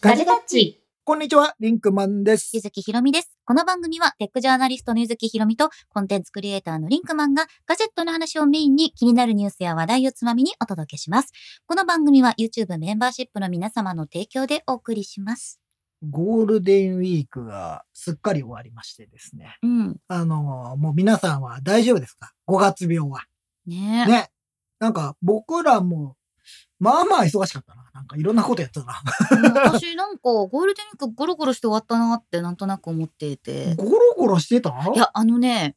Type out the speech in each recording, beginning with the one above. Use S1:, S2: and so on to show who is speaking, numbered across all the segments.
S1: ガジェタッチ。
S2: こんにちは、リンクマンです
S1: ゆ。ずきひろみです。この番組はテックジャーナリストのゆずきひろみとコンテンツクリエイターのリンクマンがガジェットの話をメインに気になるニュースや話題をつまみにお届けします。この番組は YouTube メンバーシップの皆様の提供でお送りします。
S2: ゴールデンウィークがすっかり終わりましてですね。
S1: うん。
S2: あのー、もう皆さんは大丈夫ですか ?5 月病は。
S1: ねえ。
S2: ね。なんか僕らも、まあまあ忙しかったな。なんかいろんなことやってたな。
S1: うん私なんかゴールデンウィークゴロゴロして終わったなってなんとなく思っていて。
S2: ゴロゴロしてた
S1: いや、あのね、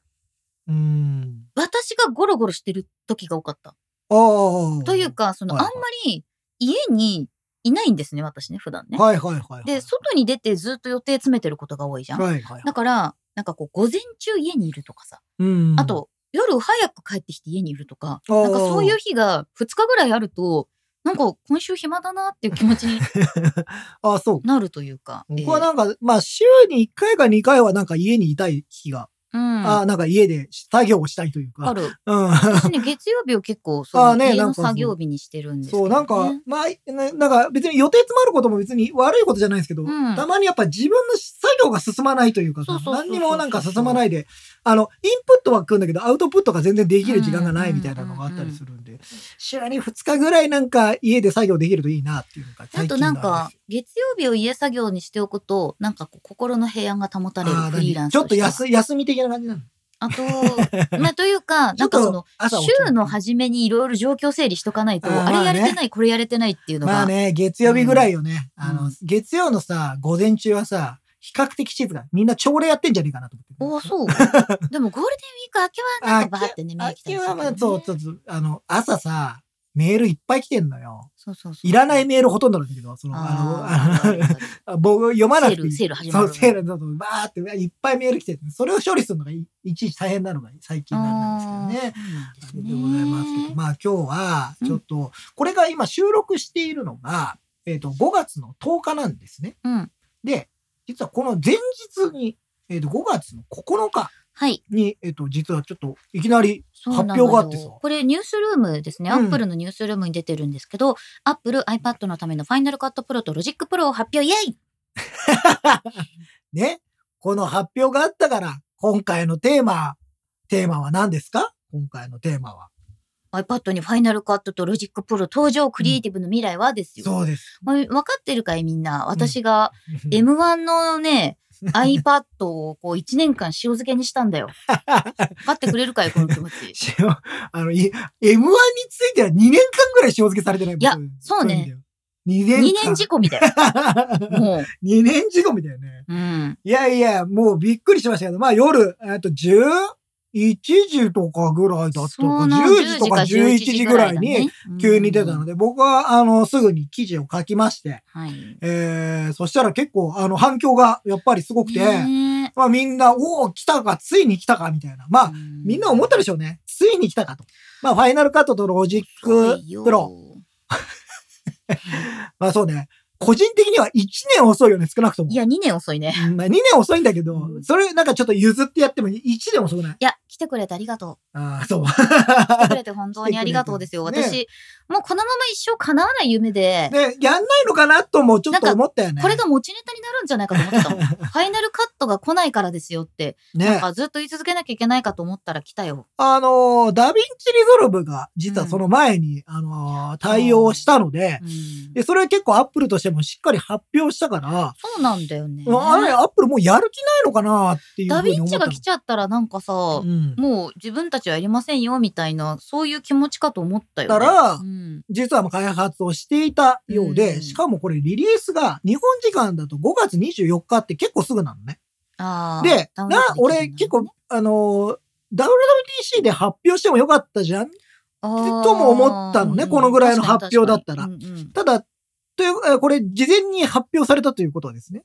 S2: うーん。
S1: 私がゴロゴロしてる時が多かった。
S2: ああ。
S1: というか、そのあ
S2: は
S1: ん
S2: い
S1: ま
S2: はい
S1: り家にいないんですね、私ね、普段ね。
S2: はいはいはいはい。
S1: で、外に出てずっと予定詰めてることが多いじゃん。
S2: はいはい
S1: だ。から、なんかこう、午前中家にいるとかさ、
S2: うん
S1: あ、と、夜早く帰ってきて家にいるとか、
S2: あー
S1: なんかそういう日が2日ぐらいあると、なんか今週暇だなっていう気持ちに
S2: ああ、そう。
S1: なるというか。
S2: 僕は
S1: えー
S2: なんか、まあ週に1回か2回はなんか家にいたい日が、
S1: うん、
S2: ああ、なんか家で作業をしたいという
S1: あ
S2: か。
S1: る。
S2: うん。
S1: 私ね、月曜日を結構、そ
S2: あー
S1: の
S2: ね
S1: 家
S2: な
S1: の
S2: んかそう
S1: 作業日にしてるんですけど、
S2: そう、
S1: ね。
S2: なんか、まあ、ななんか別に予定詰まることも別に悪いことじゃないですけど、
S1: うん
S2: たまにやっぱ自分の作業が進まないというか
S1: そう
S2: さ
S1: そう、そうそう
S2: 何にもなんか進まないで、あの、インプットは来るんだけど、アウトプットが全然できる時間がないみたいなのがあったりするんで、週に2日ぐらいなんか家で作業できるといいなっていうのが
S1: あ
S2: 最
S1: と
S2: 近
S1: な
S2: の
S1: んか、月曜日を家作業にしておくと、なんかこう心の平安が保たれる
S2: あー
S1: フリーランス
S2: ちょっと
S1: しては
S2: 休休み的な感じなの。
S1: あと、まあ、とい うか、なんかその、
S2: 朝起きる
S1: 週の初めにいろいろ状況整理しとかないと、
S2: あー
S1: あ
S2: まあ
S1: れ
S2: ね
S1: やれてない、これやれてないっていうの
S2: まあ
S1: が。
S2: ね、月曜日ぐらいよね。
S1: うん
S2: あ
S1: う
S2: の
S1: ん、
S2: 月曜のさ、午前中はさ、比較的静か。みんな朝礼やってんじゃねえかなと思って。
S1: おお、そう。でもゴールデンウィーク明けはなんかバーってね、目
S2: あ
S1: 来たりするけどね
S2: はまあ、そう、ちょっと、あの、朝さ、メールいっぱい来てんのよ。
S1: そうそうそう。
S2: いらないメールほとんどなんだけど、その、あ
S1: あー
S2: の、あの、僕読まなくていい。
S1: セールセール始まる
S2: そう、セールだと、ばーっていっぱいメール来ててそれを処理するのがいいちいち大変なのが最近なんですけどね。
S1: あーそう
S2: で
S1: な
S2: ご
S1: ん
S2: ざい
S1: で
S2: ますすけ
S1: ね
S2: ど、まあ今日は、ちょっと、これが今収録しているのが、えっ、と、5月の10日なんですね。
S1: うん。
S2: で、実はこの前日に、えっ、と、5月の9日
S1: はい。
S2: に、えっ、と、実はちょっと、いきなり
S1: そうなのよ
S2: 発表があってさ
S1: これニュースルームですね。
S2: う
S1: ア
S2: ん
S1: ップルのニュースルームに出てるんですけど、アップル iPad のためのファイナルカットプロとロジックプロを発表、イェイ
S2: ね、この発表があったから、今回のテーマ、テーマは何ですか今回のテーマは。
S1: !iPad にファイナルカットとロジックプロ登場、クリエイティブの未来はですよ。
S2: そうです。
S1: まあ分かってるかいみんな。私が M1 のね、iPad をこう1年間塩漬けにしたんだよ。分かってくれるかいこの気持ち。
S2: しあの、い M1 については2年間ぐらい塩漬けされてない。
S1: いや
S2: 僕
S1: そうね。
S2: 2
S1: 2
S2: 年間。
S1: 年仕込みだよ。 もう。
S2: 2年事故みたいね。
S1: うん。
S2: いやいや、もうびっくりしましたけど、まあ夜、えっと、11時とかぐらいだった
S1: そう
S2: か、
S1: なの
S2: 10時とか11時ぐらいに、急に出たの
S1: で。
S2: で、僕は、あの、すぐに記事を書きまして、
S1: うんはい。
S2: えー、そしたら結構、あの、反響がやっぱりすごくて、
S1: ね
S2: まあみんな、おお、来たか、ついに来たか、みたいな。ま
S1: え
S2: あ、みんな思ったでしょうね。ついに来たかと。まあ、ファイナルカットとロジックプロ。。まあそうね。個人的には1年遅いよね、少なくとも。
S1: いや、2年遅いね。
S2: うんまあ2年遅いんだけど
S1: う、ん
S2: それなんかちょっと譲ってやっても1年遅くない
S1: いや、来てくれてありが と
S2: ああ、そう。
S1: う。来てくれて本当にありがとうですよ。
S2: 来てくれて
S1: 私、もうこのまま一生叶わない夢で、
S2: ね、やんないのかなともちょっと思ったよね。
S1: これが持ちネタになるんじゃないかと思ってたもん。 ファイナルカットが来ないからですよって、なん
S2: ね。
S1: かずっと言い続けなきゃいけないかと思ったら来たよ。
S2: あのー、ダヴィンチリゾルブが実はその前に、あのー、対応したので、
S1: うん
S2: で、それ結構アップルとしてもしっかり発表したから、
S1: そうなんだよね。
S2: あれ、アップルもうやる気ないのかなっていう
S1: ダ
S2: ふう
S1: ヴ
S2: に
S1: ィン
S2: 思
S1: チ
S2: った
S1: が来ちゃったらなんかさ、
S2: のうん。
S1: もう自分たちはやりませんよみたいな、そういう気持ちかと思ったよ、
S2: だ
S1: ね。
S2: から
S1: うん、
S2: 実はまあ開発をしていたようで、
S1: うん
S2: しかもこれリリースが日本時間だと5月24日って結構すぐなのね。
S1: あー
S2: で、
S1: ダウ
S2: な
S1: ンロー、ドでき
S2: 俺
S1: るんだ
S2: 結構、あのー、WWDC で発表してもよかったじゃん
S1: あー
S2: とも思ったのねこのぐらいの発表だったら
S1: 確かに確
S2: た
S1: か
S2: だ、という、えーこれ、事前に発表されたということはですね。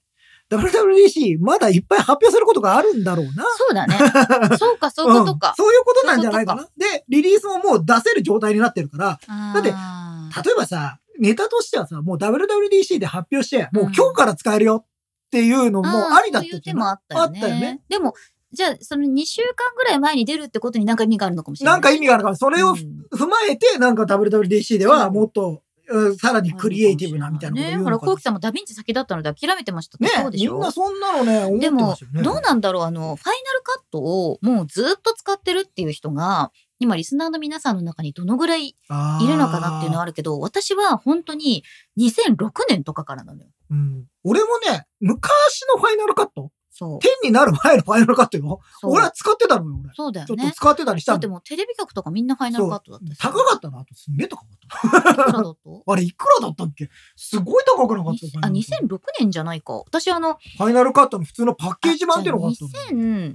S2: WWDC、まだいっぱい発表することがあるんだろうな。
S1: にうんうんそうだね。そうか、そういうこと
S2: うん
S1: か。
S2: そういうことなんじゃないかな。で、リリースももう出せる状態になってるから、
S1: だ
S2: って例えばさ、ネタとしてはさ、もう WWDC で発表して、もう今日から使えるよっていうのもありだった
S1: そういう
S2: って
S1: 手
S2: いう
S1: も
S2: の
S1: あったよね。
S2: あったよね
S1: でも、じゃあ、その2週間ぐらい前に出るってことに何か意味があるのかもしれな。
S2: ないんか意味があるから、それを
S1: うん
S2: 踏まえて、なんか WWDC ではもっと、うんさらにクリエイティブなみたいなこと
S1: ね。
S2: 言う
S1: ほら、
S2: の
S1: こ
S2: か
S1: うきさんもダヴィンチ先だったので諦めてましたって
S2: な
S1: そ
S2: ね
S1: うで
S2: み
S1: し
S2: ん
S1: ょ
S2: なそんなのね、思って
S1: で
S2: ま
S1: も
S2: すよ、ね。
S1: どうなんだろうあの、ファイナルカットをもうずっと使ってるっていう人が、今リスナーの皆さんの中にどのぐらいい
S2: あー
S1: るのかなっていうのはあるけど、私は本当に2006年とかからなのよ。
S2: うん俺もね、昔のファイナルカット
S1: そう。
S2: 天になる前のファイナルカットよ。
S1: そう
S2: 俺は使ってたのよ、俺。
S1: そうだよ
S2: ちょっ
S1: ね
S2: と。使ってたりした
S1: だっ
S2: の
S1: て。もうテレビ局とかみんなファイナルカットだったし
S2: 高かったな、あとすんげえ高かった。
S1: いくらだと
S2: あれ、いくらだったっけすごい高くなかった
S1: あ、2006年じゃないか。私あの、
S2: ファイナルカットの普通のパッケージ版っていうのがあったの。
S1: 2010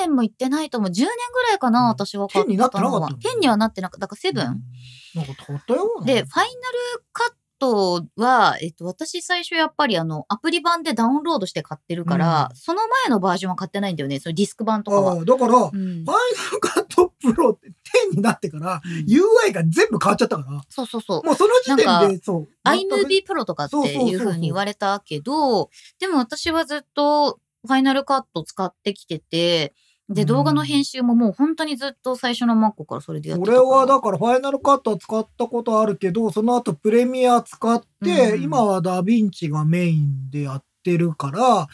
S1: 年も行ってないと思う。10年ぐらいかな、
S2: うん
S1: 私は買った
S2: 10
S1: のは。
S2: になってなかったの
S1: 10にはなってなかった。だからセブ
S2: う
S1: ン
S2: ん。なんか買ったような。
S1: で、ファイナルカットは、えっと、私最初やっぱりあの、アプリ版でダウンロードして買ってるから、
S2: うん
S1: その前のバージョンは買ってないんだよね。そのディスク版とか
S2: あ
S1: は。
S2: あだから、ファイ
S1: うん
S2: ナルカットプロって10になってから、
S1: うん
S2: UI が全部変わっちゃったから、
S1: そうそうそう。
S2: もうその時
S1: な
S2: 点
S1: ん
S2: で、そう。
S1: iMovie Pro とかっていう風に言われたけど、でも私はずっとファイナルカット使ってきてて、
S2: う
S1: で、
S2: ん
S1: 動画の編集ももう本当にずっと最初の Mac からそれでやってたか
S2: 俺
S1: ら。
S2: はだからファイナルカットは使ったことあるけど、その後プレミア使って、
S1: うん
S2: 今はダヴィンチがメインでやってるから、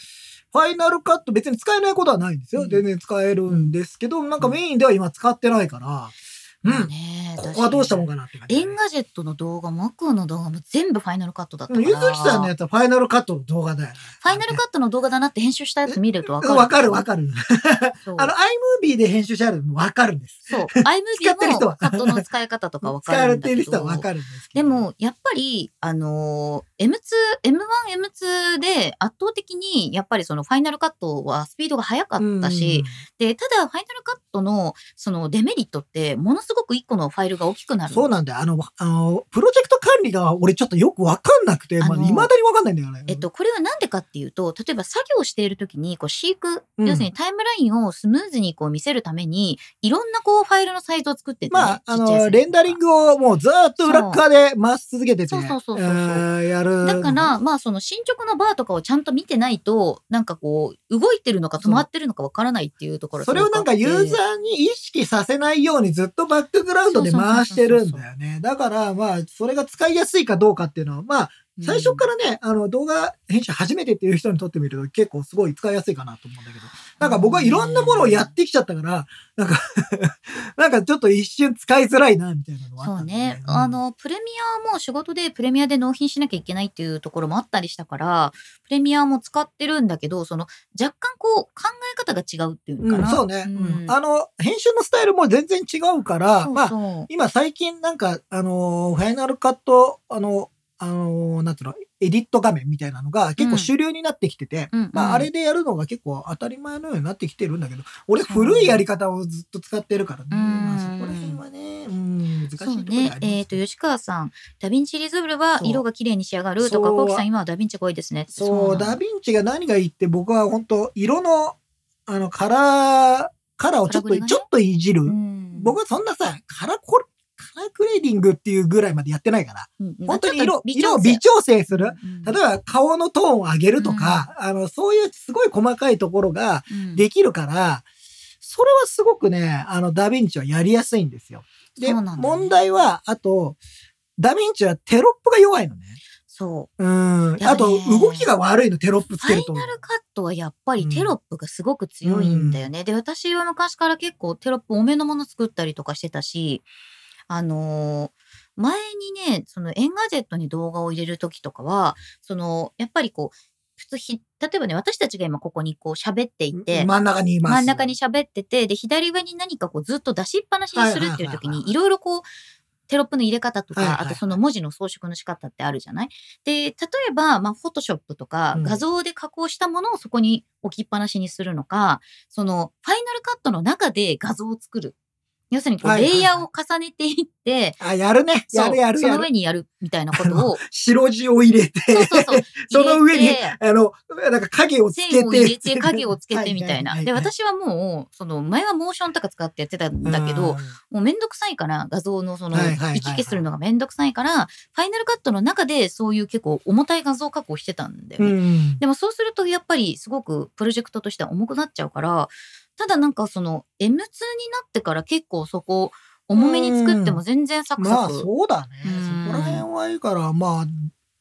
S2: ファイナルカット別に使えないことはないんですよ。
S1: うん
S2: 全然使えるんですけど、なんかメインでは今使ってないから、うん、
S1: ねえ
S2: ここはどうしたもん
S1: 確か
S2: かなって感
S1: に
S2: じ。
S1: エンガジェットの動画、Mac の動画も全部ファイナルカットだっ
S2: う
S1: たか
S2: ん
S1: ら。
S2: ゆずきさんのやつはファイナルカットの動画だよね。
S1: ファイナルカットの動画だなって編集したやつ見るとわか
S2: う
S1: る。
S2: んわかるわかる。
S1: そう
S2: あの、iMovie で編集してあるのもわかるんです。
S1: そう。iMovie
S2: る人
S1: も
S2: は
S1: カットの使い方とかわ
S2: 使
S1: か
S2: わ
S1: る
S2: れ
S1: んだ
S2: てい
S1: け
S2: る人は
S1: ど。
S2: わかるんですけ
S1: で
S2: ど。
S1: も、やっぱり、あのー M2、M1、M2 で圧倒的に、やっぱりそのファイナルカットはスピードが速かったし、で、ただファイナルカットのそのデメリットって、ものすごく一個のファイルが大きく
S2: う、
S1: なんる。
S2: そうなんだよ。あの、あの、プロジェクト管理が俺ちょっとよくわかんなくて、まあ、
S1: あの
S2: 未だにわかんないんだよね。
S1: えっと、これはなんでかっていうと、例えば作業しているときに、こう、飼育、
S2: うん
S1: 要するにタイムラインをスムーズにこう見せるために、いろんなこう、ファイルのサイズを作ってるんだよね
S2: まあ、あ
S1: ちっちゃ
S2: の、
S1: いサイズとか
S2: レンダリングをもうずーっと裏っ側で回し続けてて、
S1: そうそうそうそうそう
S2: えーやる。
S1: だから、まあ、その進捗のバーとかをちゃんと見てないと、なんかこう、動いてるのか止まってるのかわからないっていうところが
S2: それをなんかユーザーに意識させないようにずっとバックグラウンドで回してるんだよね。だからまあ、それが使いやすいかどうかっていうのは、まあ、最初からね、あの動画編集初めてっていう人にとってみると結構すごい使いやすいかなと思うんだけど、なんか僕はいろんなものをやってきちゃったから、なんか、 なんかちょっと一瞬使いづらいな、みたいなのはあ
S1: そ
S2: った
S1: うん
S2: だ
S1: ね
S2: よ。
S1: あ、の、プレミアも仕事でプレミアで納品しなきゃいけないっていうところもあったりしたから、プレミアも使ってるんだけど、その、若干こう、考え方が違うっていうの
S2: う
S1: か
S2: ん、
S1: な。
S2: そうね、
S1: うん
S2: うんあの、編集のスタイルも全然違うから、
S1: そう
S2: まあ、
S1: そう
S2: 今最近なんか、あのーファイナルカット、あの、あのーなんていうの、エディット画面みたいなのが結構主流になってきてて、
S1: うんうん
S2: まあ、あれでやるのが結構当たり前のようになってきてるんだけど、俺古いやり方をずっと使ってるからね。
S1: うん
S2: まあ、そこら辺はね、うん、難しいとこ
S1: そ
S2: ろ
S1: う
S2: では
S1: ね
S2: あ。り
S1: え
S2: ま
S1: っ、
S2: す
S1: と、吉川さん、ダヴィンチリゾルは
S2: そう
S1: 色が綺麗に仕上がるとか、
S2: そう
S1: こうきさん、今はダヴィンチが多いですねって。
S2: そう、
S1: な
S2: ダ
S1: の
S2: ヴィンチが何がいいって僕は本当色の、あの、カラー、カラーをちょっと、
S1: カラーグレがね
S2: ちょっといじる。
S1: うん
S2: 僕はそんなさ、カラコ、カラーグレーディングっていうぐらいまでやってないから。
S1: うんうん
S2: 本当に
S1: ちょ
S2: 色
S1: っ、と
S2: 色を微調整する。
S1: うん
S2: 例えば顔のトーンを上げるとか、あの、そういうすごい細かいところが
S1: うん
S2: できるから、それはすごくね、あの、ダヴィンチはやりやすいんですよ。で、
S1: そうなんだね
S2: 問題は、あと、ダヴィンチはテロップが弱いのね。
S1: そう。
S2: うん。
S1: ね
S2: あと、動きが悪いの、テロップつ
S1: フ
S2: け
S1: ァ
S2: る
S1: イ
S2: と。
S1: ナルカットはやっぱりテロップがすごく強いんだよね。で、私は昔から結構テロップ多めのもの作ったりとかしてたし、あのー前にね、そのエンガジェットに動画を入れるときとかは、その、やっぱりこう、普通ひ、例えばね、私たちが今ここにこう喋っていて、
S2: 真ん中にいます。
S1: 真ん中に喋ってて、で、左上に何かこうずっと出しっぱなしにするっていう
S2: はい
S1: 時
S2: はいはいは
S1: に、
S2: い
S1: いろいろこう、テロップの入れ方と
S2: はいはい
S1: か、
S2: はい
S1: あとその文字の装飾の仕方ってあるじゃないで、例えば、まあ、フォトショップとか
S2: う、ん
S1: 画像で加工したものをそこに置きっぱなしにするのか、その、ファイナルカットの中で画像を作る。要するにこう、
S2: はいはいは
S1: レ
S2: い
S1: イヤーを重ねていって、
S2: あ、やるね。や
S1: そう
S2: るやる
S1: そ
S2: や
S1: の
S2: る。
S1: 上にやるみたいなこと を、
S2: 白地を入れて、
S1: そうそうそう。
S2: その上に
S1: 入れて
S2: あの、なんか影をつけて。
S1: 線を入れて影をつけてみたいな。で、
S2: ははは
S1: 私はもう、その、前はモーションとか使ってやってたんだけど、
S2: うん、
S1: もうめんどくさいから、画像のその、
S2: はいはいはいはい
S1: 行き来するのがめんどくさいから、ファイナルカットの中でそういう結構重たい画像加工してたんだよ
S2: う
S1: ね。
S2: ん。
S1: でもそうするとやっぱりすごくプロジェクトとしては重くなっちゃうから、ただなんかその M2 になってから結構そこ重めに作っても全然サク
S2: ま
S1: サ
S2: あ
S1: ク。
S2: そうだね。
S1: うん
S2: そこら辺はいいから、まあ、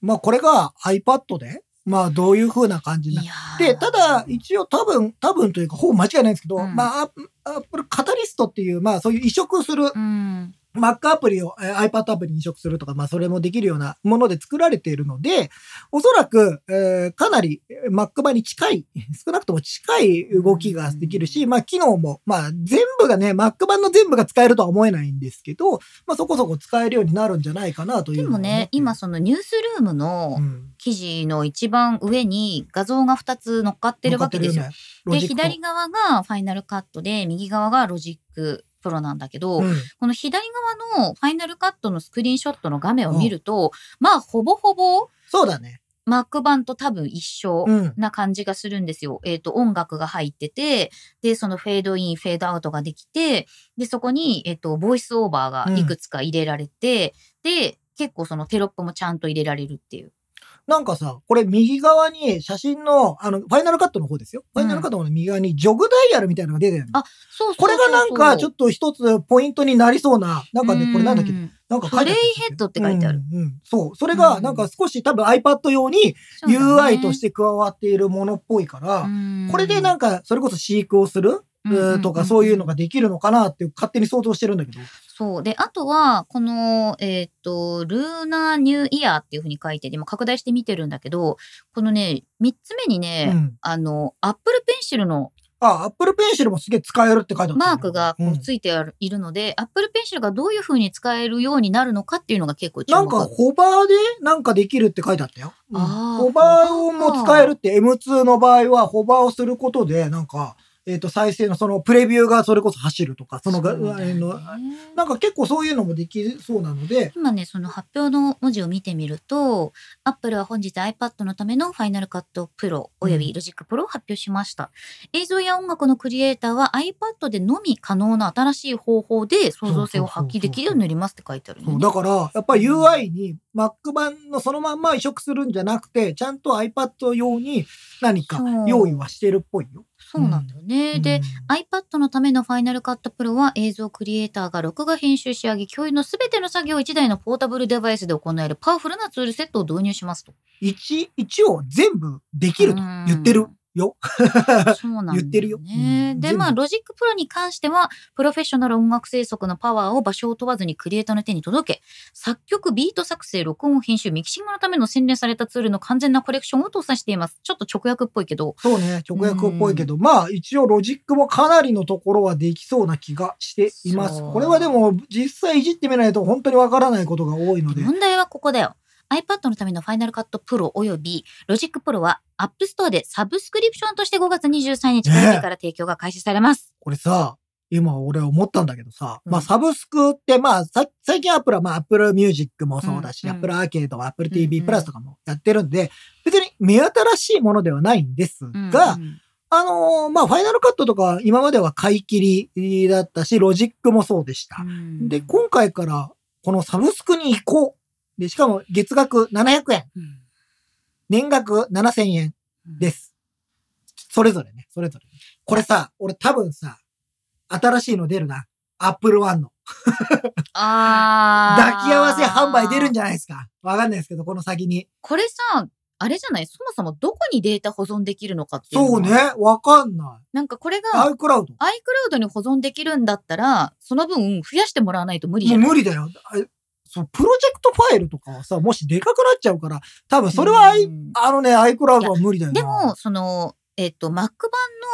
S2: まあこれが iPad で、まあどういう風な感じになっ
S1: やー
S2: で、ただ、一応多分、多分というか、ほぼ間違いないんですけど、
S1: うん
S2: まあ、アップルカタリストっていう、まあ、そういう移植する、
S1: うん。
S2: Mac アプリをえー iPad アプリに移植するとか、まあ、それもできるようなもので作られているので、おそらく、えーかなりえー Mac 版に近い、 少なくとも近い動きができるし、まあ、機能も、まあ、全部がね、Mac 版の全部が使えるとは思えないんですけど、まあ、そこそこ使えるようになるんじゃないかなという
S1: で
S2: のは
S1: も
S2: 思って。
S1: ね、今そのニュースルームの
S2: うん、
S1: 記事の一番上に画像が2つ乗っかってるわけですよ。
S2: 乗っかってるよね
S1: で、左側がファイナルカットで、右側がロジックプロなんだけど、
S2: ロジックとうん
S1: この左側のファイナルカットのスクリーンショットの画面を見ると、まあ、ほぼほぼ
S2: そうだね。
S1: Mac 版と多分一緒
S2: うん。
S1: な感じがするんですよ。えっ、と、音楽が入ってて、で、そのフェードイン、フェードアウトができて、で、そこに、えっ、と、ボイスオーバーがいくつか入れられて、で、結構そのテロップもちゃんと入れられるっていう。
S2: なんかさ、これ右側に写真の、あの、ファイナルカットの方ですよ。ファイナルカットの右側にジョグダイヤルみたいなのが出てるの。
S1: あそうそうそうそう
S2: これがなんかちょっと一つポイントになりそうな、なんかね、これなんだっけ
S1: う、ん
S2: なんか書いてあった気がする
S1: プレイヘッドって書いてある。、
S2: うんうんそう。それがなんか少し多分 iPad 用に UI としてて加わっているものっぽいから、これでなん
S1: か、
S2: かそれこそ飼育をするうんとかそういうのができるのかなって勝手に想像してるんだけど。
S1: そう。で、あとは、この、えーっと、ルーナーニューイヤーっていうふうに書いて、でも拡大して見てるんだけど、このね、3つ目にね、
S2: うん
S1: あの、アップルペンシルの
S2: あ、Apple Pencil もすげえ使えるって書いてあったね、
S1: マークがこ
S2: う
S1: うんついてあるいるので、アップルペンシルがどういうふうに使えるようになるのかっていうのが結構注
S2: なん
S1: 目
S2: か、ホバーでなんかできるって書いてあったよ。うん
S1: あー
S2: ホバーをも使えるって M2 の場合はホバーをすることで、なんか、えっ、と、再生のそのプレビューがそれこそ走るとか、そのが、
S1: うだよね
S2: のなんか結構そういうのもできそうなので、
S1: 今ね、その発表の文字を見てみると、アップルは本日 iPad のための Final Cut Pro および Logic Pro を発表しました。映像や音楽のクリエイターは iPad でのみ可能な新しい方法で創造性を発揮できるようになりますって書いてある
S2: そう
S1: ね。
S2: だから、やっぱり UI に Mac 版のそのまんま移植するんじゃなくて、ちゃんと iPad 用に何か
S1: そう
S2: 用意はしてるっぽいよ。
S1: そうなんだよね。で、iPad のための Final Cut Pro は映像クリエイターが録画編集仕上げ共有のすべての作業を1台のポータブルデバイスで行えるパワフルなツールセットを導入しますと。
S2: 1、1を全部できると言ってるよ。
S1: そうなんだ、ね、
S2: 言ってるようん
S1: で、
S2: 全部
S1: まあ、ロジックプロに関しては、プロフェッショナル音楽制作のパワーを場所を問わずにクリエイターの手に届け、作曲、ビート作成、録音、編集、ミキシングのための洗練されたツールの完全なコレクションを搭載しています。ちょっと直訳っぽいけど。
S2: そうね、直訳っぽいけど、まあ一応ロジックもかなりのところはできそうな気がしています。
S1: そう
S2: これはでも実際いじってみないと本当にわからないことが多いので、
S1: 問題はここだよ。iPad のための Final Cut Pro および Logic Pro は App Store でサブスクリプションとして5月23日火曜日から提供が開始されます。
S2: これさ、今俺思ったんだけどさ、
S1: うん
S2: まあサブスクってまあさ最近アップルはまあアップルミュージックもそうだし、
S1: うん
S2: ア
S1: うん
S2: ップルアーケードはアップル
S1: う
S2: TV
S1: んうん
S2: プラスとかもやってるんで、別に目新しいものではないんです
S1: うん
S2: が、
S1: うん
S2: あのーまあファイナルカットとか今までは買い切りだったし、ロジックもそうでした。
S1: うん
S2: で、今回から、このサブスクに移行。で、しかも月額700円、
S1: うん
S2: 年額7000円です。それぞれね、それぞれ。これさ、俺多分さ、新しいの出るな。Apple One の。
S1: あー
S2: 抱き合わせ販売出るんじゃないですか。わかんないですけど、この先に。
S1: これさ、あれじゃないそもそもどこにデータ保存できるのかっていうの
S2: そうね、
S1: は
S2: わかんない。
S1: なんかこれが
S2: iCloud。
S1: iCloud に保存できるんだったら、その分増やしてもらわないと無理じ
S2: も
S1: ゃ。
S2: うん無理だよ。あそう、プロジェクトファイルとかはさ、もしでかくなっちゃうから、多分それは、
S1: う
S2: i
S1: ん
S2: あのね、iCloud は無理だよな
S1: でも、、その、えっ、と、Mac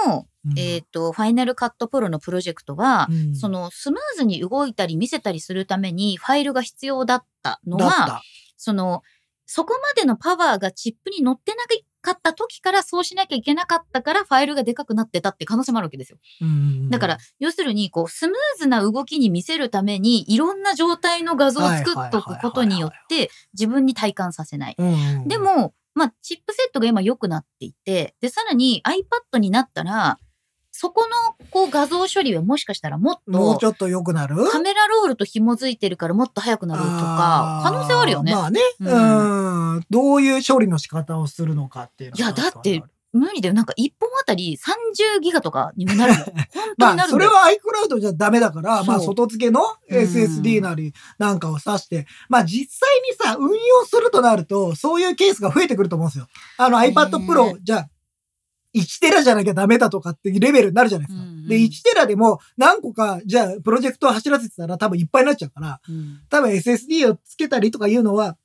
S1: 版の、
S2: うん
S1: えっ、と、ファイナルカットプロのプロジェクトは、
S2: うん
S1: そのスムーズに動いたり見せたりするためにファイルが必要だったの
S2: だっ
S1: は、
S2: た。
S1: その、そこまでのパワーがチップに乗ってなかった時からそうしなきゃいけなかったからファイルがでかくなってたって可能性もあるわけですよ。
S2: うん
S1: だから、要するに、こう、スムーズな動きに見せるために、いろんな状態の画像を作っとくことによって、自分に体感させない。
S2: うん
S1: で、も、まあ、チップセットが今良くなっていて、で、さらに iPad になったら、そこの、こう、画像処理はもしかしたらもっ
S2: もう
S1: と
S2: ち、ょっと良くなる
S1: カメラロールと紐づいてるからもっと早くなるとか
S2: あ、ー
S1: 可能性はあるよね。
S2: まあね、
S1: う
S2: うん、どういう処理の仕方をするのかっていうの
S1: いや、だって、無理だよ。なんか一本あたり30ギガとかにもなるの。本当
S2: ま
S1: にな
S2: あ、
S1: るん
S2: そ
S1: だ
S2: れ
S1: よ。
S2: は iCloud じゃダメだから、まあ、
S1: そう
S2: 外付けの
S1: うん
S2: SSD なりなんかを挿して、まあ、実際にさ、運用するとなると、そういうケースが増えてくると思うんですよ。あの、
S1: ね
S2: iPad Pro、じゃあ、1テラじゃなきゃダメだとかっていうレベルになるじゃないですか。
S1: うんうん
S2: で、1テラでも何個か、じゃあ、プロジェクトを走らせてたら多分いっぱいになっちゃうから、
S1: うん
S2: 多分 SSD をつけたりとかいうのは、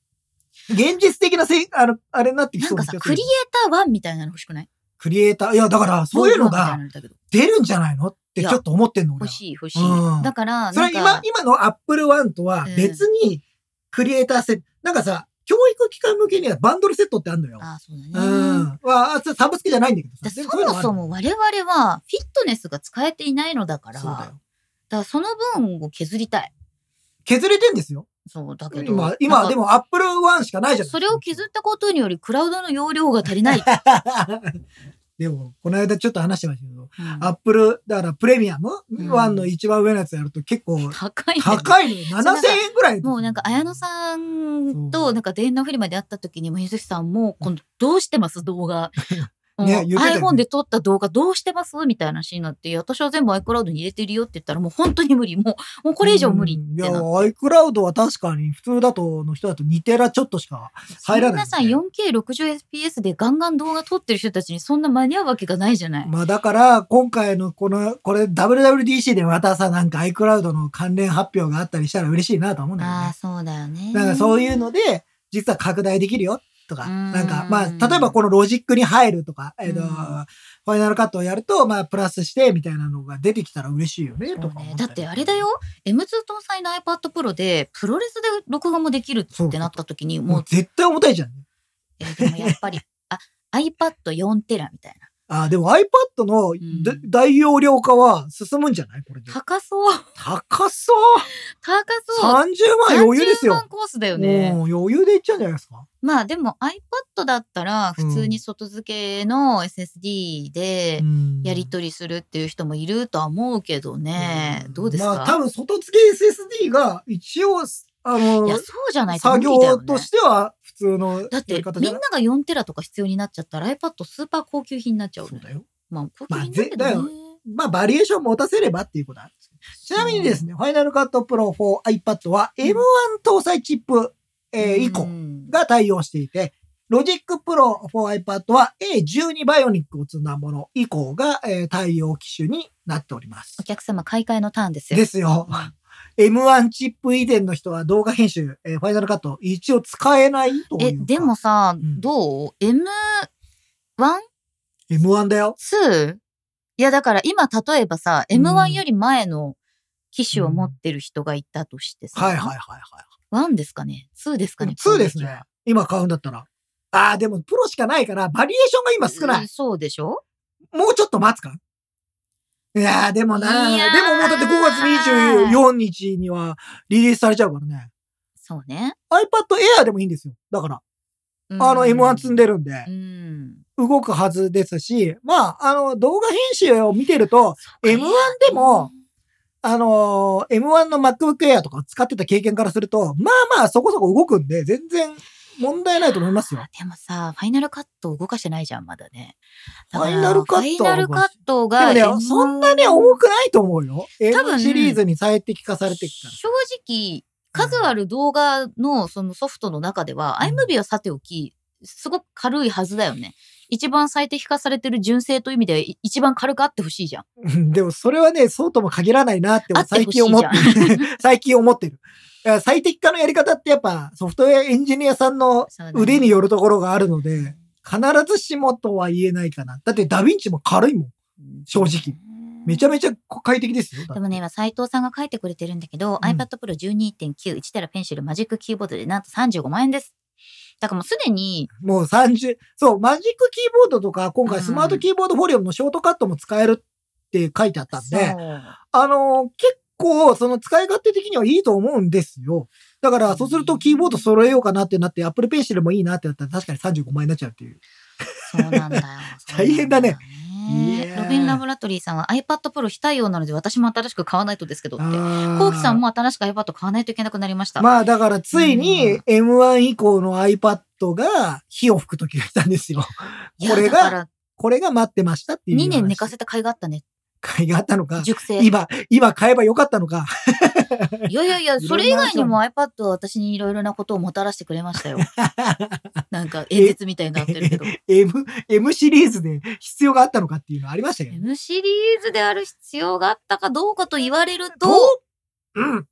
S2: 現実的なせい、あの、あれになってき
S1: な
S2: そう
S1: んか
S2: な気
S1: さ、
S2: がす
S1: ク
S2: る
S1: リエイター1みたいなの欲しくない
S2: クリエイター、いや、だから、そういうの
S1: ロー
S2: が
S1: グワンみたいなのだけど
S2: 出るんじゃないのってちょっと思ってんの、俺
S1: 欲
S2: は。
S1: しい、欲しい
S2: うん。
S1: だから、
S2: そ
S1: な
S2: れ
S1: ん
S2: 今
S1: か、、
S2: 今の Apple One とは別にクリエイターセット、なんかさ、教育機関向けにはバンドルセットってあるのよ。
S1: あそう
S2: う
S1: だね。
S2: ん。は、サブスクじゃないんだけど
S1: だ
S2: さ。
S1: そ
S2: でそういうの
S1: もそも
S2: は
S1: 我々はフィットネスが使えていないのだ
S2: あ
S1: か
S2: る
S1: ら、
S2: そう
S1: だ
S2: だ
S1: か
S2: よ。
S1: らその分を削りたい。
S2: 削れてんですよ。
S1: そう、だけど。
S2: 今、今はで
S1: も。
S2: も Apple One しかないじゃん。
S1: それを削ったことによりクラウドの容量が足りない。
S2: でも、この間ちょっと話してましたけど、
S1: うん
S2: Apple、だからプレミアム
S1: ん
S2: 1の一番上のやつやると結 構
S1: 高い、ね。
S2: 高いの よ。7000円ぐらい。
S1: もうなんか、綾野さんと、なんか、電話フリマで会った時に、もう、ゆずきさん、もう、今度、どうしてます動画。もう
S2: ね言ってたよね
S1: iPhone で撮った動画どうしてますみたいな話になって、私は全部 iCloud に入れてるよって言ったら、もう本当に無理。もう、もうこれ以上無理って
S2: いや、
S1: なって。
S2: iCloud は確かに普通だと、の人だと2テラちょっとしか入らない、
S1: 皆さん 4K60fps でガンガン動画撮ってる人たちにそんな間に合うわけがないじゃない。
S2: まあだから、今回のこの、これ WWDC でまたさ、なんか iCloud の関連発表があったりしたら嬉しいなと思うんだよ
S1: ああ、
S2: ね。
S1: そうだよね。
S2: だからそういうの
S1: で、
S2: で、実は拡大できるよとか、
S1: うん
S2: なんか、まあ、例えばこのロジックに入るとか、えっ、と、
S1: うん
S2: ファイナルカットをやると、まあ、プラスしてみたいなのが出てきたら嬉しいよね、とか思
S1: ね
S2: たり。
S1: だってあれだよ、M2 搭載の iPad Pro で、プロレスで録画もできるってなった時に、
S2: も
S1: も
S2: う
S1: う、
S2: 絶対重たいじゃん。
S1: えーでもやっ ぱり、あ、iPad4 テラみたいな。
S2: ああ、でも iPad の
S1: ん
S2: だ大容量化は進むんじゃないこれで。
S1: 高そう。
S2: 高そう
S1: 高そ
S2: !30
S1: う。
S2: 万余裕です
S1: 30
S2: よ。
S1: 万コースだよね。
S2: もう余裕でいっちゃうんじゃないですか
S1: まあでも iPad だったら、普通に外付けの SSD で、やり取りするっていう人もいるとは思うけどね、
S2: うん
S1: どうですか、
S2: まあ多分外付け SSD が一応、あ
S1: いや
S2: の、
S1: そうじゃないと
S2: 作
S1: 無理だよ
S2: 業
S1: ね
S2: としては普通の
S1: だってみ
S2: じ
S1: ん
S2: ゃ
S1: な
S2: ない
S1: が4テラとか必要になっちゃったら iPad スーパー高級品になっちゃう,、
S2: そうだよ。
S1: まあ高級品だけど
S2: まあぜだ
S1: ね、
S2: よまあバリエーション持たせればっていうことなんですけどちなみにですね、ファイナルカットプロ4 iPad は
S1: うん
S2: M1 搭載チップ、えー以
S1: う
S2: 降
S1: ん
S2: が対応していて、ロジックプロ for iPad は A12 バイオニックを積んだもの以降が、えー対応機種になっております
S1: お。客様買い替えのターンですよ
S2: ですよ。M1 チップ以前の人は動画編集、えーファイナルカット、一応使えないとい
S1: え
S2: うか
S1: でも、さ、
S2: うん
S1: どう ?M1?2?
S2: M1 だよ。
S1: いやだから今例えばさ、
S2: うん
S1: M1 より前の機種を持ってる人がいたとしてさ、
S2: はいはいはいは
S1: 1ですかね ?2 ですか
S2: い。
S1: ね
S2: 2ですね。今買うんだったら。ああ、でもプロしかないから、バリエーションが今少な
S1: うん
S2: い。
S1: そうでしょ
S2: もうちょっと待つかいやー、でもなー
S1: いやー
S2: でももうだって5月24日にはリリースされちゃうからね。
S1: そうね。
S2: iPad Air でもいいんですよ。だから。あの M1 積ん
S1: で。
S2: でるんで、
S1: うん。
S2: 動くはずですし、まあ、あの、動画編集を見てると、M1 でも、あのー M1 の MacBook Air とかを使ってた経験からすると、まあまあそこそこ動くんで、全然問題ないと思いますよ
S1: あ。でもさ、ファイナルカット動かしてないじゃん、まだね。だから
S2: ファイナルカットは
S1: ファイナルカット
S2: で
S1: が、
S2: もね、そんなね、重くないと思うよ。
S1: 多分
S2: M1 シリーズに最適化されていくから。
S1: 正直、数ある動画のそのソフトの中では、
S2: うん
S1: iMovie はさておき、すごく軽いはずだよね。一番最適化されてる純正という意味では、い一番軽くあってほしいじゃん。
S2: うんでもそれはね、そうとも限らないなって
S1: あって
S2: 最
S1: ほしい
S2: 近思ってる。最近思ってる。だから最適化のやり方ってやっぱソフトウェアエンジニアさんの
S1: そうだね
S2: 腕によるところがあるので、必ずしもとは言えないかな。だってダヴィンチも軽いもん。正直。めちゃめちゃ快適ですよ。だって
S1: でもね、今、斎藤さんが書いてくれてるんだけど、
S2: うん
S1: iPad Pro 12.9、1テラペンシル、マジックキーボードでなんと35万円です。だからもうすでに、
S2: もう30、そう、マジックキーボードとか、今回スマートキーボードフォリオのショートカットも使えるって書いてあったんで、
S1: そう
S2: あのー結構、その使い勝手的にはいいと思うんですよ。だから、そうするとキーボード揃えようかなってなって、Apple Pencil もいいなってなったら確かに35万円になっちゃうっていう。
S1: そうなんだよ。
S2: 大変だね
S1: そうなんだよね
S2: いやー
S1: ロビンラボラトリーさんは iPad Pro 非対応なので私も新しく買わないとですけどって。
S2: コ
S1: コウキさんも新しく iPad 買わないといけなくなりました。
S2: まあ、だから、ついうに
S1: ん
S2: M1 以降の iPad が火を吹く時が来たんですよ。
S1: いや
S2: これ
S1: だか
S2: が
S1: ら
S2: これが待ってましたっていう話。
S1: 2年寝かせた甲斐があったね。
S2: 買いがあったのか、
S1: 熟成。い
S2: 今、今買えばよかったのか。
S1: やいやい
S2: いろ
S1: や、
S2: んな
S1: それ以外にも iPad は私にいろいろなことをもたらしてくれ ましたよ。なんか
S2: え
S1: 演説みたいになってるけど。
S2: M、M シリーズで必要があったのかっていうのはありましたけどね。
S1: M シリーズである必要があったかどうかと言われると、
S2: うん。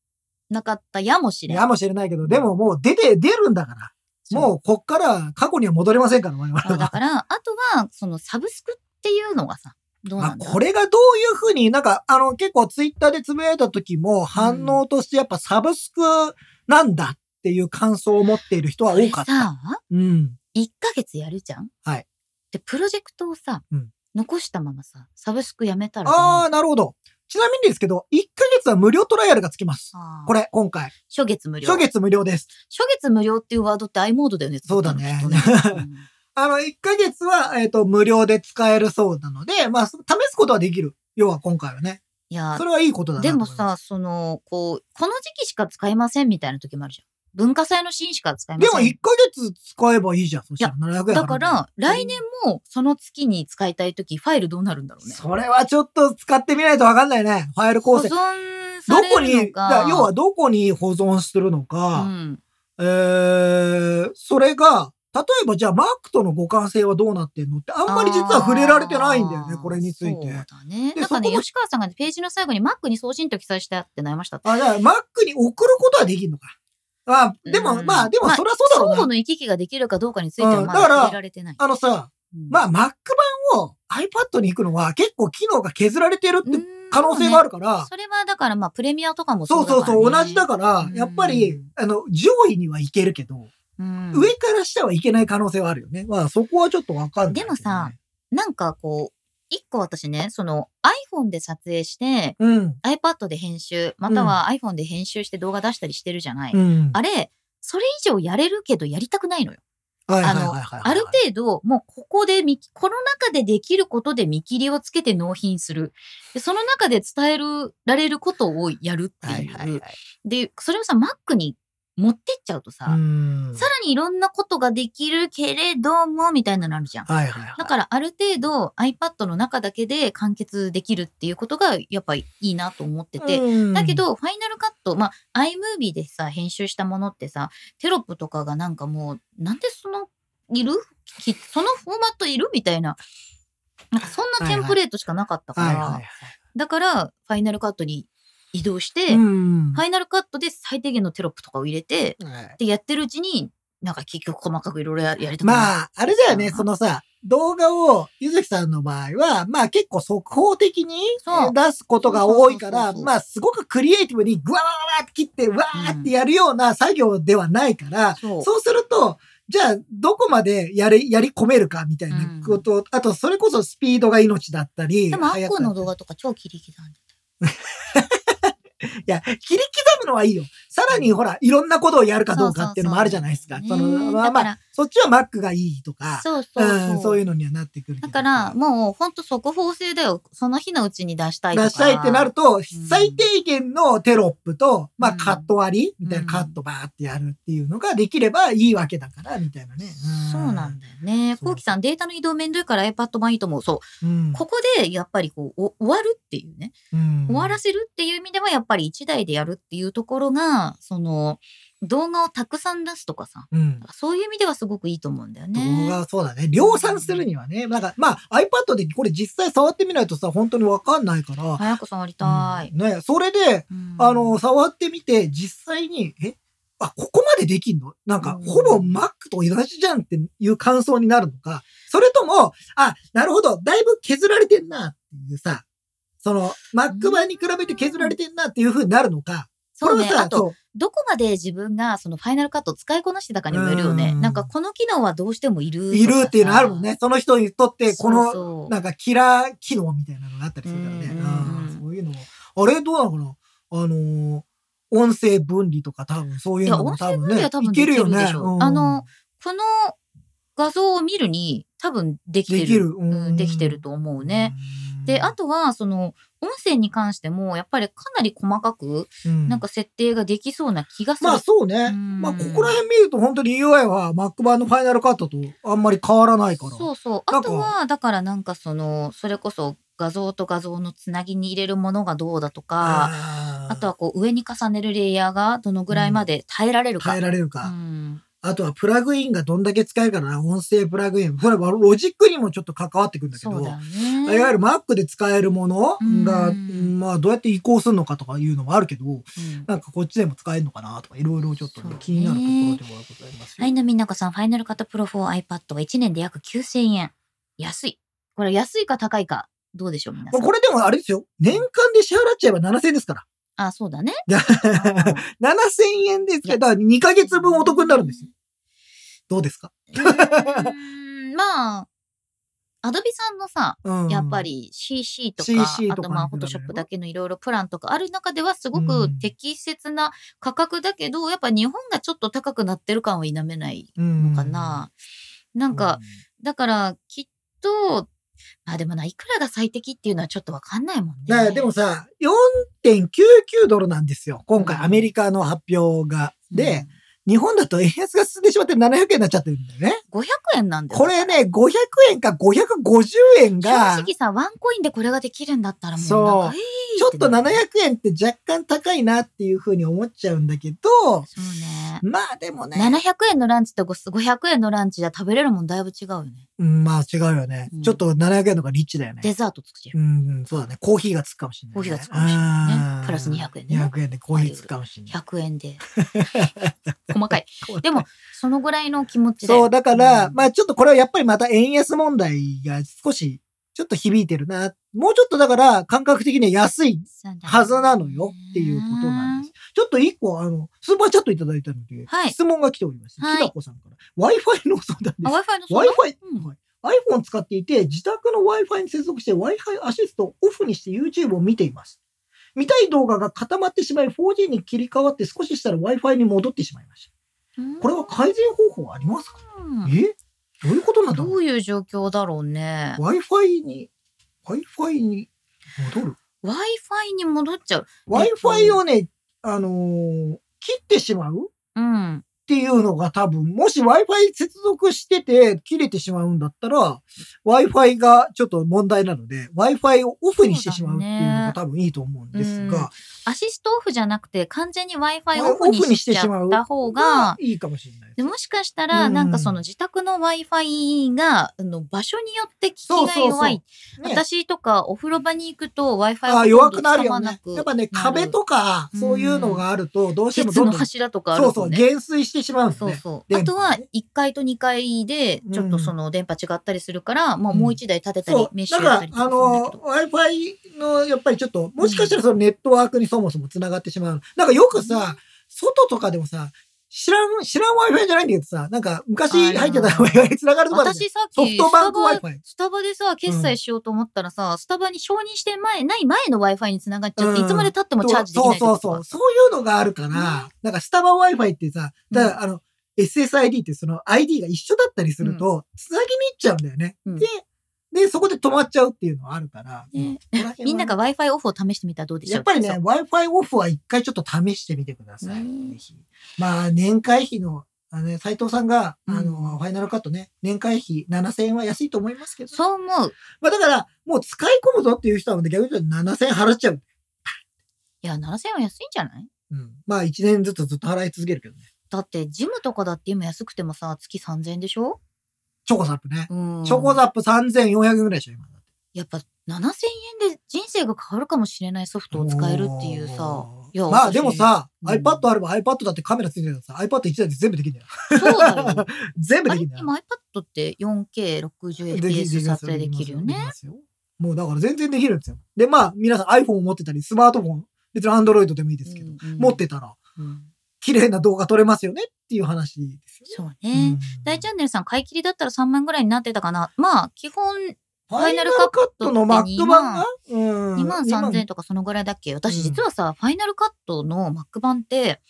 S1: なかったやもしれん。
S2: やもしれないけど、でももう出て、出るんだから。もうこっから過去には戻れませんから、我々
S1: そうだ
S2: は。
S1: から、あとは、そのサブスクっていうのがさ、どう
S2: ま
S1: な
S2: あ、
S1: んだ
S2: これがどういうふうに、なんか、あの、結構ツイッターでつぶやいた時も反応としてやっぱサブスクなんだっていう感想を持っている人は多かっ
S1: これ
S2: た。
S1: さ、
S2: うん。
S1: 1ヶ月やるじゃん
S2: はい。
S1: で、プロジェクトをさ、
S2: うん
S1: 残したままさ、サブスクやめたらど
S2: あ
S1: うな
S2: あ、なるほど。ちなみにですけど、1ヶ月は無料トライアルがつきます。
S1: の
S2: こ。れ、今回。
S1: 初月無料。
S2: 初月無料です。
S1: 初月無料っていうワードって i モードだよね。
S2: そうだね
S1: きっと うん
S2: あの、1ヶ月は、えっ、と、無料で使えるそうなので、まあ、そ試すことはできる。要は今回はね。
S1: いや
S2: そ、れはいいことだなと
S1: で
S2: 思
S1: も
S2: います。
S1: さ、その、こう、この時期しか使えませんみたいな時もあるじゃん。文化祭のシーンしか使えま
S2: でも
S1: せん。
S2: 1ヶ月使えばいいじゃん。そしたら700円払う
S1: だから、来年もその月に使いたい時、ファイルどうなるんだろうね。
S2: それはちょっと使ってみないとわかんないね。ファイル
S1: 保
S2: 構成。ど
S1: 存され
S2: こ
S1: る
S2: に、
S1: の
S2: だか
S1: か。
S2: ら要はどこに保存するの
S1: う
S2: か、
S1: ん、
S2: えー、それが、例えばじゃあ Mac との互換性はどうなってんのってあんまり実は触れられてないんだよね
S1: あ、ー
S2: これについ
S1: そう
S2: て。
S1: だね。
S2: で
S1: なんかね、
S2: そこも
S1: 吉川さんがねページの最後に Mac に送信と記載してあって悩ましたって。
S2: あ、じゃあ Mac に送ることはできるのか。まあ、でも、
S1: うん
S2: まあ、でも
S1: まあ
S2: そりゃそうだろうな
S1: 相。互の行き来ができるかどうかについては
S2: うん
S1: ま
S2: だ
S1: だ
S2: から
S1: 触れられてない。
S2: あのさ、
S1: うん
S2: まあ、Mac 版を iPad に行くのは結構機能が削られてるっ
S1: う
S2: て
S1: ん
S2: 可能性もあるから、
S1: それはだからまあプレミアとかも
S2: そうそうそう、同じだか
S1: か
S2: ら
S1: う、ん
S2: やっぱり、あの、上位には行けるけど、
S1: らね、うん
S2: 上から下はいけない可能性はあるよね。まあ、そこはちょっとわかんないけどね、
S1: でもさなんかこう、一個私ね、その iPhone で撮影して、
S2: うん。
S1: iPad で編集、または iPhone で編集して動画出したりしてるじゃない。
S2: うん。
S1: あれ、それ以上やれるけどやりたくないのよ。
S2: はいはい
S1: あ
S2: はい
S1: の
S2: はいはい。
S1: ある程度、もうここで見、この中でできることで見切りをつけて納品する。でその中で伝える、られることをやるっていう。
S2: はいはいはい。
S1: で、それをさ、Mac に持ってっちゃうとさ、
S2: うん
S1: さらにいろんなことができるけれども、みたいなのあるじゃん。
S2: はいはいはい。
S1: だからある程度 iPad の中だけで完結できるっていうことがやっぱりいいなと思ってて。
S2: うん
S1: だけ、ど、ファイナルカット、まあ、iMovie でさ、編集したものってさ、テロップとかがなんかもう、なんでその、いるきそのフォーマットいるみたいな。なんかそんなテンプレートしかなかったから、
S2: はいはいはい。
S1: だから、ファイナルカットに移動して、
S2: うん
S1: ファイナルカットで最低限のテロップとかを入れて、
S2: はい
S1: で、やってるうちに、なんか結局細かくいろいろややりたくなる
S2: まあ、あれだよね、
S1: さあ
S2: そのさ、動画を、ゆずきさんの場合は、まあ結構速報的に
S1: そう
S2: 出すことが多いか
S1: そうそうそう
S2: ら、
S1: そう
S2: まあすごくクリエイティブにグワーって切って、わーってやるような作業ではないから、
S1: そう
S2: そうすると、じゃあどこまでやり、やり込めるかみたいなこと、あとそれこそスピードが命だったり、
S1: でも、アッ
S2: 速
S1: コ
S2: さ
S1: ーの動画とか超切り刻んで
S2: いや、切り刻むのはいいよ。さらにほら、いろんなことをやるかどうかっていうのもあるじゃないですか。その、まあまあ、
S1: あ、
S2: そっちは Mac がいいとか、
S1: そうそう
S2: うん、
S1: そ
S2: そう
S1: う
S2: いうのにはなってくるけど
S1: だから、もう、ほんと速報性だよ。その日のうちに出したいとか。
S2: 出したいってなると、最低限のテロップと、まあカット割りみたいな、
S1: うん
S2: カットバーってやるっていうのができればいいわけだから、みたいなね。
S1: そうなんだよね。
S2: そう
S1: こうきさん、データの移動めんどいから iPad 版いいと思う。そう。
S2: うん。
S1: ここで、やっぱりこう、お終わるっていうね。
S2: うん
S1: 終わらせるっていう意味では、やっぱり一台でやるっていうところが、その、動画をたくさん出すとかさ。
S2: うん。
S1: そういう意味ではすごくいいと思うんだよね。
S2: 動画、そうだね。量産するにはね。なんか、まあ iPad でこれ実際触ってみないとさ、本当にわかんないから。
S1: 早く触りたい。
S2: うんね、それで、
S1: うん
S2: あの、触ってみて、実際に、えあ、ここまでできんのなんか、
S1: うん
S2: ほぼ Mac と同じじゃんっていう感想になるのか、それとも、あ、なるほど、だいぶ削られてんなっていうさ、その、Mac 版に比べて削られてんなっていう風になるのか、こ
S1: そう
S2: れは
S1: ね。
S2: さ、
S1: あと、
S2: そう
S1: どこまで自分がそのファイナルカットを使いこなしてたかにもよるよね。
S2: うん
S1: なんかこの機能はどうしてもいる。
S2: いるっていうのあるもんね。その人にとっ
S1: そう
S2: て、
S1: そ
S2: こ
S1: う。
S2: の、なんか、キラー機能みたいなのがあったりするからね。
S1: うんうんうん
S2: うんそういうのも。あれ、どうなのかなあのー音声分離とか多分そうい
S1: いう
S2: の
S1: や、
S2: も
S1: 音
S2: 多
S1: 声
S2: 分
S1: 分
S2: ね。
S1: 離は多分できるでしょ。
S2: うん
S1: あの、この画像を見るに多分できてる。
S2: できる。
S1: うんできてると思うね。
S2: うん。
S1: で、あとは、その、音声に関しても、やっぱりかなり細かく、なんか設定ができそうな気がする。
S2: まあそうね。
S1: うん
S2: まあここら辺見ると本当に UI は Mac 版のファイナルカットとあんまり変わらないから。
S1: そうそう。
S2: な
S1: あ
S2: んか
S1: とは、だからなんかその、それこそ画像と画像のつなぎに入れるものがどうだとか、
S2: あー
S1: あとはこう上に重ねるレイヤーがどのぐらいまで耐えられるか。
S2: 変えられる
S1: う
S2: か。
S1: ん
S2: あとはプラグインがどんだけ使えるかな。音声プラグイン。これはロジックにもちょっと関わってくるんだけ
S1: そ
S2: ど。
S1: うだよね。
S2: いわゆる Mac で使えるものが、
S1: うん
S2: まあどうやって移行するのかとかいうのもあるけど、
S1: うん
S2: なんかこっちでも使えるのかなとか、いろいろちょっとね、
S1: そうね
S2: 気になるところではございますよ。
S1: はい、のみんなこさん、ファイナルカットプロ 4iPad は1年で約9000円。安い。これ安いか高いか、どうでしょう、皆さ
S2: まあ
S1: ん。
S2: これでもあれですよ。年間で支払っちゃえば7000円ですから。
S1: あ、そうだね。
S2: いや
S1: うん
S2: 7000円ですけど、だから2ヶ月分お得になるんですよ。どうですか
S1: うーんまあ、アドビさんのさ、
S2: うん
S1: やっぱ。り CC とか、
S2: CC
S1: あとまあ、フォトショップだけのいろいろプランとかある中では、すご
S2: う
S1: く
S2: ん
S1: 適切な価格だけど、やっぱ日本がちょっと高くなってる感は否めない
S2: の
S1: のかな。な
S2: なん
S1: か、、だから、きっと、まあでもな、いくらが最適っていうのはちょっとわかんないもんね。
S2: だからでもさ、4.99ドルなんですよ。今回
S1: うん
S2: アメリカの発表が。
S1: うん、
S2: で、日本だと円安が進んでしまって700円になっちゃってるんだよね。
S1: 500円なんだよ。
S2: これね、500円か550円
S1: 正
S2: が、
S1: 直さ、ワンコインでこれができるんだったらもう
S2: そう
S1: なんか、えー
S2: ちょっと
S1: てな
S2: 700
S1: る
S2: 円って若干高いなっていうふうに思っちゃうんだけど、
S1: そうね。
S2: まあでもね、
S1: 700円のランチと500円のランチじゃ食べれるもんだいぶ違うよね。
S2: うん、まあ違うよね、
S1: うん
S2: ちょっと700円の方がリッチだよね。
S1: デザート作っちゃう。
S2: うん、そうだね。コーヒーがつくかもしれない、
S1: コーヒーがつくかもしれないね
S2: うん
S1: プラス200円ね
S2: 200円でコーヒーつくかもしれない。
S1: 100 円で。細かい。でも、そのぐらいの気持ちで。
S2: そう、だから、
S1: うん
S2: まあちょっとこれはやっぱりまた円安問題が少し、ちょっと響いてるな。もうちょっとだから感覚的には安い
S1: そうだね
S2: はずなのよっていうことなんです。。ちょっと一個、あの、スーパーチャットいただいたので、
S1: はい
S2: 質問が来ております。
S1: はい
S2: ひだこさんから。Wi-Fi の相談で
S1: あ、
S2: す。
S1: Wi-Fi の相談
S2: Wi-Fi、
S1: うん
S2: はい iPhone を使っていて、自宅の Wi-Fi に接続して Wi-Fi アシストをオフにして YouTube を見ています。見たい動画が固まってしまい、4G に切り替わって少ししたら Wi-Fi に戻ってしまいました。
S1: うん
S2: これは改善方法はありますか
S1: うん
S2: えどういうことなんだ
S1: ど
S2: ろう
S1: ういう状況だろうね。
S2: ?Wi-Fi に、Wi-Fi に戻る
S1: Wi-Fi に戻っちゃう。
S2: ?Wi-Fi をね、あのー切ってしまうっ
S1: うん。
S2: ていうのが多分、もし Wi-Fi 接続してて切れてしまうんだったら、Wi-Fi がちょっと問題なので、Wi-Fi をオフにしてしまうっていうのが多分いいと思うんですが、
S1: アシストオフじゃなくて、完全に Wi-Fi をオ
S2: オフ
S1: フ
S2: に
S1: にし
S2: して
S1: ちゃ
S2: しまう
S1: った方
S2: まあ
S1: が、
S2: いいかもしれない。
S1: でもしかした
S2: う
S1: ら、
S2: ん
S1: なんかその自宅の Wi-Fi が、あの場所によって効き
S2: そう
S1: が
S2: そうそ
S1: 弱
S2: う。
S1: い
S2: ね、
S1: 私とかお風呂場に行くと Wi-Fi
S2: ああ
S1: ほと
S2: 弱
S1: んど
S2: くなる
S1: 使
S2: よ
S1: わ
S2: ね
S1: な。く
S2: やっぱね、
S1: なる
S2: 壁とか、
S1: うん
S2: そういうのがあると、どうしても
S1: 鉄
S2: どん
S1: の
S2: どん、
S1: 柱とかある
S2: そ
S1: も
S2: うそう、
S1: んね。
S2: 減衰してしまうんです
S1: そう
S2: ね。
S1: そう。あ
S2: 電波
S1: とは1階と2階でちょっとその電波違ったりするから、まあもう1台立てたり
S2: そ、
S1: メッ
S2: う。
S1: シュ
S2: だ
S1: や
S2: か
S1: ったりと
S2: ら、あ
S1: かするん
S2: の
S1: だけ、ど。
S2: Wi-Fi の、やっぱりちょっと、もしかしたらそのネットワークにそもそも繋がってしまう。なんかよくさ、外とかでもさ、知らん、知らん Wi-Fi じゃないんだけどさ、なんか昔
S1: あー
S2: 入ってた Wi-Fi に繋がるとかあるじ
S1: 私さっ
S2: ゃん、
S1: きス
S2: ソフトバ
S1: タ
S2: ンク
S1: バ、
S2: Wi-Fi。
S1: スタバでさ、決済しようと思ったらさ、スタバに承認して前ない前の Wi-Fi に繋がっちゃって、
S2: うん
S1: いつまで経ってもチャージでき
S2: そう
S1: ないと
S2: そう
S1: か。
S2: そう。そういうのがあるから、なんかスタバ Wi-Fi ってさ、だからあの、SSID ってその ID が一緒だったりすると、繋ぎに行っちゃうんだよね。
S1: うん
S2: で、で、そこで止まっちゃうっていうのはあるから。
S1: ね
S2: ここら辺はね
S1: みんなが Wi-Fi オフを試してみたらどうでしょう
S2: やっぱりね、
S1: そう
S2: Wi-Fi オフは一回ちょっと試してみてください。
S1: ね
S2: ぜひまあ、年会費の、あのね、斉藤さんが、あの、
S1: う
S2: フ
S1: ん
S2: ァイナルカットね、年会費7000円は安いと思いますけど。
S1: そう思う。
S2: まあ、だから、もう使い込むぞっていう人は、逆に言うと7000円払っちゃう。
S1: いや、7000円は安いんじゃない
S2: うん。まあ、1年ずつずっと払い続けるけどね。
S1: だって、ジムとかだって今安くてもさ、月3000円でしょ
S2: チョコザップね。
S1: うん。
S2: チョコザップ3400円ぐらいでしょ、今。
S1: やっぱ7000円で人生が変わるかもしれないソフトを使えるっていうさ。
S2: おー
S1: いや
S2: まあ
S1: 私
S2: でもさ、
S1: うん
S2: iPad あれば iPad だってカメラついてるからさ、iPad1 台で全部できるんだよ。
S1: そうだよ。
S2: 全部
S1: あ
S2: で
S1: れ
S2: きるんだよ。
S1: 今 iPad って 4K60fps 撮影できるよね。
S2: ますよもうだから全然できるんですよ。で、まあ皆さん iPhone を持ってたり、スマートフォン、別に Android でもいいですけど、
S1: うんうん
S2: 持ってたら、
S1: うん
S2: 綺麗な動画撮れますよねっていう話ですよね。
S1: そうね。
S2: うん
S1: 大チャンネルさん買い切りだったら3万ぐらいになってたかな。まあ、基本
S2: フ
S1: ァイナルカットって
S2: の Mac 版が、
S1: 2万3000円
S2: と
S1: とかそのぐらいだっけ
S2: う
S1: 私
S2: ん
S1: 実はさ、ファイナルカットの Mac 版って、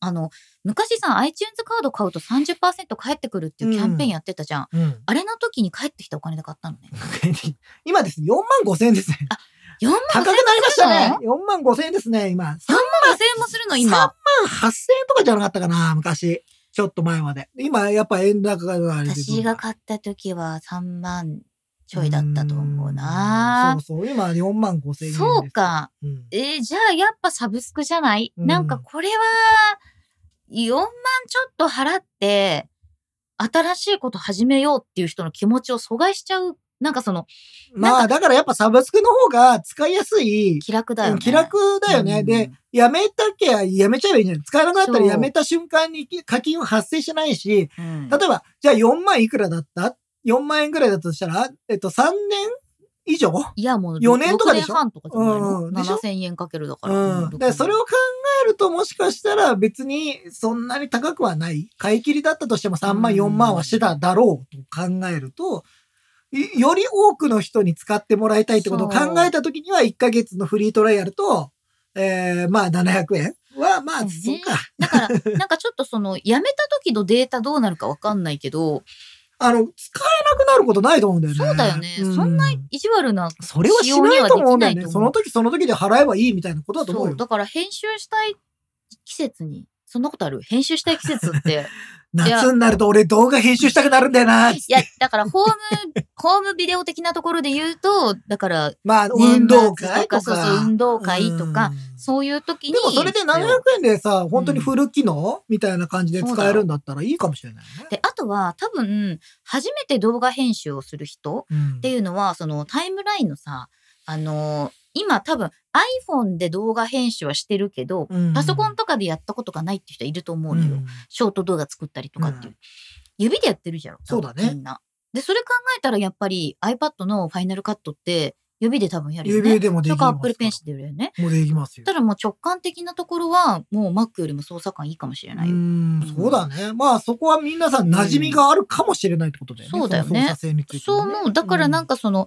S1: あの、昔さ、iTunes カード買うと30%返ってくるっていうキャンペーンやってたじゃん。
S2: うん。
S1: あれの時に返ってきたお金で買ったのね。
S2: 今ですね、4万5千円ですね。
S1: 4万
S2: 高くなりましたね。4万5千円ですね、今。3
S1: 5千円もするの今。
S2: 万8千円とかじゃなかったかな、昔。ちょっと前まで。今、やっぱ円高があれで
S1: 私が買った時は3万ちょいだったと思う
S2: うん
S1: な。
S2: そうそう、今4万5千円です。
S1: そう。か。
S2: うん、
S1: えーじゃあやっぱサブスクじゃない、
S2: うん
S1: なんかこれは4万ちょっと払って新しいこと始めようっていう人の気持ちを阻害しちゃう。なんかその
S2: まあ、だからやっぱサブスクの方が使いやすい。
S1: 気楽だよね。
S2: 気楽だよね。
S1: うん
S2: で、、やめたきゃやめちゃえばいいんじゃない使わなくなった
S1: そ
S2: ら
S1: う
S2: やめた瞬間に課金は発生しないし、
S1: うん
S2: 例えば、じゃあ4万いくらだった ?4 万円ぐらいだとしたら、えっと、3年以上
S1: いやもう
S2: 四年とかでしょ
S1: 6年半とかじゃないの、
S2: うんでしょ
S1: ?7000 円かけるだから。
S2: う。
S1: うんん
S2: だからそれを考えるともしかしたら別にそんなに高くはない。買い切りだったとしても3万
S1: うん
S2: 4万はしてただろうと考えると、いより多くの人に使ってもらいたいってことを考えた時には1ヶ月のフリートライアルと、えー、まあ700円はまあ、
S1: そ
S2: そう
S1: ね
S2: うか。
S1: だから、 なんかちょっとその、やめた時のデータどうなるかわかんないけど、
S2: あの、使えなくなることないと思うんだよね。
S1: そうだよね。そんな意地悪な
S2: それはしないと思うんだよ
S1: 使用にはできないと思
S2: ね。
S1: う
S2: その時その時で払えばいいみたいなことだと思う
S1: そ
S2: よ
S1: う。だから編集したい季節にそんなことある編集したい季節っていや
S2: 夏になると俺動画編集したくなるんだよな。
S1: いやだからホーム ホームビデオ的なところで言うとだから
S2: まあ、
S1: 年
S2: 運
S1: 末
S2: 動会とか。
S1: そうそう運動会とか
S2: うん
S1: そういう時に
S2: でもそれで700円でさ、本当にフル機能、みたいな感じで使えるんだったらいいかもしれないね。
S1: であとは多分初めて動画編集をする人
S2: うん
S1: っていうのはそのタイムラインのさあのー今多分 iPhone で動画編集はしてるけど、
S2: うん
S1: パソコンとかでやったことがないって人いると思う
S2: う
S1: のよ。
S2: ん
S1: ショート動画作ったりとかっていう。
S2: うん
S1: 指でやってるじゃん。
S2: そうだね
S1: みんな。で、それ考えたらやっぱり iPad のファイナルカットって指で多分やるよね。
S2: 指でもでき
S1: と
S2: ます
S1: か
S2: ら
S1: Apple Pencil でやるよね。
S2: もうできますよ
S1: た。だもう直感的なところはもう Mac よりも操作感いいかもしれ
S2: う
S1: ないよ。
S2: ん、そうだね。まあそこは皆さん馴染みがあるかもしれないってことだよね。
S1: うんそうだよ
S2: の
S1: ね
S2: 操作性について
S1: そう
S2: はね、
S1: 思う。だからなん
S2: か、
S1: かその、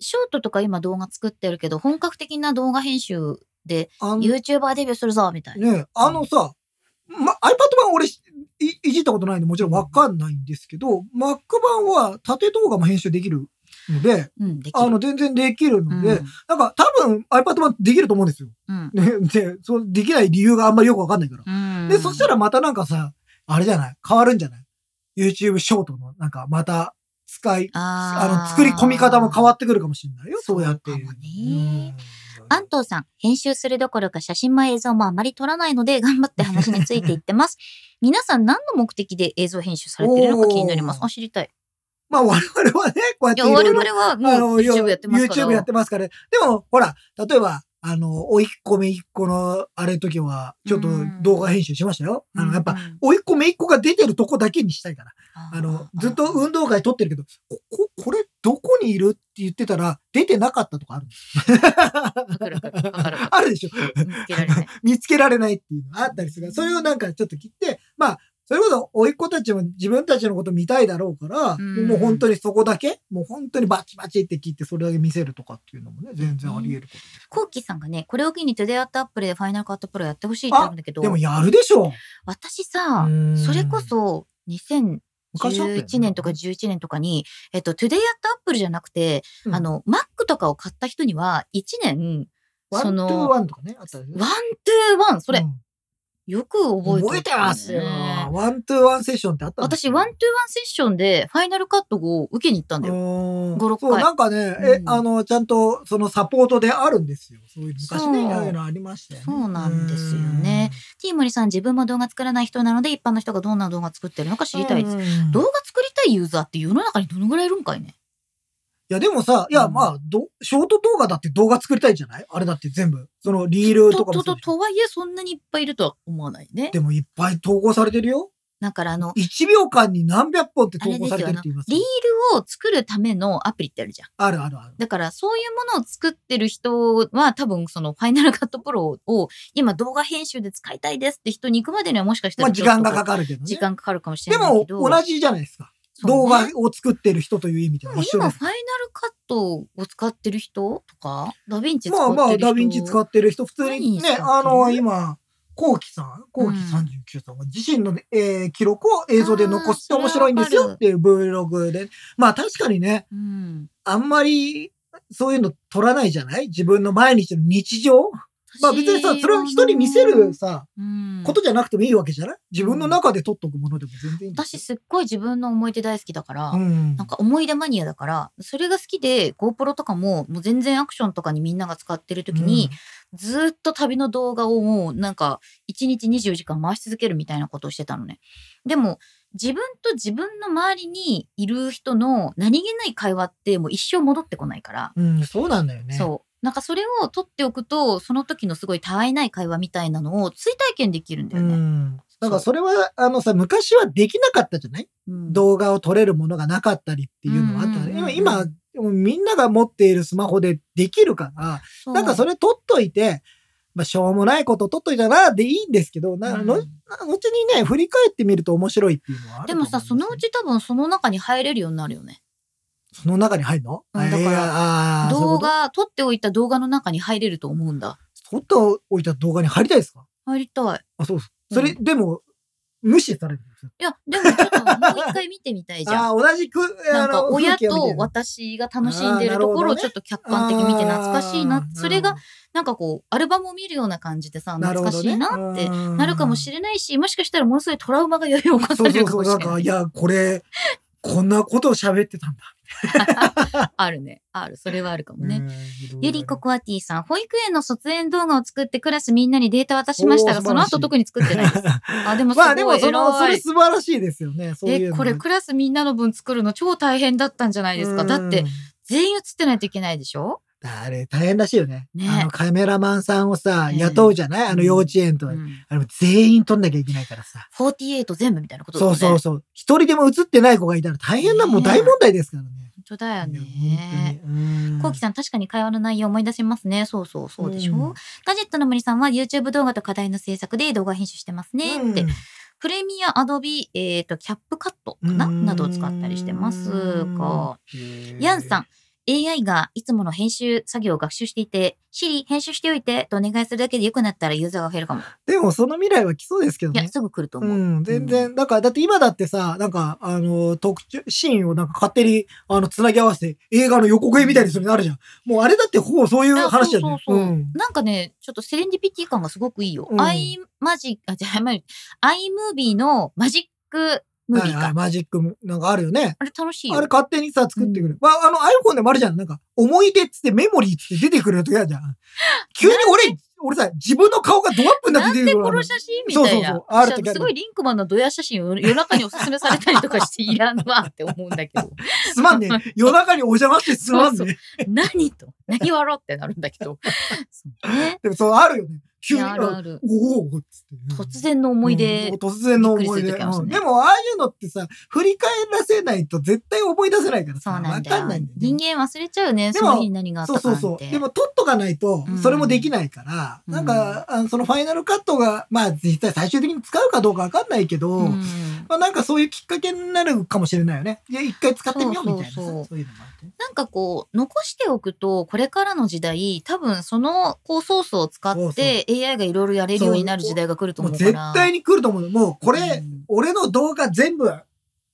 S1: ショートとか今動画作ってるけど、本格的な動画編集で
S2: あの
S1: YouTuber デビューするぞみたいな。
S2: ね、あのさ、ま、iPad 版俺いいじったことないんでもちろんわかんないんですけど、Mac 版は縦動画も編集できるので、
S1: うん、でき
S2: あ
S1: る。
S2: の、全然できる
S1: う
S2: の
S1: ん
S2: で、なんか多分 iPad 版できると思うんですよ。
S1: うん
S2: ね、 で、そう、できない理由があんまりよくわかんないから。
S1: うん。
S2: で、そしたらまたなんかさ、あれじゃない変わるんじゃない ?YouTube ショートの、なんかまた使い、あの、作り込み方も変わってくるかもしれないよ。そうやって。
S1: そうかもね
S2: うん
S1: 安藤さん、編集するどころか写真も映像もあまり撮らないので、 頑張って話についていっ てます。皆さん、何の目的で映像編集されてるのか気になります。
S2: おー
S1: あ、知りたい。
S2: まあ我々はね、こうやっ
S1: い
S2: て
S1: や、
S2: いろ
S1: 我
S2: いろ
S1: 々は
S2: あ
S1: もう
S2: の、
S1: YouTube やってますから。
S2: YouTube やってますから。でも、ほら、例えば、あの、おいっ子めいっ子の、あれ時は、ちょっと
S1: うん
S2: 動画編集しましたよ。あの、やっ
S1: う
S2: ぱ、
S1: ん、
S2: おいっ子めいっ子が出てるとこだけにしたいから。あの、ずっと
S1: うん
S2: 運動会撮ってるけど、こ、ここれ、どこにいるって言ってたら、出てなかったとかあるんです
S1: わかるわかるわかる。
S2: あるでしょ
S1: 見つけられ ない。
S2: 見つけられないっていうのがあったりするから、それをなんかちょっと切って、まあ、それこそ、甥いっ子たちも自分たちのこと見たいだろうから、
S1: うん
S2: もう本当にそこだけ、もう本当にバチバチって切って、それだけ見せるとかっていうのもね、全然あり得ることです
S1: コウキさんがね、これを機にトゥデイアットアップルでファイナルカットプロやってほしいって言うんだけど
S2: で、もやるでしょ
S1: 私さ、それこそ2011年とか11年とかに、えっと、トゥデイアットアップルじゃなくて、あ、の、Mac とかを買った人には、1年、
S2: ワ
S1: そ
S2: ン
S1: の
S2: トゥーワンとかね、あったよね
S1: ワン、トゥーワン、それ、
S2: うん
S1: よく覚えて
S2: 覚えてますよ。ワントゥーワンセッションってあったんです
S1: 私、
S2: よ
S1: ワントゥーワンセッションで、ファイナルカットを受けに行ったんだよ。
S2: 5
S1: 5-6
S2: そう、
S1: 回
S2: なんかね、え
S1: う、ん
S2: あの、ちゃんと、そのサポートであるんですよ。そういう、昔ね、
S1: そう
S2: ああいうのありましたよね。
S1: そうなんですよねティーモリさん、自分も動画作らない人なので、一般の人がどんな動画作ってるのか知
S2: うん。
S1: りたいです。
S2: うん
S1: 動画作りたいユーザーって世の中にどのぐらいいるんかいね。
S2: いや、でもさ、いや、
S1: うん
S2: まあ、ど、ショート動画だって動画作りたいじゃないあれだって全部。その、リール
S1: と
S2: とか
S1: と
S2: もそう
S1: と
S2: でしょ
S1: とはいえ、そんなにいっぱいいるとは思わないね。
S2: でもいっぱい投稿されてるよ。
S1: だから、あの、
S2: 1秒間に何百本って
S1: あ
S2: 投
S1: れで
S2: 稿
S1: す
S2: され
S1: よ、
S2: て
S1: あ
S2: るっ
S1: の
S2: て言います
S1: リー
S2: よ。
S1: ルを作るためのアプリってあるじゃん。
S2: あるあるある。
S1: だからそういうものを作ってる人は多分そのファイナルカットプロを今動画編集で使いたいですって人に行くまでにはもしかした
S2: まあ、
S1: ら
S2: 時間がか
S1: る、
S2: かるけどね。
S1: 時間かかるかもし
S2: で
S1: れない
S2: も
S1: け、ど
S2: 同じじゃないですか。
S1: そうね
S2: 動画を作ってる人という意味で
S1: で
S2: は
S1: も
S2: 一緒
S1: 今
S2: で
S1: フ
S2: す。
S1: ァイナルカットを使ってる人とかダヴィンチ使ってる
S2: まあ
S1: 人
S2: まあ、ダヴィンチ使ってる人、普通に
S1: 何使
S2: ね、
S1: ってる
S2: あの、今、コウキさん、コウキ39さんは自身の、ねえー記録を映像で残すって面白いんですよっていう Vlog で。まあ確かにね、
S1: うん。
S2: あんまりそういうの撮らないじゃない自分の毎日の日常まあ別にさ、それを人に見せるさ、
S1: うん
S2: ことじゃなくてもいいわけじゃない自分の中で撮っとくものでも全然いいんです
S1: 私
S2: よ。
S1: すっごい自分の思い出大好きだから、
S2: うん
S1: なんか思い出マニアだから、それが好きで GoPro とかももう全然アクションとかにみんなが使ってる時に、ずーっと旅の動画をもうなんか1日24時間回し続けるみたいなことをしてたのね。でも自分と自分の周りにいる人の何気ない会話ってもう一生戻ってこないから、
S2: うん、うんそうなんだよね。
S1: そう。なんかそれを撮っておくと、その時のすごいたわいない会話みたいなのを追体験できるんだ
S2: う
S1: よね。
S2: ん。なんかそれは、あのさ、昔はできなかったじゃない
S1: うん
S2: 動画を撮れるものがなかったりっていうのはあったの
S1: うん
S2: ね
S1: うんうんうん
S2: 今、今みんなが持っているスマホでできるから、なんかそ
S1: れ
S2: れ撮っといて、まあ、しょうもないこと撮っといたらでいいんですけど、な、の、後にね、振り返ってみると面白いっていうのはある
S1: で
S2: と思
S1: も
S2: います
S1: さ、そのう、ち多分その中に入れるようになるよね。
S2: その中に入るの、
S1: うんだから
S2: えーあーそういうこ
S1: 動
S2: と
S1: 画、撮っておいた動画の中に入れると思うんだ。
S2: 撮っておいた動画に入りたいですか
S1: 入りたい。
S2: あ、そうです。それ、
S1: う
S2: でも、無視されるんですよ。
S1: いや、でもちょっともう一回見てみたいじゃ ん。
S2: ああー、同じく、
S1: なんか親
S2: 風景を見て
S1: と
S2: る
S1: 私が楽しんで
S2: あーな
S1: る
S2: る
S1: と
S2: ほどね
S1: ころをちょっと客観的に見て懐かしいな
S2: あ。ー
S1: それが、なんかこう、アルバムを見るような感じでさ、
S2: なるほ
S1: 懐か
S2: ど
S1: し
S2: ね
S1: いなって
S2: うん
S1: なるかもしれないし、もしかしたらものすごいトラウマが呼び起こさ
S2: そう
S1: れ
S2: そ
S1: る
S2: う
S1: か
S2: そ
S1: も
S2: う。
S1: し
S2: な
S1: れ
S2: ん
S1: ない。
S2: か、いや、これ、こんなことを喋ってたんだ。
S1: あるね。ある。それはあるかも
S2: う
S1: ね。
S2: ん。
S1: ゆりココアティさん、保育園の卒園動画を作ってクラスみんなにデータ渡しました
S2: お
S1: が、
S2: ー素
S1: そ
S2: 晴
S1: の
S2: らしい
S1: 後特に作ってない です。あ、でもす
S2: ま
S1: ご
S2: あ
S1: い
S2: でも、その、そ
S1: 偉
S2: れ
S1: い。
S2: 素晴らしいですよね。そういう
S1: え、
S2: の
S1: これクラスみんなの分作るの超大変だったんじゃないですか。だっ。
S2: う
S1: て
S2: ん
S1: 全員映ってないといけないでしょ
S2: あれ、大変らしいよね。
S1: ね
S2: あの、カメラマンさんをさ、
S1: うん
S2: 雇うじゃないあの、幼稚園とか。
S1: うん
S2: あれも全員撮んなきゃいけないからさ。
S1: 48全部みたいなことだ
S2: そ
S1: よ
S2: う
S1: ね。
S2: そうそう。一人でも映ってない子がいたら大変な、
S1: ねえ
S2: もう大問題ですからね。
S1: 本当だよ
S2: いや
S1: ね。。
S2: 本当にうん
S1: こうきさん、確かに会話の内容思い出せますね。そうそう、そうでしょ、
S2: うん
S1: ガジェットの森さんは YouTube 動画と課題の制作で動画編集してますね。って
S2: うん
S1: プレミア、アドビ、えっ、と、キャップカットかな
S2: うん
S1: などを使ったりしてますか。ヤンさん
S2: へ、
S1: AI がいつもの編集作業を学習していて、Siri 編集しておいてとお願いするだけで良くなったらユーザーが増えるかも。
S2: ーでも、その未来は来そうですけど
S1: いや、
S2: ね。
S1: すぐ来ると
S2: う
S1: 思う。
S2: ん、全然。だから、だって今だってさ、なんか、あの、特注、シーンをなんか勝手に、あの、繋ぎ合わせて、映画の予告編みたいにするのあるじゃん。もうあれだってほぼそういう
S1: あ
S2: 話だよ
S1: そ
S2: ね
S1: う。そうそう、
S2: ん
S1: なんかね、ちょっとセレンディピティ感がすごくいいよ。
S2: うん
S1: アイマジ、あ、じゃあ、マジ、アイムービーのマジックムービ
S2: はい
S1: ー
S2: は
S1: か
S2: い。マジックもなんかあるよね。
S1: あれ楽しいよ。
S2: あれ勝手にさ、作ってくる。まあ、あの iPhone でもあるじゃん。なんか、思い出っつってメモリーっつって出てくる時あるじゃん。急に俺、俺さ、自分の顔がドアップにな
S1: な
S2: って
S1: ん
S2: 出て
S1: で
S2: くる
S1: この写真みたいな。
S2: そうそうそうある時ある
S1: 私すごいリンクマンのドヤ写真を 夜中におすすめされたりとかしていらんわって思うんだけ ど。
S2: すまんね。夜中にお邪魔してすまんね。
S1: そう何と何笑ってなるんだけど。そうね。
S2: でも、そう、あるよね。急
S1: い
S2: に、
S1: やあるあ
S2: あ
S1: る。
S2: おおっつって。
S1: 突然の思い出
S2: うん。突然の思い
S1: び
S2: 出、
S1: っくりする時あります
S2: うん
S1: ね
S2: でも、ああいうのってさ、振り返らせないと絶対思い出せないからさ、
S1: そうな
S2: わ
S1: んだ
S2: か
S1: よ
S2: んないんだよね
S1: 人間忘れちゃうね。
S2: で
S1: そ
S2: も
S1: の日に何があっ
S2: そう
S1: た
S2: そ
S1: か
S2: う
S1: なんて。
S2: そう。でも取っとかないと
S1: う、ん
S2: それもできないから、
S1: うん
S2: なんか、あのそのファイナルカットが、まあ実際最終的に使うかどうかわかんないけど、
S1: うん
S2: まあなんかそういうきっかけになるかもしれないよね。いや、一回使ってみようみたいなさ。
S1: そうそうそう
S2: いうのもあって。
S1: なんかこう、残しておくと、これからの時代、多分その、こう、ソースを使
S2: そう
S1: っ
S2: そ
S1: て、AI がいろいろやれるようになる時代が来ると
S2: もう
S1: 思うから。
S2: 絶対に来ると思う。もうこれ、
S1: うん
S2: 俺の動画全部、わ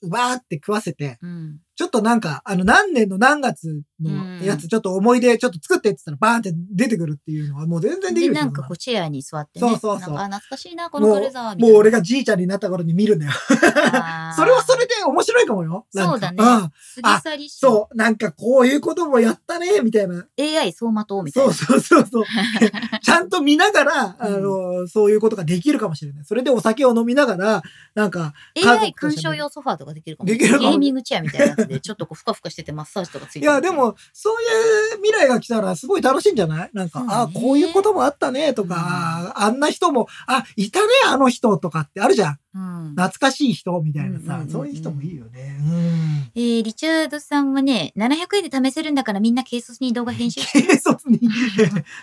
S2: ーって食わせて、
S1: うん。
S2: ちょっとなんか、あの、何年の何月のやつ、ちょっと思い出、ちょっと作ってって言ったら、バーンって出てくるっていうのは、もう全然でき
S1: で、
S2: ると
S1: な
S2: 思
S1: んかこう、チェアに座ってね。
S2: そうそうそう
S1: なんか、あ懐かしいな、この軽沢みた
S2: も
S1: いうな。
S2: 俺がじいちゃんになった頃に見るんだよ。
S1: あー
S2: それはそれで面白いかもよ。なんか
S1: そうだね
S2: ん。
S1: 過ぎ去りし、
S2: そう、なんかこういうこともやったね、みたいな。
S1: AI 走馬灯みたい
S2: そ
S1: な。
S2: うそうそう そう。ちゃんと見ながら、あの、そういうことができるかもしれない。それでお酒を飲みながら、なんか、
S1: AI 鑑賞用ソファーとかできるかも。
S2: できるかも
S1: ゲーミングチェアみたいなやつで、ちょっとこう、ふかふかしててマッサージとかついて
S2: い
S1: る
S2: や、で、も、そういう未来が来たらすごい楽しいんじゃないなんか、
S1: そうね
S2: あこういうこともあったね、とか、
S1: うん
S2: ああんな人も、あ、いたね、あの人とかってあるじゃん。
S1: うん。
S2: 懐かしい人みたいな
S1: うんうん
S2: さ
S1: う、ん
S2: そういう人もいいよね。うん。
S1: えー、リチャードさんはね、700円で試せるんだからみんな軽率に動画編集して。
S2: 軽率に。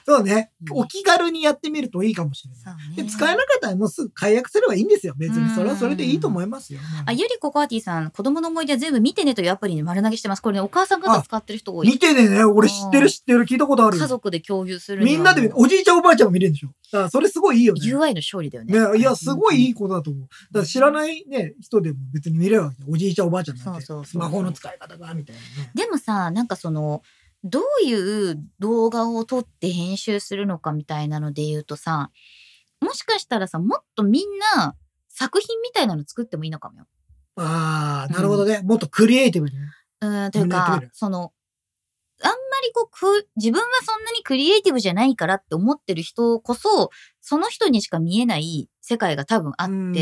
S2: そうね
S1: う。ん
S2: お気軽にやってみるといいかもしれない。
S1: そう
S2: で
S1: ね
S2: 使 えなかったらもうすぐ解約すればいいんですよ。別
S1: う
S2: に。
S1: ん
S2: それはそれでいいと思いますよ。
S1: あ、ゆりここあティさん、子供の思い出は全部見てねというアプリに丸投げしてます。これね、お母さん方使ってる人多い。
S2: 見てね、俺知ってる知ってる、聞いたことあるよ。
S1: 家族で共有するには
S2: みんなで見て、おじいちゃんおばあちゃんも見れるんでしょ。だからそれすごいいいよね。
S1: UI の勝利だよね。
S2: ね、いや、すごいいいことだと思う。だから知らないね、人でも別に見れるわけおじいちゃんおばあちゃんなんて、
S1: そうそうそう
S2: スマホの使い方が、みたいなね。
S1: でもさなんかそのどういう動画を撮って編集するのかみたいなので言うとさもしかしたらさもっとみんな作品みたいなの作ってもいいのかもよ。
S2: ああ、なるほどね。もっとクリエイティブにね。
S1: うんという
S2: みんなやっ
S1: か
S2: てみる
S1: そのあんまりこうく自分はそんなにクリエイティブじゃないからって思ってる人こそその人にしか見えない世界が多分あって
S2: うん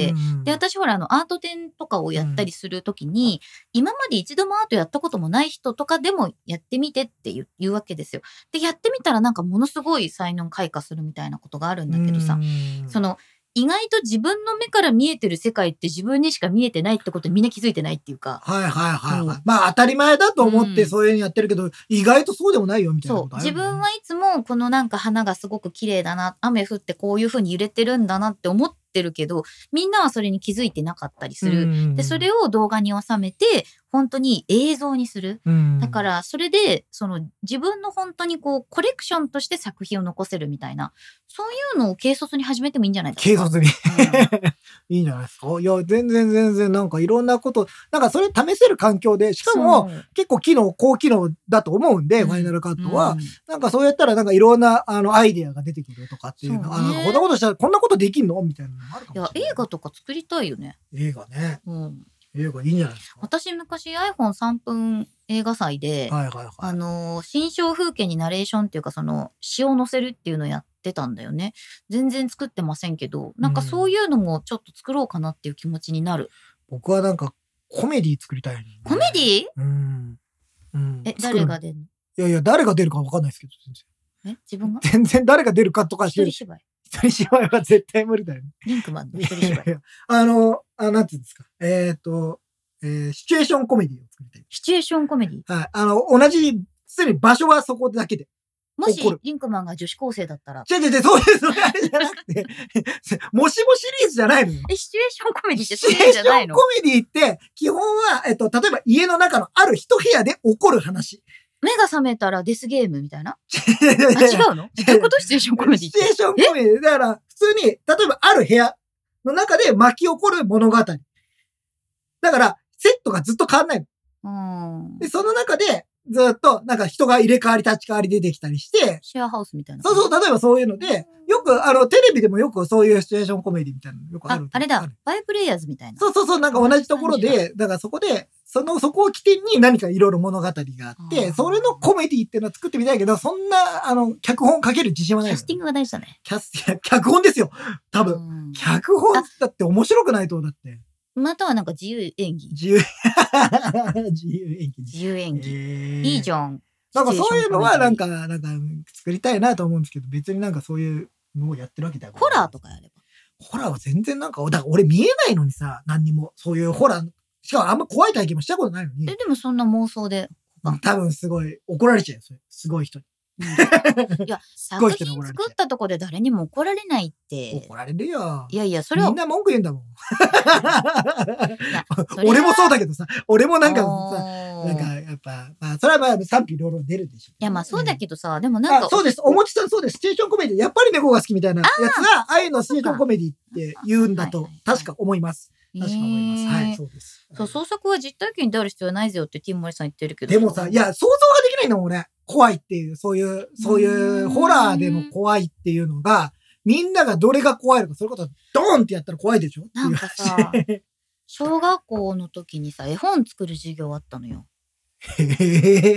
S1: で、私ほら、あの、アート展とかをやったりするときに、今まで一度もアートやったこともない人とかでもやってみてって言う言うわけですよ。で、やってみたらなんかものすごい才能開花するみたいなことがあるんだけどさ、
S2: うん
S1: その、意外と自分の目から見えてる世界って自分にしか見えてないってことにみんな気づいてないっていうか、
S2: はいはいはい、はい
S1: うん
S2: まあ当たり前だと思って
S1: うん
S2: そういうのやってるけど、意外とそうでもないよみたいな
S1: そ
S2: こと
S1: う、
S2: ある
S1: 自
S2: よね
S1: 分はいつもこのなんか花がすごく綺麗だな、雨降ってこういう風に揺れてるんだなって思ってるけど、みんなはそれに気づいてなかったりする。で、それを動画に収めて、本当に映像にする。
S2: うん
S1: だから、それで、その自分の本当にこう、コレクションとして作品を残せるみたいな、そういうのを軽率に始めてもいいんじゃないです
S2: 軽
S1: か。
S2: 率に いいんじゃないですかいや全然全然なんかいろんなことなんかそれ試せる環境でしかも
S1: う
S2: 結構機能高機能だと思うんで、
S1: うん
S2: ファイナルカッ
S1: ん
S2: トは、
S1: うん
S2: なんかそうやったらなんかいろんなあのアイデアが出てくるとかっていうの
S1: そう
S2: あ
S1: ね
S2: なんかこんなことしたらこんなことできんのみたいなのもあるか
S1: い
S2: も
S1: や
S2: しれない
S1: 映画とか作りたいよね、
S2: 映画ね
S1: うん、
S2: 映画いいんじゃないですか
S1: 私昔 iPhone3 分映画祭で、
S2: はいはいはい
S1: あのー新象風景にナレーションっていうかその詩を載せるっていうのをやってたんだよね全然作ってませんけどなんかそういうのもちょっと作ろうかなっていう気持ちになる、
S2: 僕はなんかコメディ作りたい、
S1: コメディ
S2: うんうん
S1: え
S2: 作る
S1: 誰が出るの
S2: いやいや、誰が出るか分かんないですけど、
S1: え自分が
S2: 全然。全 然誰が出るかとかして
S1: 一
S2: る
S1: 人。芝居
S2: 一人芝居は絶対無理だよね。
S1: リンクマンの
S2: い
S1: 一
S2: や
S1: 人
S2: い
S1: 芝
S2: や
S1: 居
S2: いやあの、あなんていうんですか。えっ、と、えーシチュエーションコメディを作りたい。
S1: シチュエーションコメディ
S2: はい。あの、同じ、すでに場所はそこだけで。
S1: もし
S2: 怒る
S1: リンクマンが女子高生だったら
S2: 違う違う違う、そういう、そういうあれじゃなくて、 もしもシリーズじゃないのよ。
S1: えシチュエーションコメディって
S2: シ
S1: そう
S2: チュ
S1: いうん
S2: エーシ
S1: じゃな
S2: ョ
S1: い
S2: ン
S1: の
S2: コメディって、基本は、えっと、例えば家の中のある一部屋で起こる話。
S1: 目が覚めたらデスゲームみたいな
S2: 違う
S1: あ違 うのどういうことシチュエーションコメディ
S2: シ
S1: っ
S2: チュエー
S1: て
S2: ションコメディ。だから、普通に、例えばある部屋の中で巻き起こる物語。だから、セットがずっと変わんないの。
S1: うん
S2: で、その中で、ずっと、なんか人が入れ替わり立ち替わり出てきたりして、
S1: シェアハウスみたいな
S2: そうそう、例えばそういうので、よく、あの、テレビでもよくそういうシチュエーションコメディみたいなのよくあ
S1: あ
S2: る。
S1: あれだバイプレイヤーズみたいな
S2: そうそうそう、なんか同じところで、だからそこで、その、そこを起点に何かいろいろ物語があっ
S1: あー
S2: て、それのコメディっていうのは作ってみたいけど、そんな、あの、脚本書ける自信は
S1: キ
S2: ない
S1: ャ
S2: の。
S1: スティングが大事だね
S2: キャス、 脚本ですよ。多分。
S1: うん
S2: 脚本だって面白くないと、だって。
S1: またはなんか自由演技
S2: 自由、 自由演技。
S1: 自由演技い
S2: い
S1: いじ
S2: ゃん。
S1: ゃん
S2: なんかそういうの
S1: シ
S2: は、
S1: チュエ
S2: な
S1: ーション
S2: んか、なんか作りたいなと思うんですけど、別になんかそういうのをやってるわけだから。
S1: ホラーとかやれば
S2: ホラーは全然なんか、だから俺見えないのにさ、何にも。そういうホラー、しかもあんま怖い体験もしたことないのに
S1: え。でもそんな妄想 で
S2: 多分すごい怒られちゃうよ、それ。すごい人に。
S1: いや、
S2: ご
S1: 作
S2: い人に怒
S1: 品
S2: られて
S1: 作ったとこで誰にも怒られないって。
S2: 怒られるよ
S1: い。やいや、それ
S2: み
S1: は
S2: ん、な文句言うんだもん。
S1: いや
S2: 俺もそう
S1: だ
S2: だけどさ、俺もなんかさ、
S1: さ
S2: なんか、やっぱ、まあ、それはまあ、賛否両論出るでしょう
S1: い
S2: ね、
S1: や、まあそうだ
S2: け
S1: けどさ、でも
S2: ど
S1: なんか、
S2: そうです。おもちさんそうです。シチュエーションコメディ、やっぱり猫が好きみたいなやつは、ああいうのシチュエーションコメディって言うんだ
S1: あは
S2: と
S1: いはい、はい
S2: 確か思います。確か思います。
S1: へ
S2: は
S1: ー
S2: い、そうです。
S1: そう、創作は実体験である必要はないぜよってティンモリさん言ってるけど。
S2: でもさ、いや、想像ができないの、俺。怖いっていう、そういう、そういうう、
S1: ん
S2: ホラーでの怖いっていうのが、みんながどれが怖いのか、そういうこと、ドーンってやったら怖いでしょって
S1: ないん
S2: う
S1: かさ、小学校の時にさ、絵本作る授業あったのよ。
S2: へ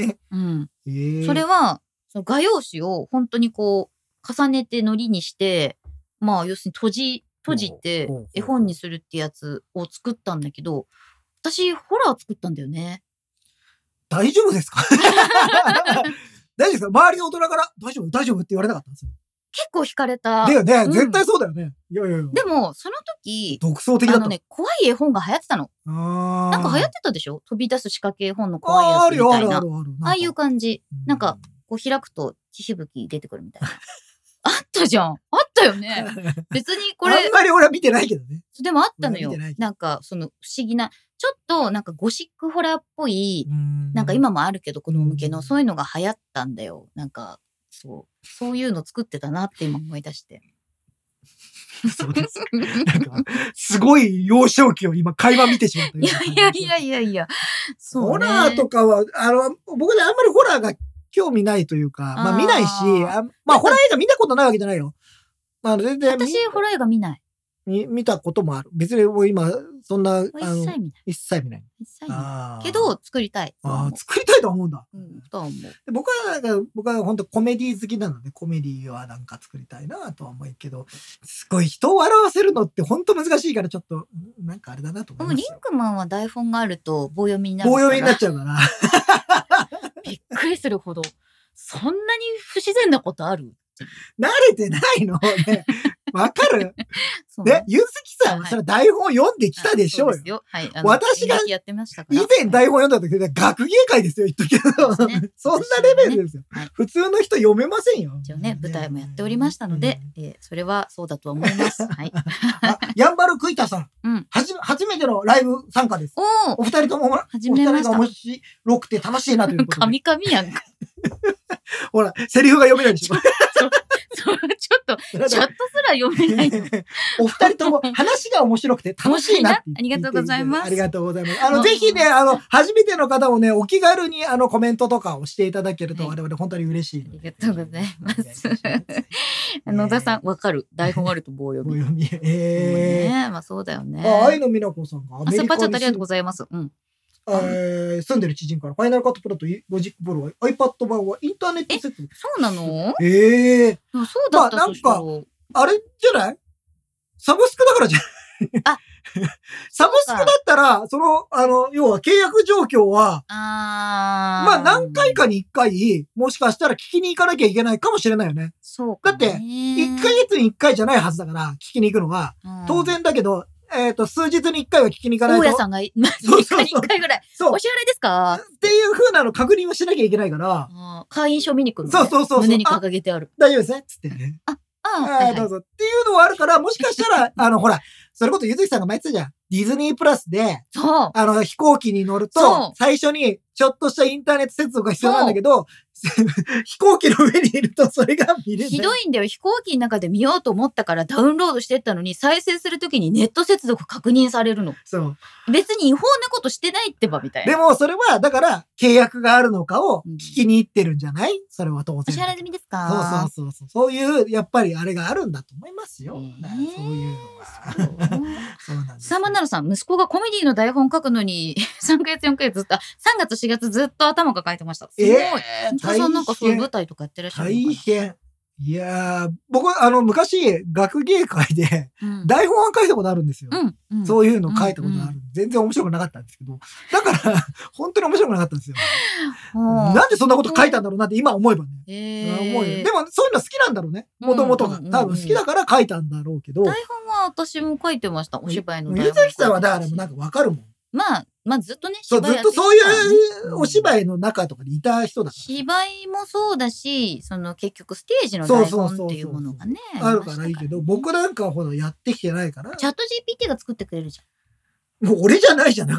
S2: ー
S1: うん。
S2: へー
S1: それは、その画用紙を本当にこう、重ねて糊にして、まあ要するに閉じ、閉じて
S2: ほうほうほう
S1: 絵本にするってやつを作ったんだけど、私、ホラー作ったんだよね。
S2: 大丈夫ですか 大丈夫ですか周りの大人から、大丈夫大丈夫って言われなかったんですよ。
S1: 結構惹かれた
S2: だ。よね、
S1: うん
S2: 絶対そうだよね。いやいやいや。
S1: でも、その時、
S2: 独創的だっ
S1: あ
S2: た。
S1: のね、怖い絵本が流行ってたの。
S2: あ
S1: なんか流行
S2: っ
S1: ってたでしょ飛び出す仕掛け絵本の怖い
S2: あーあ
S1: やつ
S2: る
S1: み
S2: よ、
S1: た
S2: あ
S1: い
S2: る
S1: な。
S2: あ
S1: あ
S2: るある。
S1: あいう感じ。
S2: うん
S1: なんか、こう開くと血しぶき出てくるみたいな。 あったじゃん。あったよ ね。別にこ
S2: これ。あ
S1: れ
S2: ん、まり俺は見てないけどね。
S1: でもあったのよ
S2: 見てない。
S1: なんか、その不思議な、ちょっとなんかゴシックホラーっぽい、
S2: な
S1: なんか、 今もあるけど子供向け
S2: う
S1: の、
S2: ん
S1: そういうのが流行ったんだよ。なんか、そう。そういうの作ってたなって今思い出して。
S2: そうです。なんか、 すごい幼少期を今、会話見てしまったよう
S1: い
S2: な
S1: や
S2: 感じ
S1: い
S2: がしま
S1: や
S2: す。
S1: いやいやいや。そう、ね。
S2: ホラーとかは、あの、僕ね、あんまりホラーが興味ないというか、ま
S1: あ
S2: あ
S1: ー
S2: 見ないし、あまあホラー映画見たことないわけじゃないよ。まあ全然
S1: 私、ホラー映画見ない。
S2: 見見たこともある。別にもう今、そんな、あ
S1: 一切見な
S2: の、
S1: い。
S2: 一切見ない。
S1: 一切見ない。
S2: あー
S1: け、ど、作りたい。
S2: あー作りたいと思うんだ。
S1: うん、とは思う。
S2: で僕はなんか、僕は本当コメディ好きなので、コメディはなんか作りたいなとは思うけど、すごい人を笑わせるのって本当難しいから、ちょっと、なんかあれだなと
S1: で
S2: 思いま
S1: も、リ
S2: す
S1: ン
S2: よ。
S1: クマンは台本があると棒読みになる
S2: 棒
S1: から。
S2: 読みになっちゃうから。
S1: びっくりするほど。そんなに不自然なことある
S2: 慣れてないのね。わかる
S1: そう
S2: ね、ゆずきさん
S1: は
S2: はいそれ台本読んできたでしょう
S1: あ
S2: よ
S1: そ。よ。はい。あ
S2: 私が
S1: 演劇やってましたか
S2: 以
S1: ら
S2: 前台本読んだ時、学芸会ですよ、言っと くけど。
S1: そうですね
S2: そんなレベルですよ
S1: はい。
S2: 普通の人読めませんよ。
S1: 一応ね、舞台もやっておりましたので、えーそれはそうだとは思 います。はい。
S2: うん。あヤンバルクイタさ
S1: うんん。
S2: はじ、初めてのライブ参加です。
S1: おお
S2: お二人とも、お
S1: 初
S2: 二
S1: めま
S2: 人
S1: した
S2: が面白くて楽しいなということで。
S1: 神々やんか。
S2: ほら、セリフが読めないでしょ。
S1: そうちょっと、ちょっとすら読めな いの。
S2: お二人とも話が面白くて楽しいなって言って
S1: 面白いなありがとうございます
S2: ありがとうございます。あの、
S1: もう
S2: ぜひね、あの、初めての方もね、お気軽にあの、コメントとかをしていただけると
S1: は
S2: 我
S1: い
S2: 々本当に嬉しいので。
S1: ありがとうございます
S2: お願いいたします
S1: 野田さん、わかる。台本あると棒読
S2: 棒
S1: み。
S2: 読み。
S1: ね
S2: え
S1: まあそうだよ
S2: え
S1: ね。
S2: あ、愛の美奈子さんがア
S1: あ
S2: メ
S1: スー
S2: リ
S1: パ
S2: カ
S1: ーチャットあ
S2: に
S1: りが
S2: 住
S1: とうございます。うん。
S2: えー住んでる知人から、ファイナルカットプロとロジックボールは iPad 版はインターネットセットで
S1: そうなの
S2: す。ええ
S1: あそうだった
S2: まあ
S1: としたら
S2: あれじゃないサブスクだからじゃない
S1: あ
S2: サブスクだったら、その、あの、要は契約状況は、
S1: あ
S2: まあ
S1: ー
S2: 何回かに1回、もしかしたら聞きに行かなきゃいけないかもしれないよね。
S1: そう
S2: だって1ヶ月に1回じゃないはずだから、聞きに行くのは。当然だけど、えっ、と、数日に1回は聞きに行か
S1: 大
S2: ない
S1: 家
S2: と。
S1: さんが、まあ、
S2: そう
S1: 3
S2: そうそう
S1: 日に1回ぐらい。
S2: そう。
S1: お
S2: っ
S1: 支払いですか
S2: ていう風なの確認をしなきゃいけないから、
S1: あー会員証見に来るの、ね、
S2: そうそうそうそう
S1: 胸に掲げてある。
S2: 大丈夫ですねっつってね。
S1: あー
S2: ああ、
S1: はい
S2: どう
S1: はい、
S2: ぞ。っていうのはあるから、もしかしたら、あの、ほら、それこそゆずきさんが前言ってたじゃん。ディズニープラスで、
S1: そう。
S2: あの、飛行機に乗る
S1: そ
S2: と
S1: う、
S2: 最初にちょっとしたインターネット接続が必要なんだけど、飛行機の上にいるとそれが見れない。
S1: ひどいんだよ。飛行機の中で見ようと思ったからダウンロードしてったのに、再生するときにネット接続確認されるの。
S2: そう。
S1: 別に違法なことしてないってば、みたい
S2: で
S1: な。
S2: も、それは、だから、契約があるのかを聞きに行ってるんじゃないそれは当
S1: お
S2: 然。
S1: 支払い
S2: そ
S1: 済みです
S2: う
S1: か
S2: そうそうそう。そういう、やっぱりあれがあるんだと思いますよ。
S1: ねえ
S2: だからそういうのは。
S1: そ
S2: そう
S1: う
S2: なんですよ。
S1: サマナロさん、息子がコメディの台本書くのに、3ヶ月4ヶ月ずっと、あ3月4月ずっと頭抱えてました。すごい。
S2: えー
S1: 田さんなんかそうい
S2: 大
S1: う
S2: 変
S1: 舞台とかやってらっしゃるの
S2: 大
S1: か
S2: 変。いやー、僕、あの、昔、学芸会で、
S1: なうん
S2: 台本は書いたことあるんですよ。
S1: うん。うん。
S2: そういうの書いたことある、
S1: うんう
S2: 全然面白くなかったんですけど。だから、 本当に面白くなかったんですよ。
S1: ほう
S2: なんでそんなこと書いたんだろうなって今思えばね。
S1: へー
S2: 思うよでも、そういうの好きなんだろうね。もともとが。
S1: うんうんうんうん
S2: 多分好きだから書いたんだろうけど。
S1: 台本は私も書いてました。お芝居の台
S2: 水
S1: 本。
S2: 崎さんはだからもうなんかわかるもん。
S1: まあ、まあずっとね、
S2: そう、
S1: 芝居
S2: ずっ
S1: や
S2: と
S1: てきた
S2: そう
S1: からね
S2: いう
S1: うん
S2: お芝居の中とかにいた人だか
S1: 芝居もそうだし、その結局ステージの
S2: そう
S1: 台
S2: そう
S1: 本っていうものがね。
S2: ら。あるからいいけど、
S1: りました
S2: 僕なんかはほらやってきてないから。
S1: チャット GPT が作ってくれ るじゃん。
S2: もう俺じゃないじゃ ない。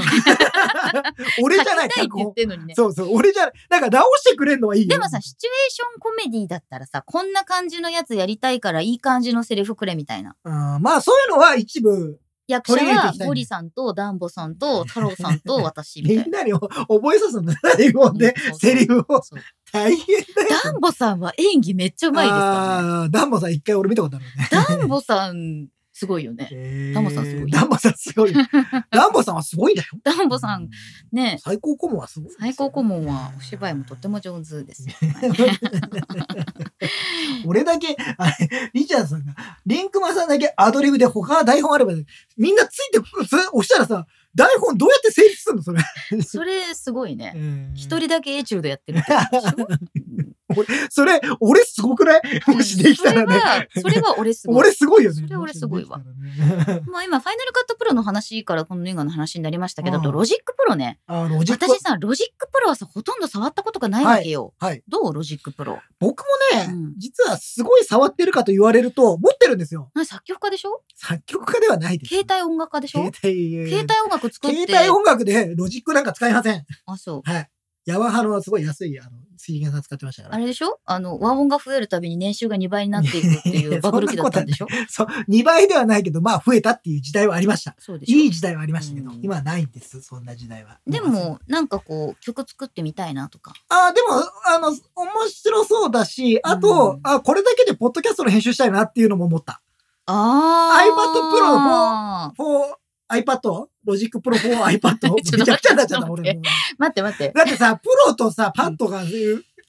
S2: 俺じゃない、
S1: 書きたいって
S2: 脚
S1: 言っ
S2: 本。
S1: てんのにね。
S2: そうそう、俺じゃない。なんか直してくれんのはいいよ。
S1: でもさ、シチュエーションコメディだったらさ、こんな感じのやつやりたいからいい感じのセリフくれみたいな。
S2: あーまあそういうのは一部、
S1: 役者
S2: 取り入れて
S1: はい
S2: きたいね
S1: ゴリさんとダンボさんと太郎さんと私
S2: み
S1: みたい
S2: んなに覚えさせない台本で
S1: うんそうそ、う
S2: セリフ
S1: な
S2: を。。
S1: そう
S2: 大変だよ。
S1: ダンボさんは演技めっちゃうまいですからね。
S2: あーダンボさん一回俺見たことあるね。
S1: ダンボさん、すごい よね。ダンボさんすごい
S2: ダンボさんすご い。ダンボさんはすごいんだよ。
S1: ダンボさん、。ね、
S2: 最高顧問はすごいですよね。
S1: 最高顧問はお芝居もとっても上手ですよ。
S2: 俺だけ、あれ、リチャードさんが、リンクマさんだけアドリブで他は台本あれば、みんなついてくる、それ押したらさ、台本どうやって成立するのそれ。
S1: それすごいね。一
S2: うん。
S1: 人だけエチュードやってるってことで しょうん
S2: それ、俺すごくないもしできたらね。
S1: それは、それは俺すごい。
S2: 俺すごいよね。
S1: それ俺すごいわ
S2: もしできたらね。
S1: まあ今、ファイナルカットプロの話からこの映画の話になりましたけど、
S2: うん
S1: あとロジックプロね。
S2: あの、ロジック
S1: 私さ、ロジックプロはさ、ほとんど触ったことがないわけよ。
S2: はいはい
S1: どうロジックプロ。
S2: 僕もね、
S1: うん
S2: 実はすごい触ってるかと言われると、持ってるんですよ。
S1: な作曲家でしょ
S2: 作曲家ではないです。
S1: 携帯音楽家でしょ
S2: 携帯、
S1: 携帯音楽作って。
S2: 携帯音楽でロジックなんか使いません。
S1: あ、そう。
S2: はい。ヤワハのすごい安い、あの、水源さん使ってましたから
S1: あ。れでしょあの、和音が増えるたびに年収が2倍になっていくって
S2: いやいやい
S1: い
S2: や
S1: うバブル期だったんでしょ
S2: そう、2倍ではないけど、まあ増えたっていう時代はありました。
S1: そうでしょ
S2: いい時代はありましたけど、
S1: うん
S2: 今はないんです、そんな時代は。
S1: でも、なんかこう、曲作ってみたいなとか。
S2: ああ、でも、あの、面白そうだし、あと、
S1: うん
S2: あこれだけでポッドキャストの編集したいなっていうのも思った。
S1: あ
S2: iPad 4、iPad? ロジックプロ4 iPad? め
S1: ちょっと待って
S2: ちゃくちゃになっちゃった、
S1: ちょっと
S2: 俺
S1: 待って
S2: もう。
S1: 待って待って。
S2: だってさ、プロとさ、パッドが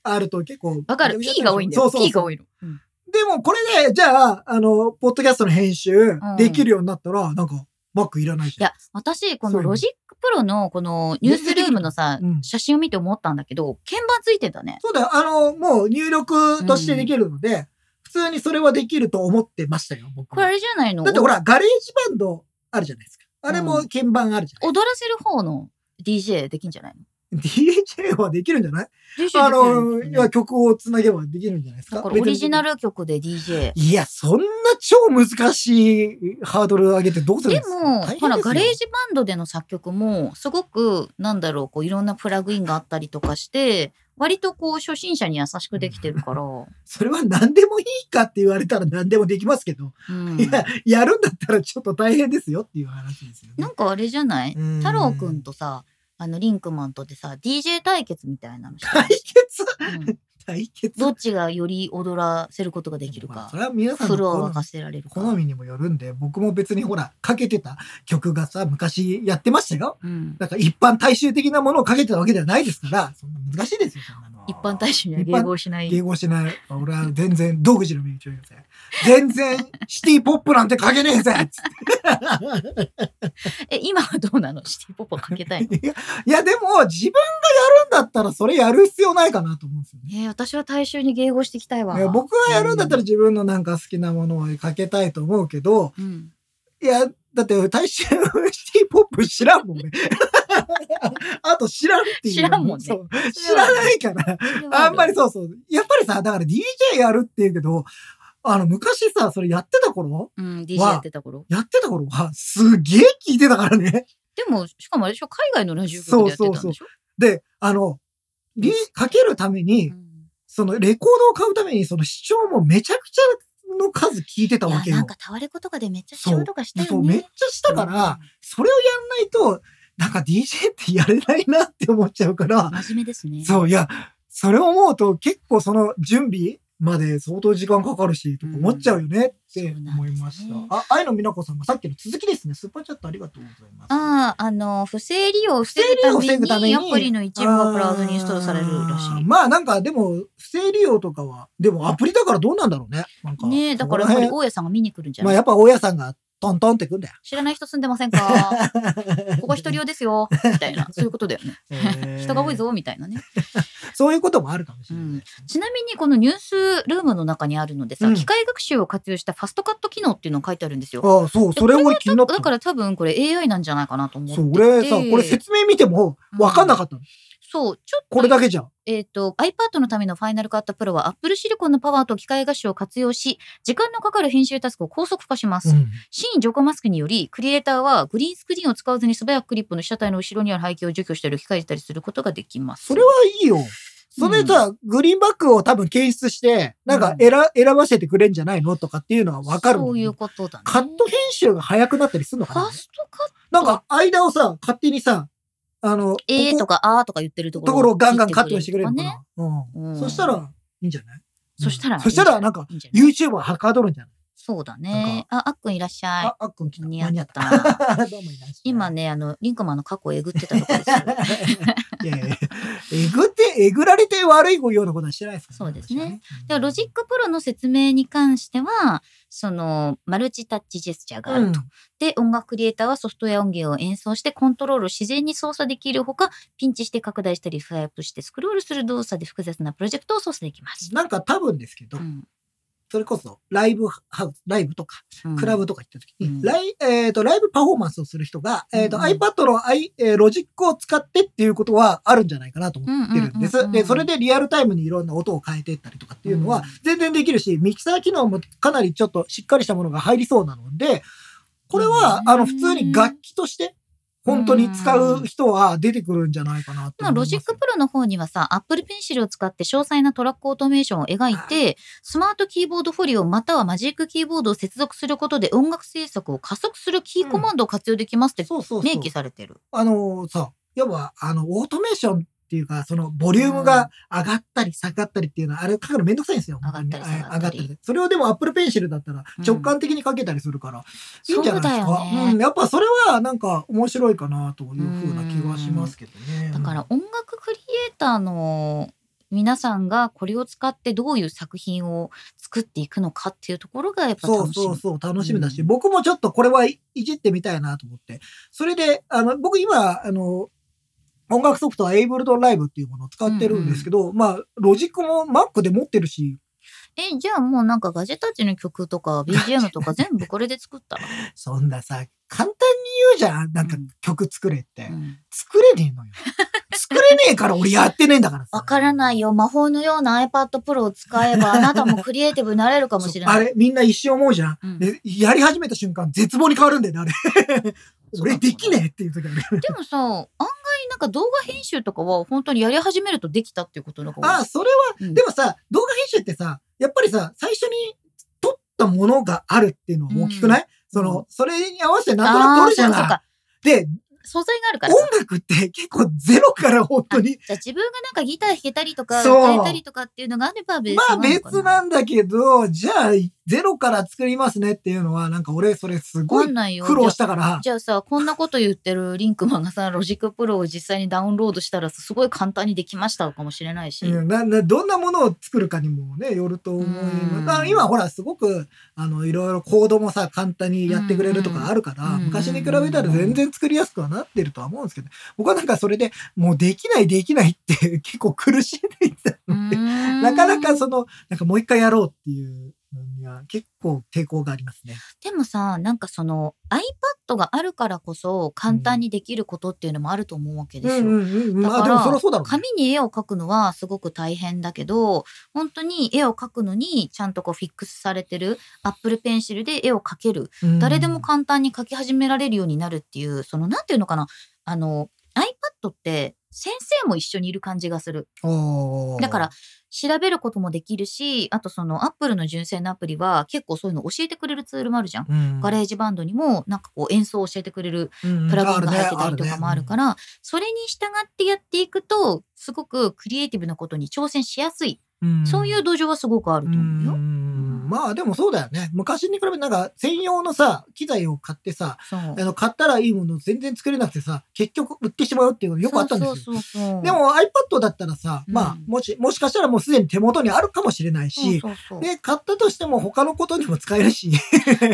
S2: あると結構。
S1: わかる。P が多いんだよ。
S2: そうそうそう
S1: P が多いの。うん
S2: でもこれで、じゃあ、あの、ポッドキャストの編集できるようになったら、なんか、バックいらないじ
S1: い
S2: ゃん。
S1: や、私、こ
S2: そう
S1: の
S2: よ
S1: ロジックプロのこのニュースルームのさ
S2: うん、
S1: 写真を見て思ったんだけど、鍵盤ついてたね。
S2: そうだよ、あの、もう入力としてできるので、普通にそれはできると思ってましたよ、僕
S1: これあ
S2: は。
S1: れじゃないの
S2: だってほら、ガレージバンドあるじゃないですか。あれも鍵盤あるじ ゃない、
S1: 踊らせる方の DJ できんじゃないの
S2: DJ はできるんじゃない
S1: DJ できる
S2: あ
S1: よ
S2: の、
S1: ね
S2: いや曲をつなげばできるんじゃないです
S1: だ
S2: か
S1: からオリジナ
S2: ル。
S1: ル曲で DJ。
S2: いや、そんな超難しいハードル上げてどうするん
S1: で
S2: ですか
S1: も、
S2: 大変
S1: ほら、
S2: ですよ
S1: ガレージバンドでの作曲も、すごく、なんだろう、こう、いろんなプラグインがあったりとかして、割とこう、初心者に優しくできてる から。う
S2: それは何でもいいかって言われたら何でもできますけど、
S1: ん
S2: いや、やるんだったらちょっと大変ですよっていう話ですよね。
S1: なんかあれじゃない
S2: うん
S1: 太郎くんとさ、あの、リンクマンとでさ、DJ 対決みたいなのした
S2: 対
S1: い
S2: 決
S1: うん
S2: 対決
S1: どっちがより踊らせることができる
S2: まあ
S1: か
S2: そ。れは皆さん
S1: フ
S2: の
S1: ルを
S2: 好
S1: 沸かせられるか。
S2: 好みにもよるんで、僕も別にほら、かけてた曲がさ、昔やってましたよ。
S1: うん。
S2: なんか一般大衆的なものをかけてたわけではないですから、そんな難しいですよ、そんなのは。
S1: 一般大衆には迎合しない。
S2: 迎合しない。俺は全然、独自の道を行くぜ。全然、シティポップなんてかけねえぜつって
S1: え、今はどうなのシティポップか けたいの
S2: いやいや、でも、自分がやるんだったら、それやる必要ないかなと思うんですよね。
S1: えー私は大衆に迎合していきたいわ。
S2: いや僕がやるんだったら自分のなんか好きなものをかけたいと思うけど、
S1: うん。
S2: いや、だって大衆シティポップ知らんもんね。 あと知らんっていう。
S1: 知らんもんね
S2: そう知らないから。あんまりそうそう。やっぱりさ、だから DJ やるって言うけど、あの、昔さ、それやってた頃
S1: うん、DJ やってた頃。
S2: やってた頃は、すげえ聞いてたからね。
S1: でも、しかもあれでしょ、海外のラジオ局でやってたんでし
S2: そ
S1: ょ
S2: うで、あの、リかけるために
S1: う、ん
S2: そのレコードを買うために、その視聴もめちゃくちゃの数聞いてたわ
S1: い
S2: け
S1: や、
S2: よ。
S1: なんかタワレコとかでめっちゃ仕事とかした
S2: そ
S1: よ
S2: う、めっ
S1: ね
S2: ち。ゃしたから、それをやんないと、なんか DJ ってやれないなって思っちゃうから、
S1: 真面目ですね。
S2: そう、いや、それを思うと結構その準備まで相当時間かかるし、とか思っちゃうよねって思いました。
S1: うんそうなんですね
S2: あ、愛の美奈子さんがさっきの続きですね。スーパーチャットありがとうございます。
S1: ああ、あの、不正利用を
S2: 不
S1: 防
S2: 正利用を防
S1: ぐ
S2: ぐた
S1: た
S2: め
S1: め
S2: に
S1: に、アプリの一部がクラウドにインストールされるらし
S2: あー
S1: い。
S2: まあなんかでも、不正利用とかは、でもアプリだからどうなんだろうね。なんか。
S1: ねえ、だからやっぱり大家さんが見に来るんじゃ
S2: ま
S1: な
S2: あ
S1: い、
S2: やっぱ大家さんがトントンってくんだよ。
S1: 知らない人住んでませんかここ一 人用ですよ。みたいな。そういうことだよね。人が多いぞ、みたいなね。
S2: そういうこともあるかもしれないですね。
S1: ちなみにこのニュースルームの中にあるのでさ、
S2: うん
S1: 機械学習を活用したファストカット機能っていうのが書いてあるんですよ。
S2: ああ、そう、それも気になった。
S1: だから多分これ AI なんじゃないかなと思ってて。
S2: そう、俺さ、これ説明見ても分かんなかったの。
S1: そう、ちょっと、
S2: これだけじゃん。
S1: えっ、と、iPad のためのファイナルカットプロは Apple シリコンのパワーと機械学習を活用し、時間のかかる編集タスクを高速化します。新ジョコマスクにより、クリエイターはグリーンスクリーンを使わずに素早くクリップの被写体の後ろにある背景を除去したり置き換えたりすることができます。
S2: それはいいよ。それさ、グリーンバックを多分検出して、なんか選,、選ばせてくれんじゃないのとかっていうのは分かるもん
S1: そう
S2: ね
S1: いうことだね。
S2: カット編集が早くなったりするの
S1: フ
S2: か
S1: ァ
S2: な
S1: ーストカット、
S2: なんか間をさ、勝手にさ、あの、
S1: えーと
S2: か
S1: かあーとか言ってるところ
S2: ところをガンガンカットしてくれるの
S1: と
S2: か
S1: かね
S2: な。うん
S1: うん
S2: そしたら、いいんじゃない
S1: そしたらいいんじゃない、
S2: そしたら、なんか、
S1: いいんじゃない
S2: YouTuber はかどるんじゃない
S1: そうだ
S2: なん
S1: ね。あ、あっくんいらっしゃい
S2: あ、あっくん来。た。
S1: 似合っ
S2: 間に合った。
S1: た。
S2: どうもいらっしゃい。
S1: 今ね、あの、リンクマンの過去をえぐってたとこですよ。
S2: いやいやえぐって、えぐられて悪いようなことはしてないですから
S1: そうですね。
S2: 私は
S1: ではロジックプロの説明に関しては、その、マルチタッチジェスチャーがあ
S2: う
S1: る
S2: ん
S1: と。で、音楽クリエイターはソフトウェア音源を演奏してコントロールを自然に操作できるほか、ピンチして拡大したりスワイプしてスクロールする動作で複雑なプロジェクトを操作できます。
S2: なんか多分ですけど、
S1: うん
S2: それこそライブハウス、ライブとか、
S1: うん
S2: クラブとか行った時に、
S1: うん
S2: ライえーとライブパフォーマンスをする人が、えーと
S1: うん
S2: iPad の、I えーロジックを使ってっていうことはあるんじゃないかなと思ってるんです。
S1: うんうんうんうん
S2: で、それでリアルタイムにいろんな音を変えていったりとかっていうの
S1: う
S2: は
S1: ん
S2: 全然できるし、ミキサー機能もかなりちょっとしっかりしたものが入りそうなので、これは、
S1: うん
S2: あの、普通に楽器として、本当に使う人は出てくるんじゃないかなと
S1: まあ、ロジックプロの方にはさ、Apple Pencil を使って詳細なトラックオートメーションを描いて、スマートキーボードフォリオまたはマジックキーボードを接続することで音楽制作を加速するキーコマンドを活用できますって
S2: そうそうそう
S1: 明記されてる。
S2: あのそう要はあのオートメーションっていうかそのボリュームが上がったり下がったりっていうのはあれ書くのめんどくさいんですよ
S1: 上がったり下がったり
S2: あ上がったりそれをでも Apple Pencil だったら
S1: うん
S2: 直感的に書けたりするから、いいんじゃないです
S1: そう
S2: か
S1: だよね
S2: ん、やっぱそれはなんか面白いかなというふうな気はしますけどね
S1: だから音楽クリエイターの皆さんがこれを使ってどういう作品を作っていくのかっていうところがやっぱ
S2: そ
S1: 楽
S2: う
S1: しみ。
S2: そうそう、楽しみだし、
S1: うん
S2: 僕もちょっとこれはいいじってみたいなと思って。それで、あの、僕今、あの、音楽ソフトは Ableton Live っていうものを使ってるんですけど、まあ、ロジックも Mac で持ってるし、
S1: え、じゃあもうなんかガジェタッチの曲と か BGM とか全部これで作ったら。
S2: そんなさ、簡単に言うじゃん。なんか
S1: うん
S2: 曲作れって。
S1: うん
S2: 作れねえのよ。作れねえから俺やってねえんだからさ。
S1: わからないよ。魔法のような iPad Pro を使えば、あなたもクリエイティブになれるかもしれない。
S2: そうあれ、みんな一瞬思うじゃん。
S1: うん
S2: でやり始めた瞬間、絶望に変わるんだよね、あれ。俺できねえっていう時ある。
S1: でもさ、案外なんか動画編集とかは本当にやり始めるとできたっていうことの方が
S2: あ、それは、
S1: うん
S2: でもさ、動画編集ってさ、やっぱりさ、最初に撮ったものがあるっていうのは大きくない、その、それに合わせてなんとなく撮るじゃ
S1: あーそうかそ
S2: な
S1: うか
S2: いで、
S1: 素材があるから。
S2: 音楽って結構ゼロから本当に、
S1: じゃあ自分がなんかギター弾けたりとか、
S2: そう
S1: 歌えたりとかっていうのがあれば別
S2: まあ別
S1: な
S2: なんだけど、じゃあゼロから作りますねっていうのは、なんか俺それす
S1: わ
S2: ご
S1: かん
S2: い
S1: ないよ。
S2: 苦労したから、
S1: じゃあじゃあさ、こんなこと言ってるリンクマン がさ、ロジックプロを実際にダウンロードしたらすごい簡単にできましたかもしれないし。
S2: うんななどんなものを作るかにもね、よると思います
S1: うん
S2: まあ今ほらすごく、あの、いろいろコードもさ、簡単にやってくれるとかあるから、
S1: うん
S2: 昔に比べたら全然作りやすくはなってるとは思うんですけど、僕はなんかそれでもうできないできないって 結構苦しんでいたので、 な
S1: な
S2: かなかその、なんかもう一回やろうっていうのには結構抵抗がありますね。
S1: でもさなんかその iPad があるからこそ簡単にできることっていうのもあると思うわけですよ。
S2: うんうんうん。
S1: だ
S2: まあ
S1: か
S2: で
S1: ら
S2: もそりゃそうだろうね、
S1: 紙に絵を描くのはすごく大変だけど本当に絵を描くのにちゃんとこうフィックスされてるアップルペンシルで絵を描ける
S2: うん
S1: 誰でも簡単に描き始められるようになるっていうそのなんていうのかなあの iPad って先生も一緒にいる感じがする。
S2: おー
S1: だから、調べることもできるしあとそのアップルの純正のアプリは結構そういうの教えてくれるツールもあるじゃん。
S2: うん
S1: ガレージバンドにもなんかこう演奏を教えてくれる
S2: うん
S1: プラグインが入ってたりとかもあるから、それに従ってやっていくとすごくクリエイティブなことに挑戦しやすい、
S2: うん
S1: そういう土壌はすごくあると思うよ。
S2: んまあでもそうだよね。昔に比べてなんか専用のさ、機材を買ってさ、
S1: そう
S2: あの買ったらいいものを全然作れなくてさ、結局売ってしまうっていうのよくあったんですよ。
S1: そうそうそうそう
S2: でも iPad だったらさ、
S1: うん
S2: まあもし、もしかしたらもうすでに手元にあるかもしれない
S1: そう
S2: し、
S1: そうそう
S2: で、買ったとしても他のことにも使える し。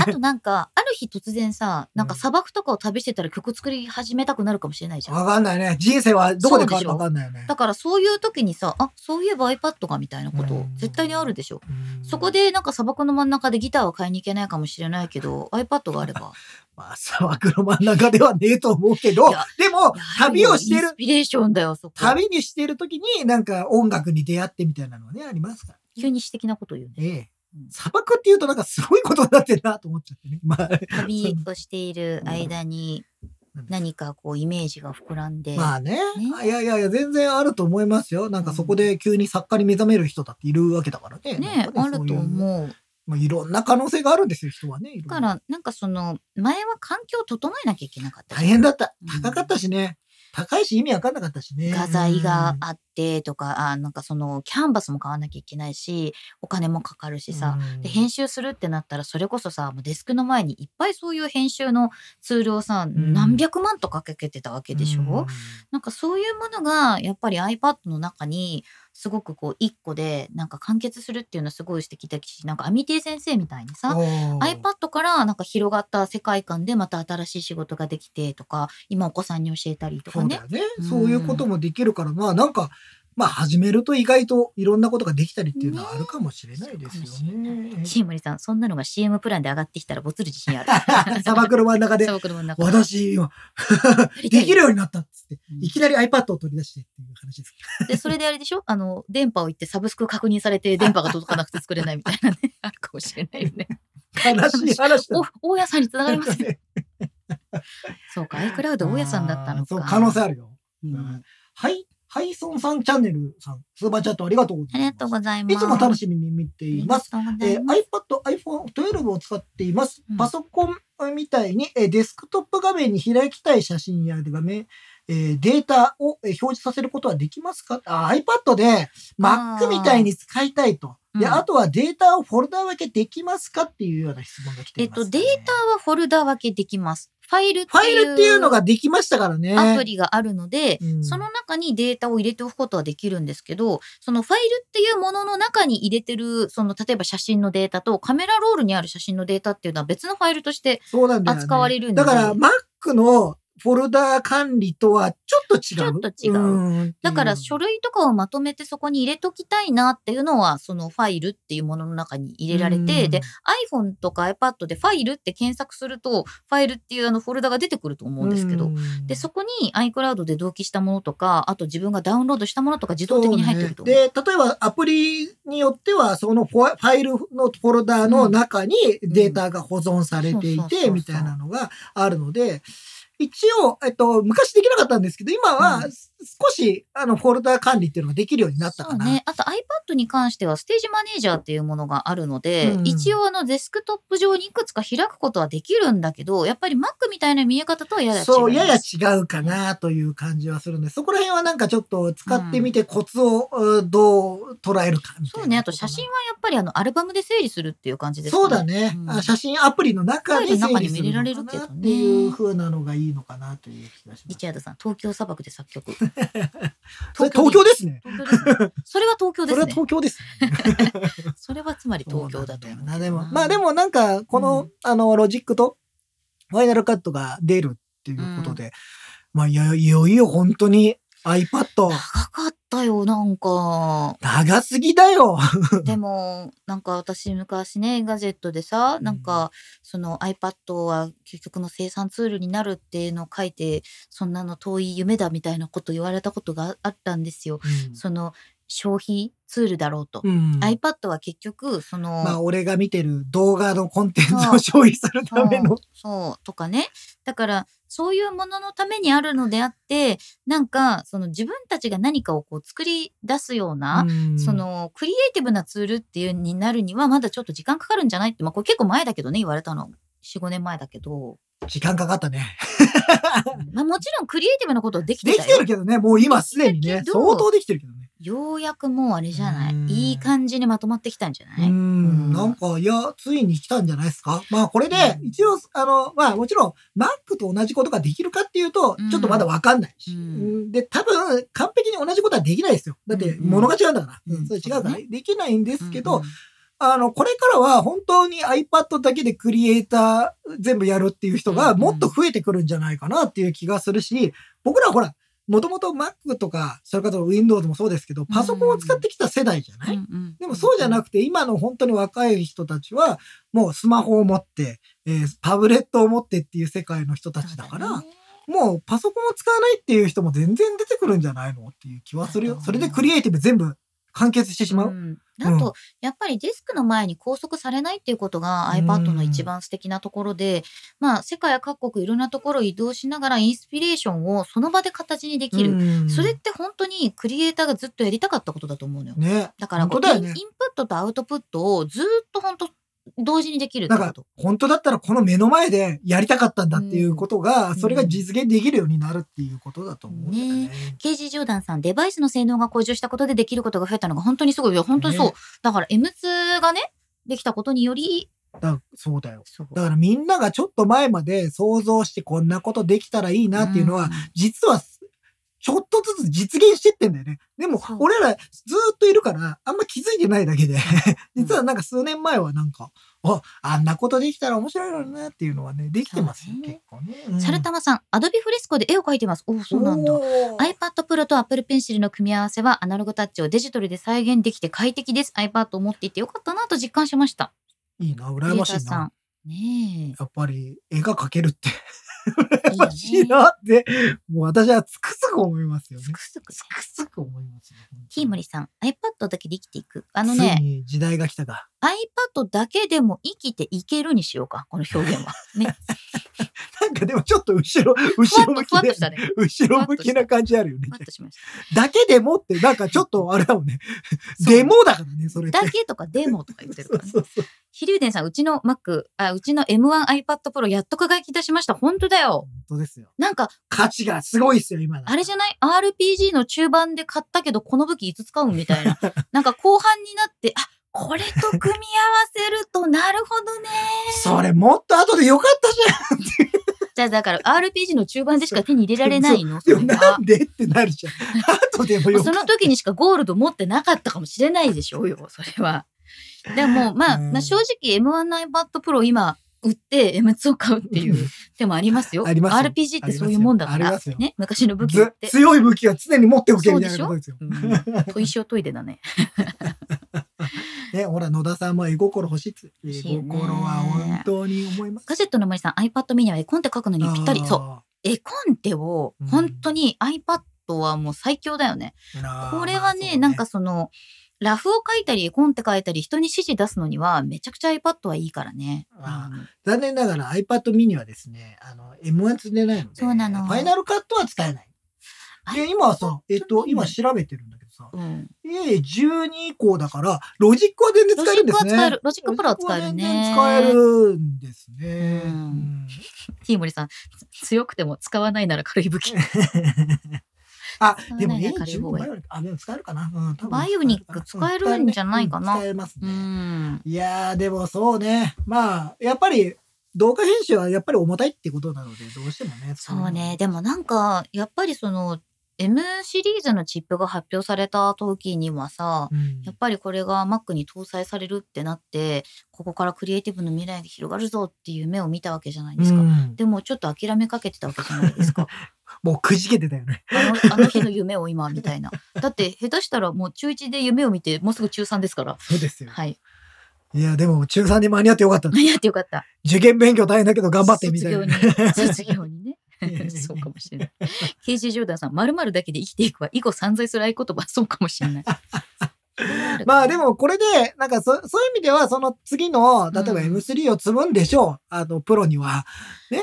S1: あとなんかある日突然さなんか砂漠とかを旅してたら曲作り始めたくなるかもしれないじゃん。
S2: わかんないね。人生はどこで変わるかわかんないよね。
S1: だからそういう時にさあそういえば iPad がみたいなこと絶対にあるでしょ。
S2: うん
S1: そこ、でなんか砂漠の真ん中でギターは買いに行けないかもしれないけど iPad があれば
S2: まあ砂漠の真ん中ではねえと思うけど
S1: いや、
S2: でも 旅をして
S1: イン
S2: る
S1: ス、ピレーションだよ、そこ。
S2: 旅にしてる時になんか音楽に出会ってみたいなのはね、ありますから。
S1: 急に詩的なこと言うね。
S2: ええ
S1: うん。
S2: 砂漠っていうとなんかすごいことになってるなと思っちゃってね。 まあ、
S1: 旅をしている間に
S2: うん
S1: 何かこうイメージが膨らんで。
S2: まあね。いやいやいや、全然あると思いますよ。なんかそこで急に作家に目覚める人だっているわけだからね。
S1: ねあると
S2: う。
S1: 思う。
S2: まあ、いろんな可能性があるんですよ、人はね。いろん
S1: だ
S2: な
S1: から、なんかその、前は環境を整えなきゃいけなかった
S2: 大
S1: じゃん。
S2: 変だった
S1: う。ん
S2: 高かったしね。高いし意味わかんなかったしね。
S1: 画材が
S2: っ
S1: あってとか、あなんかその、キャンバスも買わなきゃいけないし、お金もかかるしさ。で、編集するってなったら、それこそさ、もうデスクの前にいっぱいそういう編集のツールをさ、
S2: ん
S1: 何百万とかかけてたわけでしょ、
S2: うん
S1: なんかそういうものがやっぱり iPad の中にすごくこう一個でなんか完結するっていうのはすごい素敵だしなんかアミティ先生みたいにさ
S2: おー
S1: iPad からなんか広がった世界観でまた新しい仕事ができてとか今お子さんに教えたりと
S2: そ
S1: か
S2: うだ
S1: ね
S2: よね
S1: う。ん
S2: そういうこともできるから、まあなんか、まあ始めると意外といろんなことができたりっていうのはあるかもしれないですよね。
S1: シーモリさんそんなのが CM プランで上がってきたらボツる自信ある
S2: 砂漠の真ん中 で
S1: 砂、漠の真ん中
S2: 私、今、できるようになったっつって、いきなり iPad を取り出してっていう話です。
S1: でそれであれでしょあの電波を言ってサブスク確認されて電波が届かなくて作れないみたい なねあるかもしれないよね
S2: 悲しい話だ。
S1: お大家さんにつながりませんそうか、iCloud 大家さんだったの
S2: あーそう
S1: か。
S2: 可能性あるよ。
S1: う
S2: うんんはい、ハイソンさんチャンネルさん、スーパーチャットありがとうご
S1: あ
S2: ざい
S1: り
S2: ます。
S1: がとうございます。
S2: いつも楽しみに見ています。
S1: ありがとうござ
S2: え
S1: い
S2: ー
S1: ます。
S2: iPad、iPhone12 を使っています
S1: うん。
S2: パソコンみたいに、えーデスクトップ画面に開きたい写真や画面、えーデータをえー表示させることはできますかあ ?iPad で
S1: あー
S2: Mac みたいに使いたいと。で、
S1: うん
S2: あとはデータをフォルダ分けできますかっていうような質問が来て
S1: え
S2: い
S1: っ
S2: ます、
S1: と、データはフォルダ分けできます。ファイルって
S2: ファ
S1: いう
S2: イルっていうのができましたからね。
S1: アプリがあるので、
S2: うん
S1: その中にデータを入れておくことはできるんですけど、そのファイルっていうものの中に入れてる、その例えば写真のデータとカメラロールにある写真のデータっていうのは別のファイルとして
S2: そうなんだよね
S1: 扱われるんで
S2: だから、Mac のフォルダ管理とはちょっと違う。
S1: ちょっと違うん
S2: ってい
S1: だから書類とかをまとめてそこに入れときたいなっていうのはそのファイルっていうものの中に入れられて、
S2: うん
S1: で iPhone とか iPad でファイルって検索するとファイルっていうあのフォルダが出てくると思うんですけど、でそこに iCloud で同期したものとかあと自分がダウンロードしたものとか自動的に入ってると
S2: そう
S1: 思う
S2: ねで、例えばアプリによっては、そのフォファイルのフォルダの中にデータが保存されてい
S1: うんそうそうそうそ
S2: て、
S1: う
S2: みたいなのがあるので、一応、えっと、昔できなかったんですけど、今は
S1: う
S2: 少し、あの、フォルダ管理っていうのができるようになったかな。
S1: そうね。あと iPad に関してはステージマネージャーっていうものがあるので、
S2: うん
S1: 一応あのデスクトップ上にいくつか開くことはできるんだけど、やっぱり Mac みたいな見え方とはやや違います。
S2: そう、やや違うかなという感じはするんで、そこら辺はなんかちょっと使ってみてコツをうんどう捉えるかみたいな。
S1: そうね。あと写真はやっぱりあのアルバムで整理するっていう感じですかね。
S2: そうだね、
S1: うん
S2: あ写真アプリの中で整理する
S1: アプリ
S2: の
S1: の中にも入れられる
S2: か
S1: け
S2: な
S1: ど
S2: っ
S1: ね
S2: ていう風なのがいいのかなという気がしま
S1: リ
S2: す。
S1: チャードさん、東京砂漠で作 曲。
S2: それ東京ですね。
S1: 東京ですね。それは東京
S2: そ
S1: で
S2: れ
S1: す
S2: は
S1: ね。
S2: 東京ですね。
S1: それはつまり東京だと
S2: そう
S1: 思
S2: な
S1: うんけ
S2: だ
S1: ど
S2: よな
S1: な。
S2: でも、まあでもなんか、この、
S1: うん
S2: あの、ロジックと、ファイナルカットが出るっていうことで、まあ、いやいよいよ本当に iPad、
S1: 長かったよ、なんか。
S2: 長すぎだよ。
S1: でもなんか私昔ねガジェットでさなんかその iPad は究極の生産ツールになるっていうのを書いてそんなの遠い夢だみたいなこと言われたことがあったんですよ。その消費ツールだろうと。
S2: うん。
S1: iPad は結局その、
S2: まあ、俺が見てる動画のコンテンツを
S1: そう
S2: 消費するための。
S1: そうとかねだからそういうもののためにあるのであってなんかその自分たちが何かをこう作り出すような、
S2: うん
S1: そ、のクリエイティブなツールっていうになるにはまだちょっと時間かかるんじゃないって、まあ、これ結構前だけどね言われたの45年前だけど、
S2: 時間かかったね。
S1: うんまあ、もちろんクリエイティブなことでき
S2: で
S1: てた
S2: きて
S1: よ
S2: るけどね、もう今すでにね
S1: できてる、けど
S2: 相当できてるけどね。
S1: ようやくもうあれじゃな
S2: うん
S1: いいい感じにまとまってきたんじゃな
S2: う
S1: い、
S2: ん、
S1: ん
S2: なんか、いや、ついに来たんじゃないですか。まあ、これで
S1: う、ん
S2: 一応、あの、まあ、もちろん、Mac と同じことができるかっていうと
S1: うん、
S2: ちょっとまだわかんないし。
S1: う
S2: うんんで、多分、完璧に同じことはできないですよ。だって、
S1: うん
S2: ものが違うんだから。
S1: うん
S2: うんそれ違うから
S1: そう
S2: ね、できないんですけど
S1: うん、
S2: あの、これからは本当に iPad だけでクリエイター全部やるっていう人
S1: う
S2: が
S1: んうん
S2: もっと増えてくるんじゃないかなっていう気がするし、僕らほら、もともと Mac とか、それから Windows もそうですけど、パソコンを使ってきた世代じゃない、
S1: うんうん
S2: でもそうじゃなくて、今の本当に若い人たちは、もうスマホを持って、えータブレットを持ってっていう世界の人たちだから、
S1: そうだね
S2: もうパソコンを使わないっていう人も全然出てくるんじゃないのっていう気はする
S1: あ
S2: よ。
S1: のー
S2: それでクリエイティブ全部完結してしまう。
S1: ん、だと、やっぱりデスクの前に拘束されないっていうことが
S2: うん
S1: iPad の一番素敵なところで、まあ世界各国いろんなところ移動しながらインスピレーションをその場で形にできる、
S2: うん
S1: それって本当にクリエイターがずっとやりたかったことだと思うのよ。
S2: ね。
S1: だからこ
S2: 本
S1: う
S2: 当だよね
S1: インインプットとアウトプットをずっと本当同時にできるって
S2: なん
S1: こ
S2: か
S1: と。、
S2: 本当だったらこの目の前でやりたかったんだっていうことが、
S1: ん
S2: それが実現できるようになるっていうことだと思うんだよね。
S1: ね KG ジョーダンさん、デバイスの性能が向上したことでできることが増えたのが本当にすごいよ。本当にそう。
S2: ね
S1: だから M2 がね、できたことにより、
S2: だそうだよ。
S1: そう
S2: だからみんながちょっと前まで想像してこんなことできたらいいなっていうのは、
S1: ん
S2: 実は、ちょっとずつ実現してってんだよね。でも
S1: そう、
S2: 俺らずーっといるから、あんま気づいてないだけで、
S1: うん
S2: 実はなんか数年前はなんか、あ、あんなことできたら面白いのになっていうのはね、できてますよ
S1: そう、ね
S2: 結構ね。うん
S1: シャルタマさん、アドビフレスコで絵を描いてます。おお、そうなんだ。
S2: おー
S1: iPad Pro と Apple Pencil の組み合わせはアナログタッチをデジタルで再現できて快適です。iPad を持っていてよかったなと実感しました。
S2: いいな、羨まし
S1: リー
S2: い
S1: ダーさ
S2: な。
S1: ん。ね
S2: やっぱり絵が描ける って
S1: え。
S2: 羨ましい
S1: いいね
S2: なって、もう私はつくづく思いますよね
S1: つ。くづくね
S2: つくづく思いますよ。
S1: キーモリさん、iPad だけで生きていく。あ
S2: あ
S1: のね、
S2: 時代が来たが。
S1: iPad だけでも生きていけるにしようか、この表現は。ね。
S2: なんかでもちょっと後ろ、後ろ
S1: ふわ
S2: 向
S1: っとふわ
S2: き
S1: っと
S2: で
S1: し、たね。
S2: 後ろ向きな感じあるよね
S1: ふ。わっとしまし
S2: だけでもって、なんかちょっとあれだもんね。
S1: そう
S2: デモだからね、それって
S1: た。。だけとかデモとか言ってるからね。
S2: そうそうそう
S1: ひりゅうでんさん、うちの Mac、あ、うちの M1iPad Pro やっと輝き出しました。本当だよ。
S2: 本当ですよ。
S1: なんか、
S2: 価値がすごいっすよ、今の。
S1: あれじゃない ?RPG の中盤で買ったけど、この武器いつ使うみたい な。なんか後半になって、あ、これと組み合わせると、なるほどね。
S2: それもっと後でよかったじ
S1: じゃあ、だから RPG の中盤でしか手に入れられないのそ
S2: ゃん。でも
S1: れ
S2: な
S1: が
S2: んでってなる じゃん。後でも
S1: もう
S2: よか
S1: そ
S2: っ
S1: の時にしかゴールド持ってなかったかもしれないでしょうよ、それは。でも、まあ、
S2: うん
S1: まあ正直 M1 の iPad Pro 今、売って、M2 を買うっていう手もあります よ。
S2: ありますよ
S1: RPG ってそういうもんだか
S2: あり
S1: ら
S2: ますよありますよ、
S1: ね、昔の武器
S2: ず
S1: って。
S2: 強い武器は常に持っておけみたいなことですよ。
S1: うん、砥石を研いで だね。
S2: ね、ほら、野田さんも絵心欲しいっつ。絵
S1: しいよね
S2: 心は本当に思います。
S1: ガジェットの森さん、iPad mini は絵コンテ書くのにぴったり。そう。絵コンテを
S2: うん、
S1: 本当に iPad はもう最強だよね。
S2: う。なあ
S1: これはね,、
S2: まあ
S1: なんかその、ラフを書いたり、絵コンテ書いたり、人に指示出すのには、めちゃくちゃ iPad はいいからね。
S2: あ
S1: うん
S2: 残念ながら iPad mini はですね、あの、M1 積んでないので、
S1: そうなの
S2: ファイナルカットは使えない。で、今さ、えっと、今調べてるんだけどさ、
S1: うん、
S2: A12 以降だから、ロジックは全然
S1: ロ
S2: 使え
S1: ジ
S2: るん
S1: ッ
S2: で
S1: ク
S2: す
S1: は
S2: ね。
S1: 使える。ロジックプロは使えるね。
S2: ロジックは全然使え。るんですね。
S1: うん
S2: うん
S1: ティーモリさん、強くても使わないなら軽い武器。
S2: あでも A15 バイオニッ
S1: 使、わないなら軽い方
S2: ク、あ、でも使えるかな。うん、多分
S1: バイオニック使えるんじゃないかな
S2: うん使えます
S1: う
S2: ね。
S1: ん。
S2: いやー、でもそうね。まあ、やっぱり、動画編集はやっぱり重たいってことなので、どうしてもね。
S1: そうね。。でもなんか、やっぱりその、M シリーズのチップが発表された時にはさ、
S2: うん
S1: やっぱりこれが Mac に搭載されるってなって、ここからクリエイティブの未来が広がるぞっていう夢を見たわけじゃないですか。
S2: うん
S1: でもちょっと諦めかけてたわけじゃないです か。
S2: もうくじけてたよ ね。
S1: あのあの日の夢を今みたいな。だって下手したらもう中1で夢を見てもうすぐ中3ですから。
S2: そうですよ。
S1: はい。
S2: いや、でも中3に間に合ってよかった。
S1: やってよかった。
S2: 受験勉強大変だけど頑張ってみたいな。。
S1: 卒業に。卒業に ね そうかもしれない。刑事ジョーダンさん、まるだけで生きていくは以後散財する合言葉、そうかもしれ ない。
S2: まあで、もこれで、なんかそそういう意味では、その次の、例えば
S1: うん
S2: M3 を積むんでしょう。あの、プロには。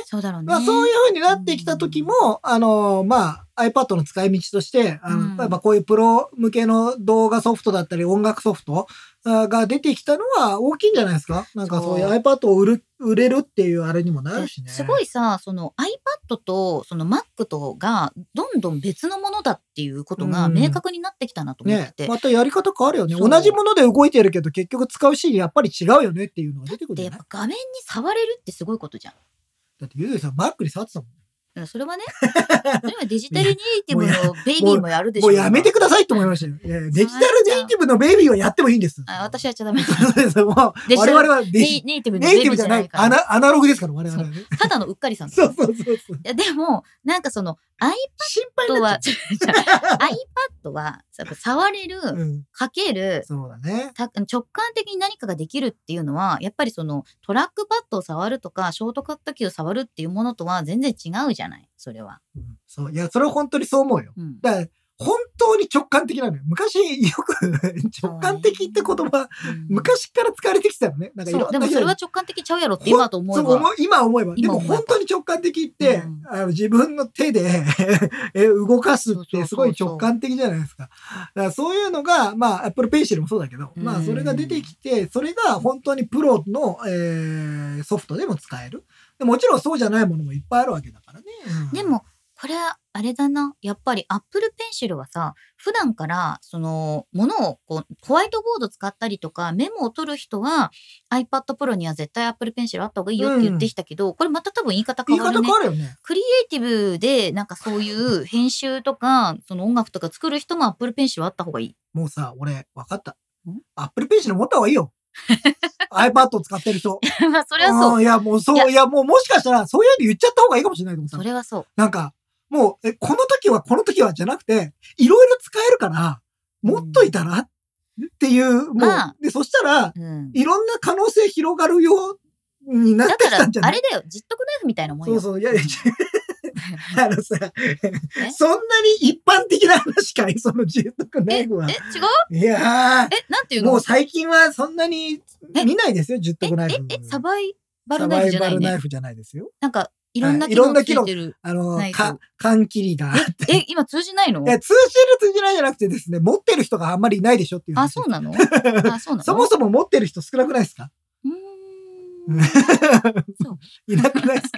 S1: そうだろうね。
S2: まあそういうふうになってきた時も、あの、まあ iPad の使い道として、あ
S1: う
S2: の
S1: ん
S2: やっぱこういうプロ向けの動画ソフトだったり音楽ソフトあが出てきたのは大きいんじゃないですかなんかそういう
S1: そ
S2: iPad を売る、売れるっていうあれにもな
S1: で
S2: るしね。
S1: すごいさその iPad とその Mac とがどんどん別のものだっていうことが
S2: うん
S1: 明確になってきたなと思って
S2: ね
S1: て、、
S2: またやり方変わるよね。
S1: そう
S2: 同じもので動いてるけど結局使うシーンやっぱり違うよねっていうのが出てくる
S1: で
S2: よ
S1: や
S2: ね
S1: っ。ぱ画面に触れるってすごいこ とじゃん。
S2: だってゆずりさんマックに触ってたもん。
S1: うんそれはね、それはデジタルネイティブのベイビーもやるでしょ
S2: もうやめてくださいって思いましたよ。いやデジタルネイティブのベイビーはやってもいいんです。
S1: あ私はやっちゃダメだ。
S2: そうです。もう我
S1: デジタル
S2: 々はデ
S1: ネイ
S2: ジ
S1: ネイティブの
S2: ネ
S1: ベ
S2: イテ
S1: イ
S2: ィブ
S1: ビー
S2: じ
S1: じ
S2: ゃ
S1: ゃ
S2: な
S1: ないい、
S2: ア
S1: から。
S2: ナアナログですから、我々はね。
S1: ただのうっかりさんだか
S2: そ
S1: ら
S2: うそうそうそう。
S1: いやでもなんかその iPad
S2: 心配 になっ
S1: は
S2: ち
S1: iPad はやっぱ触れる、
S2: ゃう。うん、
S1: かける
S2: そうだね。
S1: た直感的に何かができるっていうのはやっぱりそのトラックパッドを触るとかショートカットキーを触るっていうものとは全然違うじゃないそれは。
S2: うんそう。いや、それは本当にそう思うよ。
S1: うん
S2: だから、本当に直感的なのよ。昔、よく直感的って言葉、昔から使われてきてたよね。なんかい
S1: そ
S2: ろ
S1: うんで
S2: な
S1: もそ
S2: 人
S1: れ
S2: に
S1: は直感的ちゃうやろって今と思
S2: そ
S1: え
S2: う
S1: ば
S2: 今思えば。で
S1: 今
S2: も
S1: 思えば
S2: 本当に直感的って、
S1: うん
S2: あの自分の手で え動かすってすごい
S1: そうそうそうそう
S2: 直感的じゃないですか。だからそういうのが、まあ、Apple Pencil もそうだけど、
S1: うん
S2: まあ、それが出てきて、それが本当にプロの、えーソフトでも使える。でもちろんそうじゃないものもいっぱいあるわけだからね。うん
S1: で、もこれはあれだなやっぱり Apple Pencil はさ普段からそのものをこうホワイトボード使ったりとかメモを取る人は iPad Pro には絶対 Apple Pencil あった方がいいよって言ってきたけど、これまた多分言い方
S2: 言
S1: 変
S2: い方
S1: わるね
S2: 変。わるよね。
S1: クリエイティブでなんかそういう編集とかその音楽とか作る人も Apple Pencil はあった方 がいい。
S2: もうさ、俺、分かった
S1: ん。
S2: Apple Pencil 持った方がいい よ。iPad を使ってる人。
S1: まあそれはそうう。
S2: んいや、もうそう、
S1: い
S2: いや
S1: や
S2: もうもしかしたら、そういうの言っちゃった方がいいかもしれないと思った
S1: そ。れはそう。
S2: なんか、もう、え、この時はこの時はじゃなくて、いろいろ使えるから、持っといたら、っていう、もう、
S1: まあ
S2: で、そしたら、
S1: うん、
S2: いろんだからあれだよじっとくナイフみたいな可能性広がるようになっ
S1: だ
S2: てき
S1: か
S2: た
S1: ら
S2: んじゃな
S1: あ
S2: い
S1: れだよじっとくナイフみたいなもん
S2: そ
S1: よ。
S2: うそう、いやいや、あのさ、
S1: え
S2: そんなに一般的な話かい、 その十得ナイフは
S1: え違。う
S2: いや
S1: えなんてい
S2: ー、
S1: うの
S2: もう最近はそんなに見ないですよ、十
S1: え
S2: 得ナイフ。
S1: ええサバイバル
S2: サ
S1: ナ
S2: バ
S1: イフ
S2: イ
S1: じゃな
S2: バ
S1: い
S2: ルナ
S1: ね
S2: イ。フじゃないですよ。
S1: なんかいろんな機能ついてる。
S2: あの
S1: ない、
S2: か、缶切りが。
S1: え、今通じないの
S2: いや、通じる通じないじゃなくてですね、持ってる人があんまりいないでしょっていう話。
S1: あ、そうなの あ、そうなの
S2: そもそも持ってる人少なくないですか
S1: う ーんそう
S2: いなくない です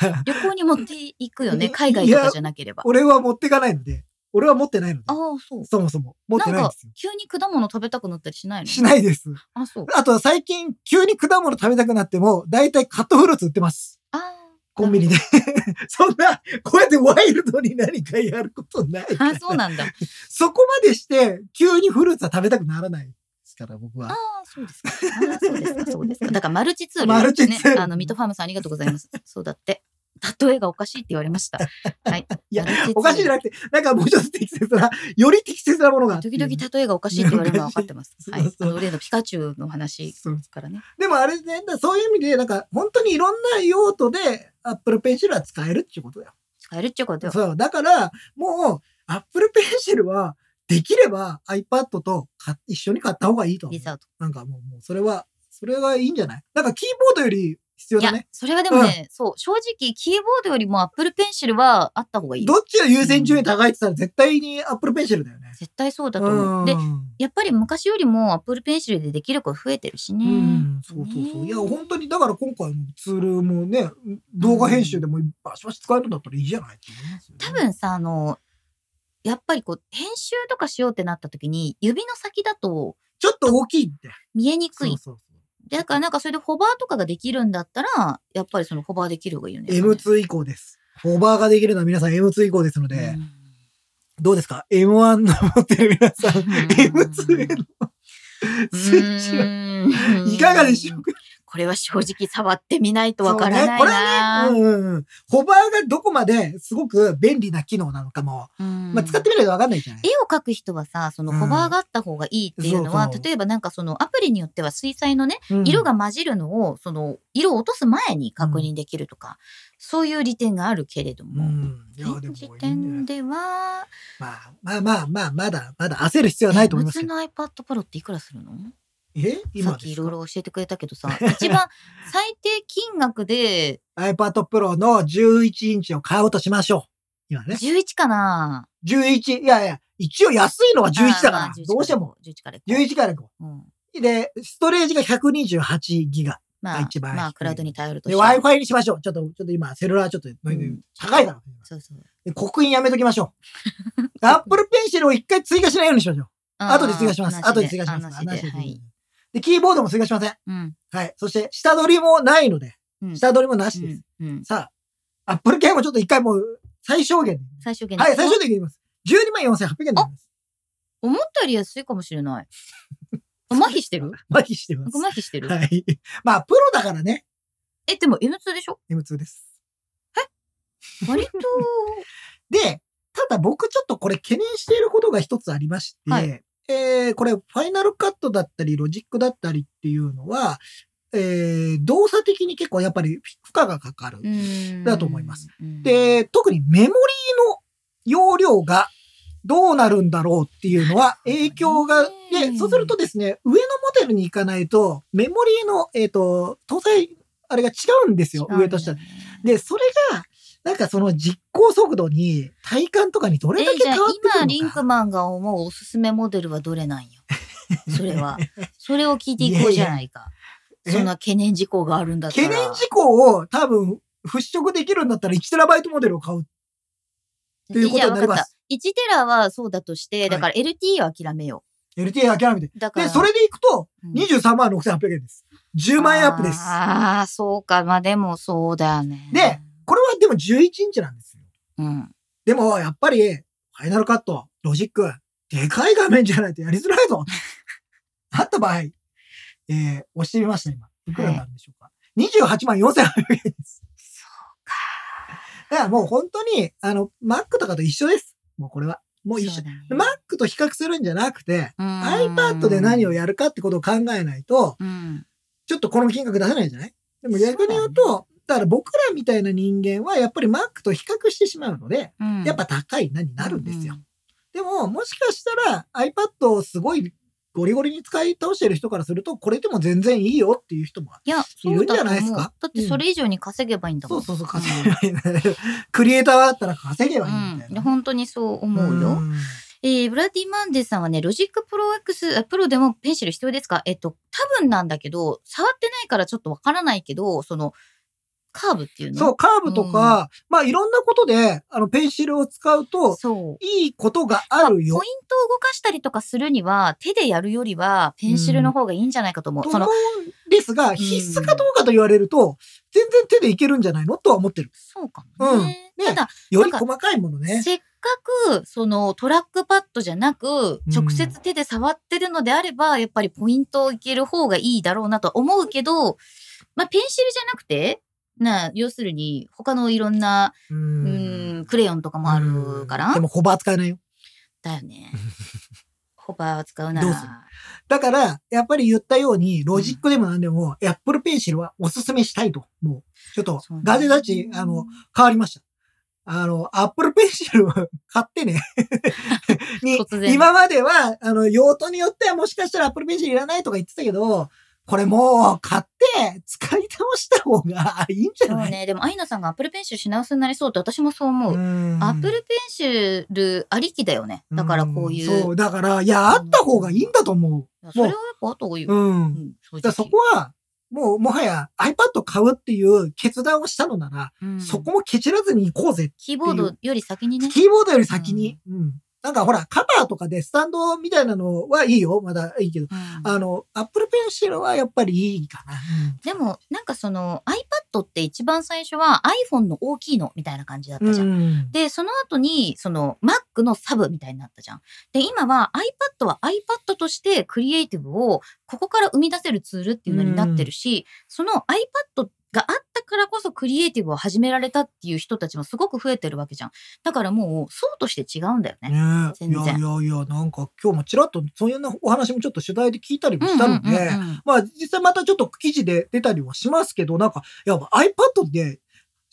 S2: か
S1: 旅行に持っていくよね。海外とかじゃなければ。
S2: 俺は持っていかないので、俺は持ってないので
S1: ああ、、そう。
S2: そもそも持って
S1: なん
S2: ないん
S1: か
S2: ですよ。
S1: 急に果物食べたくなったりしないの
S2: しないです。
S1: あ、そう。
S2: あと最近、急に果物食べたくなっても、だいたいカットフルーツ売ってます。
S1: あー
S2: コンビニで。 そんな、こうやってワイルドに何かやることない。
S1: あ、そうな んだ。
S2: そこまでして、急にフルーツは食べたくならないですから、僕は
S1: あ。あ、そうですか。あーそうですか、そうですか。だからマルチツール、ね。
S2: マルチツール
S1: あの、ミトファームさんありがとうございます。そうだって。例えがおかしいって言われま した。はい。
S2: いや
S1: マルチツール
S2: おかしいじゃなくて、なんかもうちょっと適切な、より適切なものが。
S1: 時々例えがおかしいって言われるのは分かってます。
S2: そう
S1: は
S2: そう
S1: い。あの例のピカチュウの話
S2: そう
S1: からね。
S2: でもあれね、そういう意味で、なんか本当にいろんな用途で Apple Pencil は使えるっていうことだよ。
S1: 使えるっちゅうことよ。
S2: そう。だから、もう Apple Pencil はできれば iPad とか一緒に買った方がいいと思
S1: リ
S2: う。
S1: ザート。
S2: なんかもう、もうそれは、それはいいんじゃないなんかキーボードより必要
S1: いや
S2: だね。、
S1: それはでもね、そう、正直、キーボードよりもアップルペンシルはあった方がいい。
S2: どっちが優先順位高いって言ったら絶対に Apple Pencil だよね。
S1: 絶対そうだと思
S2: う
S1: う。
S2: ん
S1: で、やっぱり昔よりもアップルペンシルでできること増えてるしね。
S2: うん、そうそうそう。いや、本当に、だから今回のツールもね、動画編集でもバシバシ使えるんだったらいいじゃないって思いますよね
S1: 多分さ、あの、やっぱりこう、編集とかしようってなった時に、指の先だと
S2: ちょっと大きいんだよ。
S1: 見えにくい。
S2: そうそう
S1: だからなんかそれでホバーとかができるんだったら、やっぱりそのホバーできる方がいいよね。
S2: M2 以降です。ホバーができるのは皆さん M2 以降ですので、
S1: うん
S2: どうですか ?M1 の持ってる皆さん、M2 へのスイッチは
S1: うー ん
S2: いかがでしょうか
S1: これは正直触ってみないとわからないな、
S2: そうねこれはね、うんうん、ホバーがどこまですごく便利な機能なのかも、
S1: うん
S2: まあ、使ってみないとわかんないじゃない
S1: 絵。を描く人はさその
S2: うん
S1: ホバーがあった方がいいっていうのは、
S2: そうそう
S1: 例えばなんかそのアプリによっては水彩のね
S2: うん
S1: 色が混じるのを、その色を落とす前に確認できるとか、そういう利点があるけれど
S2: う
S1: も、
S2: ん、いやでもいい
S1: 現時
S2: ね
S1: 点では
S2: まあまあまあまあまだまだ焦る必要はないと思います
S1: 普通
S2: けど
S1: の iPad Pro っていくらするの
S2: え
S1: さ
S2: 今
S1: っ
S2: で
S1: き
S2: す
S1: いろ
S2: か
S1: いろ教えてくれたけどさ一番最低金額で
S2: iPad Pro の11インチを買おうとしましょう。今ね。
S1: 11かな
S2: 11。いやいや、一応安いのは11だか
S1: あーま
S2: ら
S1: あ11。
S2: どうしても。
S1: 11からいこう
S2: 11からいこ
S1: うん
S2: う。で、ストレージが128ギガ。
S1: ま
S2: が
S1: あ
S2: 一、番低い
S1: まあ、クラウドに頼ると
S2: で、
S1: しても
S2: Wi-Fi にしましょう。ちょっと、ちょっと今、セルラーちょっと、
S1: ん
S2: 高いから。
S1: そうそう。
S2: で、刻印やめときましょ う。Apple Pencil を一回追加しないようにしましょう。後で追加します。
S1: あー
S2: 後で追加します。
S1: なしで
S2: なしで追加しま
S1: は
S2: す
S1: い。
S2: で、キーボードも追加しません。
S1: うん。
S2: はい。そして、下取りもないので、
S1: うん
S2: 下取りもなし
S1: う
S2: です
S1: ん。うん。
S2: さあ、Apple 系もちょっと一回もう、最小限で。
S1: 最小限
S2: はい、最小
S1: 限。
S2: 限で言います。12万4800円になります。
S1: 思ったより安いかもしれない。麻痺してる
S2: 麻痺してます。
S1: 麻痺してる
S2: はい。 まあ、プロだからね、
S1: え、でも M2 でしょ
S2: M2 です。
S1: 割と、
S2: で、ただ僕ちょっとこれ懸念していることが一つありまして、
S1: はい
S2: えーこれ、ファイナルカットだったり、ロジックだったりっていうのは、えー動作的に結構やっぱり負荷がかかる。
S1: うーん
S2: だと思います。
S1: うん、
S2: で、特にメモリーの容量がどうなるんだろうっていうのは
S1: なるほどね
S2: 影響が、で、そうするとですね、上のモデルに行かないと、メモリーの、えっ、と、搭載、あれが違うんですよ、上としては。で、それが、なんかその実行速度に、体感とかにどれ
S1: え
S2: だけ
S1: じゃあ
S2: 変わってくるのか。
S1: 今、リンクマンが思うおすすめモデルはどれなんよ。 それは。それを聞いていこうじゃないか。
S2: いやいや
S1: そんな懸念事項があるんだった
S2: 懸
S1: ら。
S2: 念事項を多分、払拭できるんだったら 1TB モデルを買う。っていうことになります
S1: いやわかった1テラはそうだとして、
S2: い
S1: だから LTE は諦めよ
S2: LTE 諦めて。
S1: う。だから。
S2: で、それでいくと、
S1: うん、
S2: 23万6800円です。10万円アップです。
S1: ああ、そうか。まあでもそうだよね。
S2: で、これはでも11インチなんですよ。
S1: うん。
S2: でも、やっぱり、ファイナルカット、ロジック、でかい画面じゃないとやりづらい ぞ。あった場合、えー、押してみました、今。いくらになるんでしょうか。28万4800円です。そうか。だからもう本当に、あの、Mac とかと一緒です。もうこれは。もう一緒。
S1: 緒
S2: Mac と比較するんじゃなくて、iPad
S1: iPad
S2: で何をやるかってことを考えないと、
S1: うん。
S2: ちょっとこの金額出せないじゃないでも逆に言うと、
S1: そ
S2: だから僕らみたいな人間はやっぱり Mac と比較してしまうので、
S1: うん
S2: やっぱ高いなになるんですよ。
S1: う
S2: でも、もしかしたら iPad をすごいゴリゴリに使い倒してる人からすると、これでも全然いいよっていう人も
S1: いや、
S2: いるんじゃないです
S1: そうだ
S2: か
S1: と思うだってそれ以上に稼げばいいんだも
S2: そ
S1: ん。
S2: うそうそう、稼げばいいね。クリエイターだったら稼げばいいみたい
S1: うん、
S2: な。
S1: 本当にそう思うよ。
S2: ん
S1: えー、ブラディ・マンデーさんはね、ロジックプロ X、あプロでもペンシル必要ですかえっと、多分なんだけど、触ってないからちょっとわからないけど、その、カーブっていうの
S2: そう、カーブとか、まあいろんなことで、あの、ペンシルを使うと、
S1: そう。
S2: いいことがあるよ
S1: ポイ。ントを動かしたりとかするには、手でやるよりは、ペンシルの方がいいんじゃないかと思う。
S2: と
S1: そ
S2: 思
S1: の、
S2: うんですが、必須かどうかと言われると、全然手でいけるんじゃないのとは思ってる。
S1: そうかもね。
S2: うんね
S1: ただ、
S2: よ
S1: な
S2: り
S1: んか
S2: 細かいものね。
S1: せっかく、その、トラックパッドじゃなく、直接手で触ってるのであれば、やっぱりポイントをいける方がいいだろうなとは思うけど、まあ、ペンシルじゃなくて、なあ、要するに、他のいろんな、
S2: う
S1: うんん、クレヨンとかもあるか
S2: うんで
S1: ら、
S2: も、ホバー使えないよ。
S1: だよね。 ホバーを使うな
S2: どうする
S1: ら、
S2: だから、やっぱり言ったように、ロジックでも何でも、a p アップルペンシルはおすすめしたいと。もう、ちょっと
S1: そう、ね
S2: ガジェタッチ、あの、変わりました。あの、アップルペンシルを 買って ね。に
S1: 突然
S2: 今までは、あの、用途によってはもしかしたらアップルペンシルいらないとか言ってたけど、これもう買って使い倒した方がいいんじゃ
S1: そう
S2: ない、
S1: ね。でも、アイナさんがアップルペンシル品薄になりそうって私もそう思う。
S2: うん
S1: アップルペンシルありきだよね。だからこういう。
S2: んそう、だから、いや、あった方がいいんだと思
S1: いやそれはやっぱ後がいいよ
S2: う。。うん
S1: う。ん
S2: だ
S1: 正
S2: から
S1: 直
S2: そこは、もう、もはや iPad 買うっていう決断をしたのなら、
S1: うん
S2: そこもケチらずに行こうぜ。
S1: キーボードより先にね。
S2: キーボードより先に。うん。なんかほら、カバーとかでスタンドみたいなのはいいよ。まだいいけど。
S1: うん
S2: あの、Apple Pencil はやっぱりいいかな。
S1: でも、なんかその iPad って一番最初は iPhone の大きいのみたいな感じだっ
S2: う
S1: たじゃん。
S2: ん。
S1: で、その後に、その Mac のサブみたいになったじゃん。で、今は iPad は iPad としてクリエイティブをここから生み出せるツールっていうのになってるし、その iPad があったからこそクリエイティブを始められたっていう人たちもすごく増えてるわけじゃん。だからもう、層として違うんだよね。
S2: ねえ。い
S1: 全然
S2: やいやいや、なんか今日もちらっとそういうようなお話もちょっと取材で聞いたりもしたので、
S1: うんうんうんうん
S2: まあ実際またちょっと記事で出たりはしますけど、なんか、やっぱ iPad で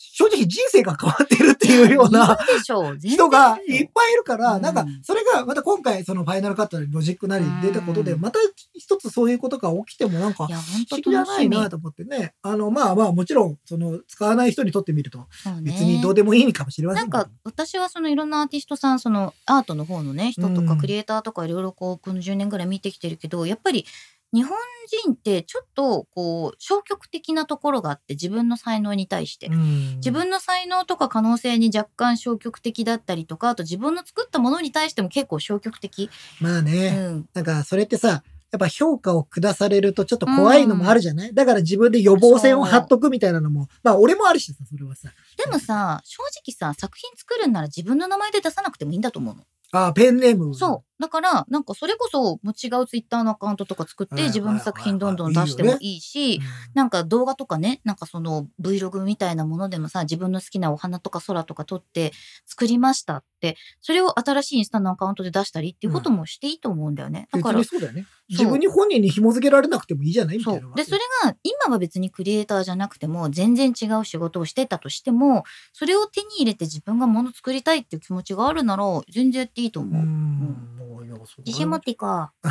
S2: 正直人生が変わってるって いうような、
S1: いるでしょう全然いるよ
S2: 人がいっぱいいるから、
S1: うん
S2: なんか、それが、また今回、そのファイナルカットなり、ロジックなり出たことで、
S1: うん
S2: また一つそういうことが起きても、なんか
S1: い、や、本
S2: 不思
S1: 当
S2: 議じゃ
S1: 楽
S2: な
S1: し
S2: い
S1: み。
S2: なと思ってね。あの、まあまあ、もちろん、その、使わない人にとってみると、
S1: そうね
S2: 別にどうでもいいかもしれませ
S1: なんん
S2: けど
S1: か私はそのいろんなアーティストさんそのアートの方のね人と
S2: う
S1: か
S2: ん
S1: クリエイターとかいろいろこうこの10年ぐらい見てきてるけどやっぱり日本人ってちょっとこう消極的なところがあって自分の才能に対して。
S2: うん
S1: 自分の才能とか可能性に若干消極的だったりとかあと自分の作ったものに対しても結構消極的、
S2: まあ
S1: う
S2: ね、
S1: ん、
S2: なんか、それってさ、やっぱ評価を下されるとちょっと怖いのもあるじゃない、だから自分で予防線を張っとくみたいなのも、まあ俺もあるしさ、それはさ。
S1: でもさ正直さ作品作るんなら自分の名前で出さなくてもいいんだと思うの。
S2: ああ、ペンネーム。
S1: そう。だから、なんかそれこそ、もう違うツイッターのアカウントとか作っ
S2: はい
S1: て、自分の作品どんどん出して
S2: はい
S1: も
S2: はい
S1: い
S2: うん。
S1: し、なんか動画とかね、なんかその Vlog みたいなものでもさ、自分の好きなお花とか空とか撮って作りましたって、それを新しいインスタのアカウントで出したりっていうこともしていいと思うんだよね。だから、
S2: 別にそうだよね。
S1: そう
S2: 自分に本人に紐付けられなくてもいいじゃないみた
S1: そ
S2: いなの
S1: う
S2: は。
S1: でそれが今は別にクリエイターじゃなくても全然違う仕事をしてたとしてもそれを手に入れて自分がもの作りたいっていう気持ちがあるなら全然やっていいと
S2: うー
S1: 思う、
S2: んもういやそう
S1: 自信持っていこう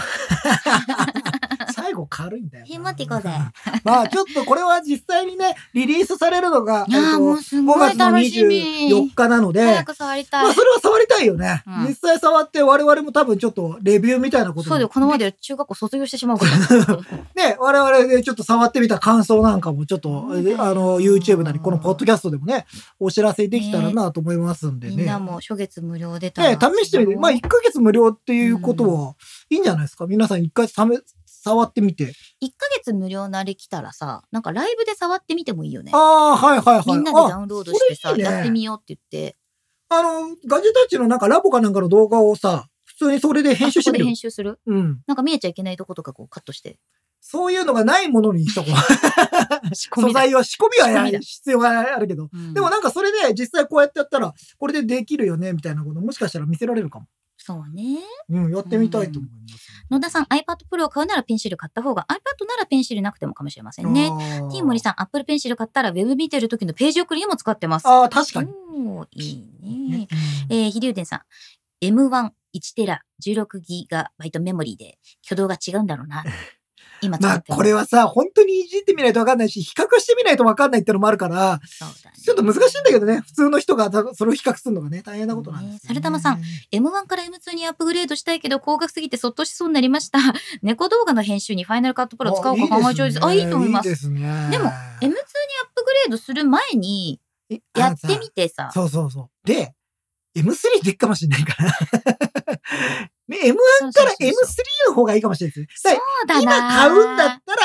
S2: 最後軽いんだよな。
S1: 自信持っていこうぜ
S2: まあちょっとこれは実際にね、リリースされるのが、
S1: いや
S2: えっ
S1: ー
S2: と
S1: もうす
S2: 5
S1: ご
S2: 月
S1: い
S2: の
S1: 楽し
S2: 24
S1: み。
S2: 日なので
S1: 早、く触り
S2: ま
S1: た
S2: あ
S1: い
S2: そ。れは触りたいよね。
S1: うん
S2: 実際触って我々も多分ちょっとレビューみたいなこと
S1: そうだよ、
S2: も
S1: このままでは中学校卒業してしま うから。
S2: ね、我々でちょっと触ってみた感想なんかもちょっと、
S1: そうだよ
S2: あの、YouTube なり、このポッドキャストでもね、お知らせできたらなと思いますんでね。
S1: みんなも初月無料で
S2: ね、試してみて、まあ、1ヶ月無料っていうことは、いいんじゃないですか、皆さん一回さめ触ってみて。
S1: 1ヶ月無料なり来たらさ、なんかライブで触ってみてもいいよね
S2: あ。あ、はいはいはい。
S1: みんなでダウンロードして
S2: あ
S1: さ、
S2: それいいね
S1: やってみようって言って、
S2: あの、ガジェタッチのなんかラボかなんかの動画をさ、普通にそれで編集
S1: あ
S2: して
S1: ここ
S2: み
S1: で
S2: る。
S1: 編集する
S2: うん。
S1: なんか見えちゃいけないとことかこうカット して。
S2: そういうのがないものにしとこ
S1: 仕
S2: う。
S1: 込
S2: 素
S1: みだ
S2: 材を仕込みはや
S1: 仕込みだ
S2: 必要があるけど。
S1: うん
S2: でもなんかそれで実際こうやってやったら、これでできるよね、みたいなこともしかしたら見せられるかも。
S1: そうね。
S2: うん、やってみたいと思います。
S1: 野田さん、iPad Pro を買うならペンシル買った方が、iPad ならペンシルなくてもかもしれませんね。
S2: あー
S1: T 森さん、Apple ペンシル買ったら Web 見てる時のページ送りにも使ってます。
S2: あー、確かに。
S1: おーいいね
S2: ね。
S1: えー、ひりゅうでんさん。M1、 1テラ16ギガバイトメモリーで挙動が違うんだろ うな。
S2: ま
S1: 今使
S2: あ
S1: ってる
S2: これはさ、本当にいじってみないとわかんないし、比較してみないとわかんないってのもあるから、
S1: そうだね
S2: ちょっと難しいんだけどね、普通の人がたそれを比較するのがね、大変なことなんです、ね。
S1: ね猿玉さん。M1 から M2 にアップグレードしたいけど、高額すぎてそっとしそうになりました。 猫動画の編集にファイナルカットプロ使おうか考え中です。あ、いいと思います。
S2: いいですね。
S1: でも M2 にアップグレードする前に、
S2: え
S1: やってみてさ。
S2: そうそうそう。で、M3 でいいかもしれないから。 ね、M1 か
S1: そうそう
S2: ら
S1: そう
S2: M3 の方がいいかもしれないですね。
S1: そう
S2: だ
S1: だ
S2: から
S1: な
S2: 今買うんだったら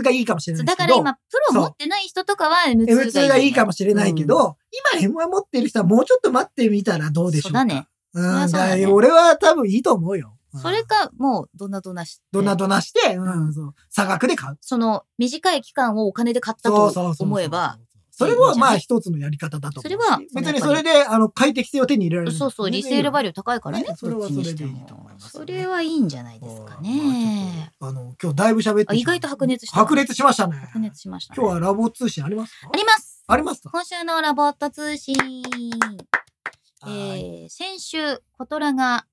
S2: M2 がいいかもしれな
S1: そう
S2: いで
S1: だ
S2: すけ
S1: か
S2: ど
S1: ら。今、プロ持ってない人とかは M2 がいいよね、
S2: M2 がいいかもしれないけど、今 M1 持ってる人はもうちょっと待ってみたらどうでしょ
S1: そうう
S2: か。
S1: だね。
S2: うん、
S1: りゃそうだね
S2: だから俺は多分いいと思うよ。うん
S1: それか、もう、どんなどんなし。
S2: どなどなして、うん、そう。差額で買う。
S1: その、短い期間をお金で買った
S2: そうそう
S1: と
S2: そう。
S1: 思えば、。
S2: それはまあ一つのやり方だと思うし。
S1: それは
S2: 別にそれで、あの、快適性を手に入れられる。
S1: そうそう、リセールバリュー高いからね
S2: ね、それ
S1: ど
S2: は
S1: っちにし
S2: そ
S1: て
S2: れでいいと思
S1: も
S2: い。ます
S1: それはいいんじゃないですかね。
S2: まあちょっとあの、今日だいぶ喋ってしまった。
S1: あ意外と白熱した
S2: 白熱しましたね。
S1: 白熱しました、ね。
S2: 今日はラボ通信ありますか
S1: あります
S2: ありますか
S1: 今週のラボット通信。
S2: は
S1: え
S2: い
S1: ー、先週、コトラが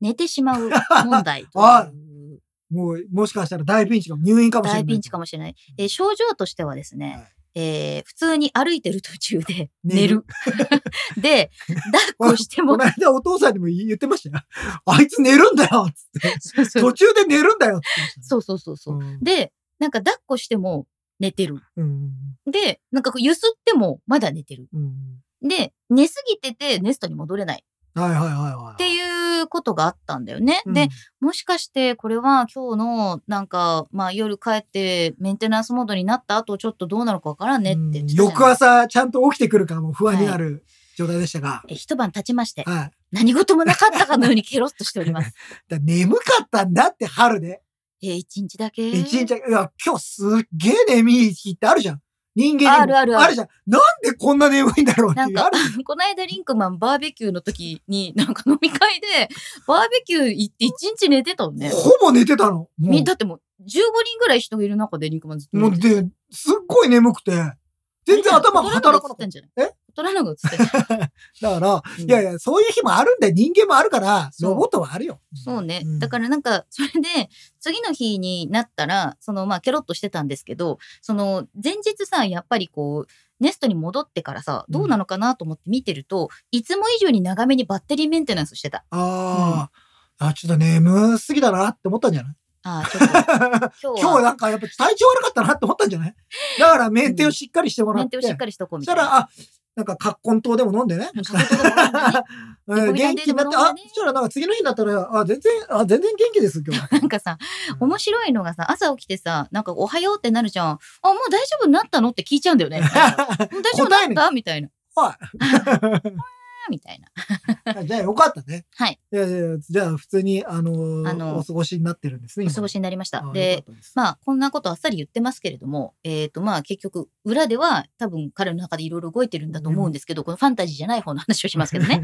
S1: 寝てしまう問題 と
S2: あ
S1: いう
S2: もう、もしかしたら大ピンチかも、入院かもしれない。
S1: 大ピンチかもしれない。えー症状としてはですね、
S2: はい
S1: えー普通に歩いてる途中で
S2: 寝
S1: 寝
S2: る
S1: る。 で、抱っこしても
S2: この間お父さんにも言ってましたよ。あいつ寝るんだよっつって。
S1: そうそ
S2: 途
S1: う
S2: 中で寝るんだよっつってましたね。
S1: そうそうそうそう。
S2: うん
S1: で、なんか抱っこしても寝てる。
S2: うん
S1: で、なんかこう揺すってもまだ寝てる。
S2: うん
S1: で、寝すぎててネストに戻れない
S2: はいはいはいはい。
S1: っていうことがあったんだよね。
S2: うん、
S1: で、もしかしてこれは今日のなんか、まあ夜帰ってメンテナンスモードになった後ちょっとどうなるかわからんねって言ってたじゃん
S2: 翌朝、ちゃんと起きてくるかも不安になる状態でしたが。
S1: え一晩経ちまして、
S2: はい。だか
S1: 何事もなかったかのようにケロッとしてお ります。
S2: ら眠かったんだって、春で。
S1: えー一日だけ。
S2: 一日、いや、今日すっげえ眠い日ってあるじゃん。人間にも
S1: あるあるある
S2: じゃん。なんでこんな眠いんだろうって
S1: ないん
S2: う。あ
S1: か
S2: る、
S1: この間リンクマンバーベキューの時に、なんか飲み会で、バーベキュー行って一日寝てたのね。
S2: ほぼ寝てたの。も
S1: み
S2: う
S1: だってもう15人ぐらい人がいる中でリンクマンずっと
S2: も
S1: 寝
S2: う
S1: てて
S2: で、すっごい眠くて、全然頭が働かな
S1: 大人の方が映って
S2: かっ
S1: んじゃない
S2: え
S1: 大人の方が映ってんじゃ
S2: た。だから、
S1: ない
S2: いやいや、そういう日もあるんだよ。人間もあるから、
S1: そう
S2: ロボットはあるよ。
S1: そうね。
S2: ん
S1: だからなんか、それで、次の日になったら、その、まあ、ケロッとしてたんですけど、その、前日さ、やっぱりこう、ネストに戻ってからさ、どうなのかなと思って見てると、いつも以上に長めにバッテリーメンテナンスしてた。
S2: ああ、あ、ちょっと眠すぎだなって思ったんじゃない
S1: ああ、ちょ っと、今日
S2: 今日
S1: は、
S2: なんかやっぱ体調悪かったなって思ったんじゃないだから、メンテをしっかりしてもら
S1: メ
S2: っ
S1: ン
S2: て。
S1: テをしっかりしとこう
S2: そ
S1: み
S2: したた
S1: いな。
S2: ら、あ、なんか、カッコン糖でも飲んでね。
S1: 過去とかもあるんだね
S2: うん
S1: リポ
S2: 元
S1: ビタン
S2: 気になって、
S1: データも
S2: あ
S1: 飲んで、ね
S2: そしたらなんか次の日になったら、あ、全然、あ、全然元気です、今日。
S1: なんかさ、 面白いのがさ、朝起きてさ、なんかおはようってなるじゃん。あ、もう大丈夫になったのって聞いちゃうんだ よね。なんかもう大丈
S2: 答
S1: 夫
S2: え
S1: だ
S2: ね
S1: ったみたいな。
S2: は
S1: みたいな。
S2: い。 じゃあよかったね。
S1: はい。
S2: やいやじゃあ普通に、あのー
S1: あのー
S2: お過ごしになってるんですね。
S1: お
S2: 今
S1: 過ごしになりました。
S2: あよ
S1: で、
S2: かったです
S1: まあ、こんなことあっさり言ってますけれども、えっ、と、まあ、結局、裏では多分彼の中でいろいろ動いてるんだと思うんですけど、このファンタジーじゃない方の話をしますけど ね。。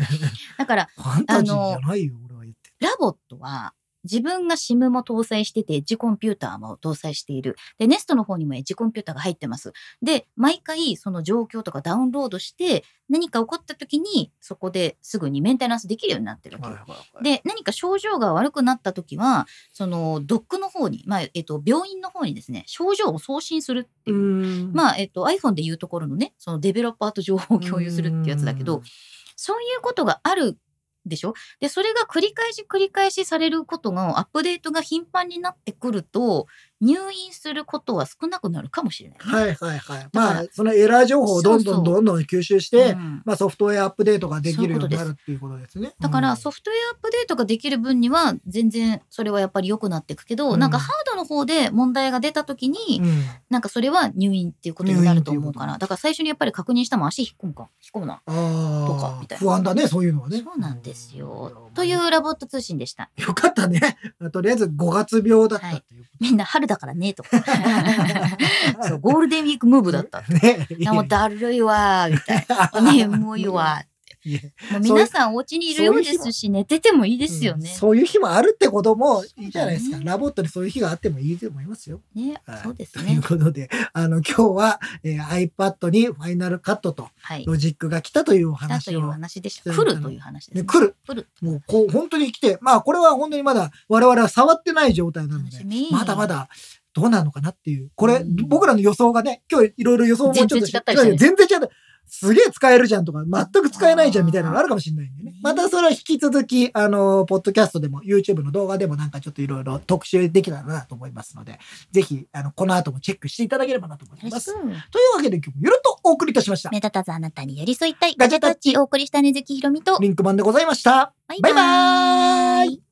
S1: だから、
S2: ファンタジーじゃないよ、俺は言って。
S1: ラボットは、自分が SIM も搭載してて、エッジコンピューターも搭載している。で、ネストの方にもエッジコンピューターが入ってます。で、毎回その状況とかダウンロードして、何か起こった時に、そこですぐにメンテナンスできるようになってるわけ。で、何か症状が悪くなった時は、そのドックの方に、まあ、えっと、病院の方にですね、症状を送信するって
S2: う
S1: いう。
S2: んあ、
S1: まあ、えっと、iPhone でいうところのね、そのデベロッパーと情報を共有するってやつだけど、そういうことがあるでしょで、それが繰り返し繰り返しされることが、アップデートが頻繁になってくると、入院することは少なくなるかもしれないね、
S2: はいはいはい。
S1: から
S2: まあ、そのエラー情報をどんど
S1: そ
S2: ん
S1: うそう
S2: どんどん吸収して、
S1: うん
S2: まあソフトウェアアップデートができるよう
S1: そういうこと
S2: に
S1: で
S2: な
S1: す
S2: るっていうことですね。
S1: だからソフトウェアアップデートができる分には全然それはやっぱり良くなっていくけど、
S2: うん
S1: なんかハードの方で問題が出た時に、
S2: うんうん
S1: なんかそれは入院っていうことになると思う
S2: 入院ってい
S1: か
S2: うこ
S1: ら。だから最初にやっぱり確認したもん足引っ込むか。引っ込むな。と
S2: あ
S1: かみ
S2: あ
S1: た、いな
S2: 不安だね、そういうのはね。
S1: そうなんですよ
S2: ん。
S1: というラボット通信でした。
S2: よかったね。 とりあえず5月病だったっていうこ
S1: みんな春だからね、とか。そう、ゴールデンウィークムーブだった。
S2: とね。
S1: あもうだるいわー、みたいな。眠いわー。
S2: いえ
S3: もう皆さんお家にいるようですし、寝ててもいいですよ
S2: うん
S3: ね。
S2: そういう日もあるってこともいいじゃないですか。
S3: そうだね
S2: ラボットにそういう日があってもいいと思いますよ。
S3: ね
S2: はい、
S3: そうです
S2: とい
S3: ね
S2: う。ことで、あの、今日は、えー iPad にファイナルカットと
S3: はい。
S2: ロジックが来たというお
S3: だと
S2: 話
S3: いう
S2: を。
S3: 話でし
S2: う
S3: た。
S2: ん
S3: 来るという話です、
S2: ね、
S3: ね。
S2: 来る。
S3: 来る。
S2: もう、こう、本当に来て、まあ、これは本当にまだ我々は触ってない状態なの
S3: 楽
S2: で
S3: し、み。
S2: まだま。だどうなのかなっていう。これ、
S3: うん
S2: 僕らの予想がね、今日いろいろ予想もちょっと
S3: 全然違ったりしてね
S2: 全然違った。すげえ使えるじゃんとか、全く使えないじゃんみたいなのがあるかもしれないんでね
S3: あ。ー
S2: またそれは引き続き、あの、ポッドキャストでも、YouTube の動画でもなんかちょっといろいろ特集できたらなと思いますので、ぜひ、あの、この後もチェックしていただければなと思い
S3: よ
S2: ま
S3: ろ
S2: す。
S3: し
S2: とい
S3: く。
S2: うわけで今日もゆるっとお送りいたしました
S1: 目。立たずあなたに寄り添いたい。
S2: ガ
S1: ガ
S2: ジ
S1: ジ
S2: ェ
S1: ェ
S2: タ
S1: タ
S2: ッ
S1: ッ
S2: チ
S1: チお送りしたねずきひろみと。
S2: リンクマンでございました。
S1: バイ
S2: バイバーイ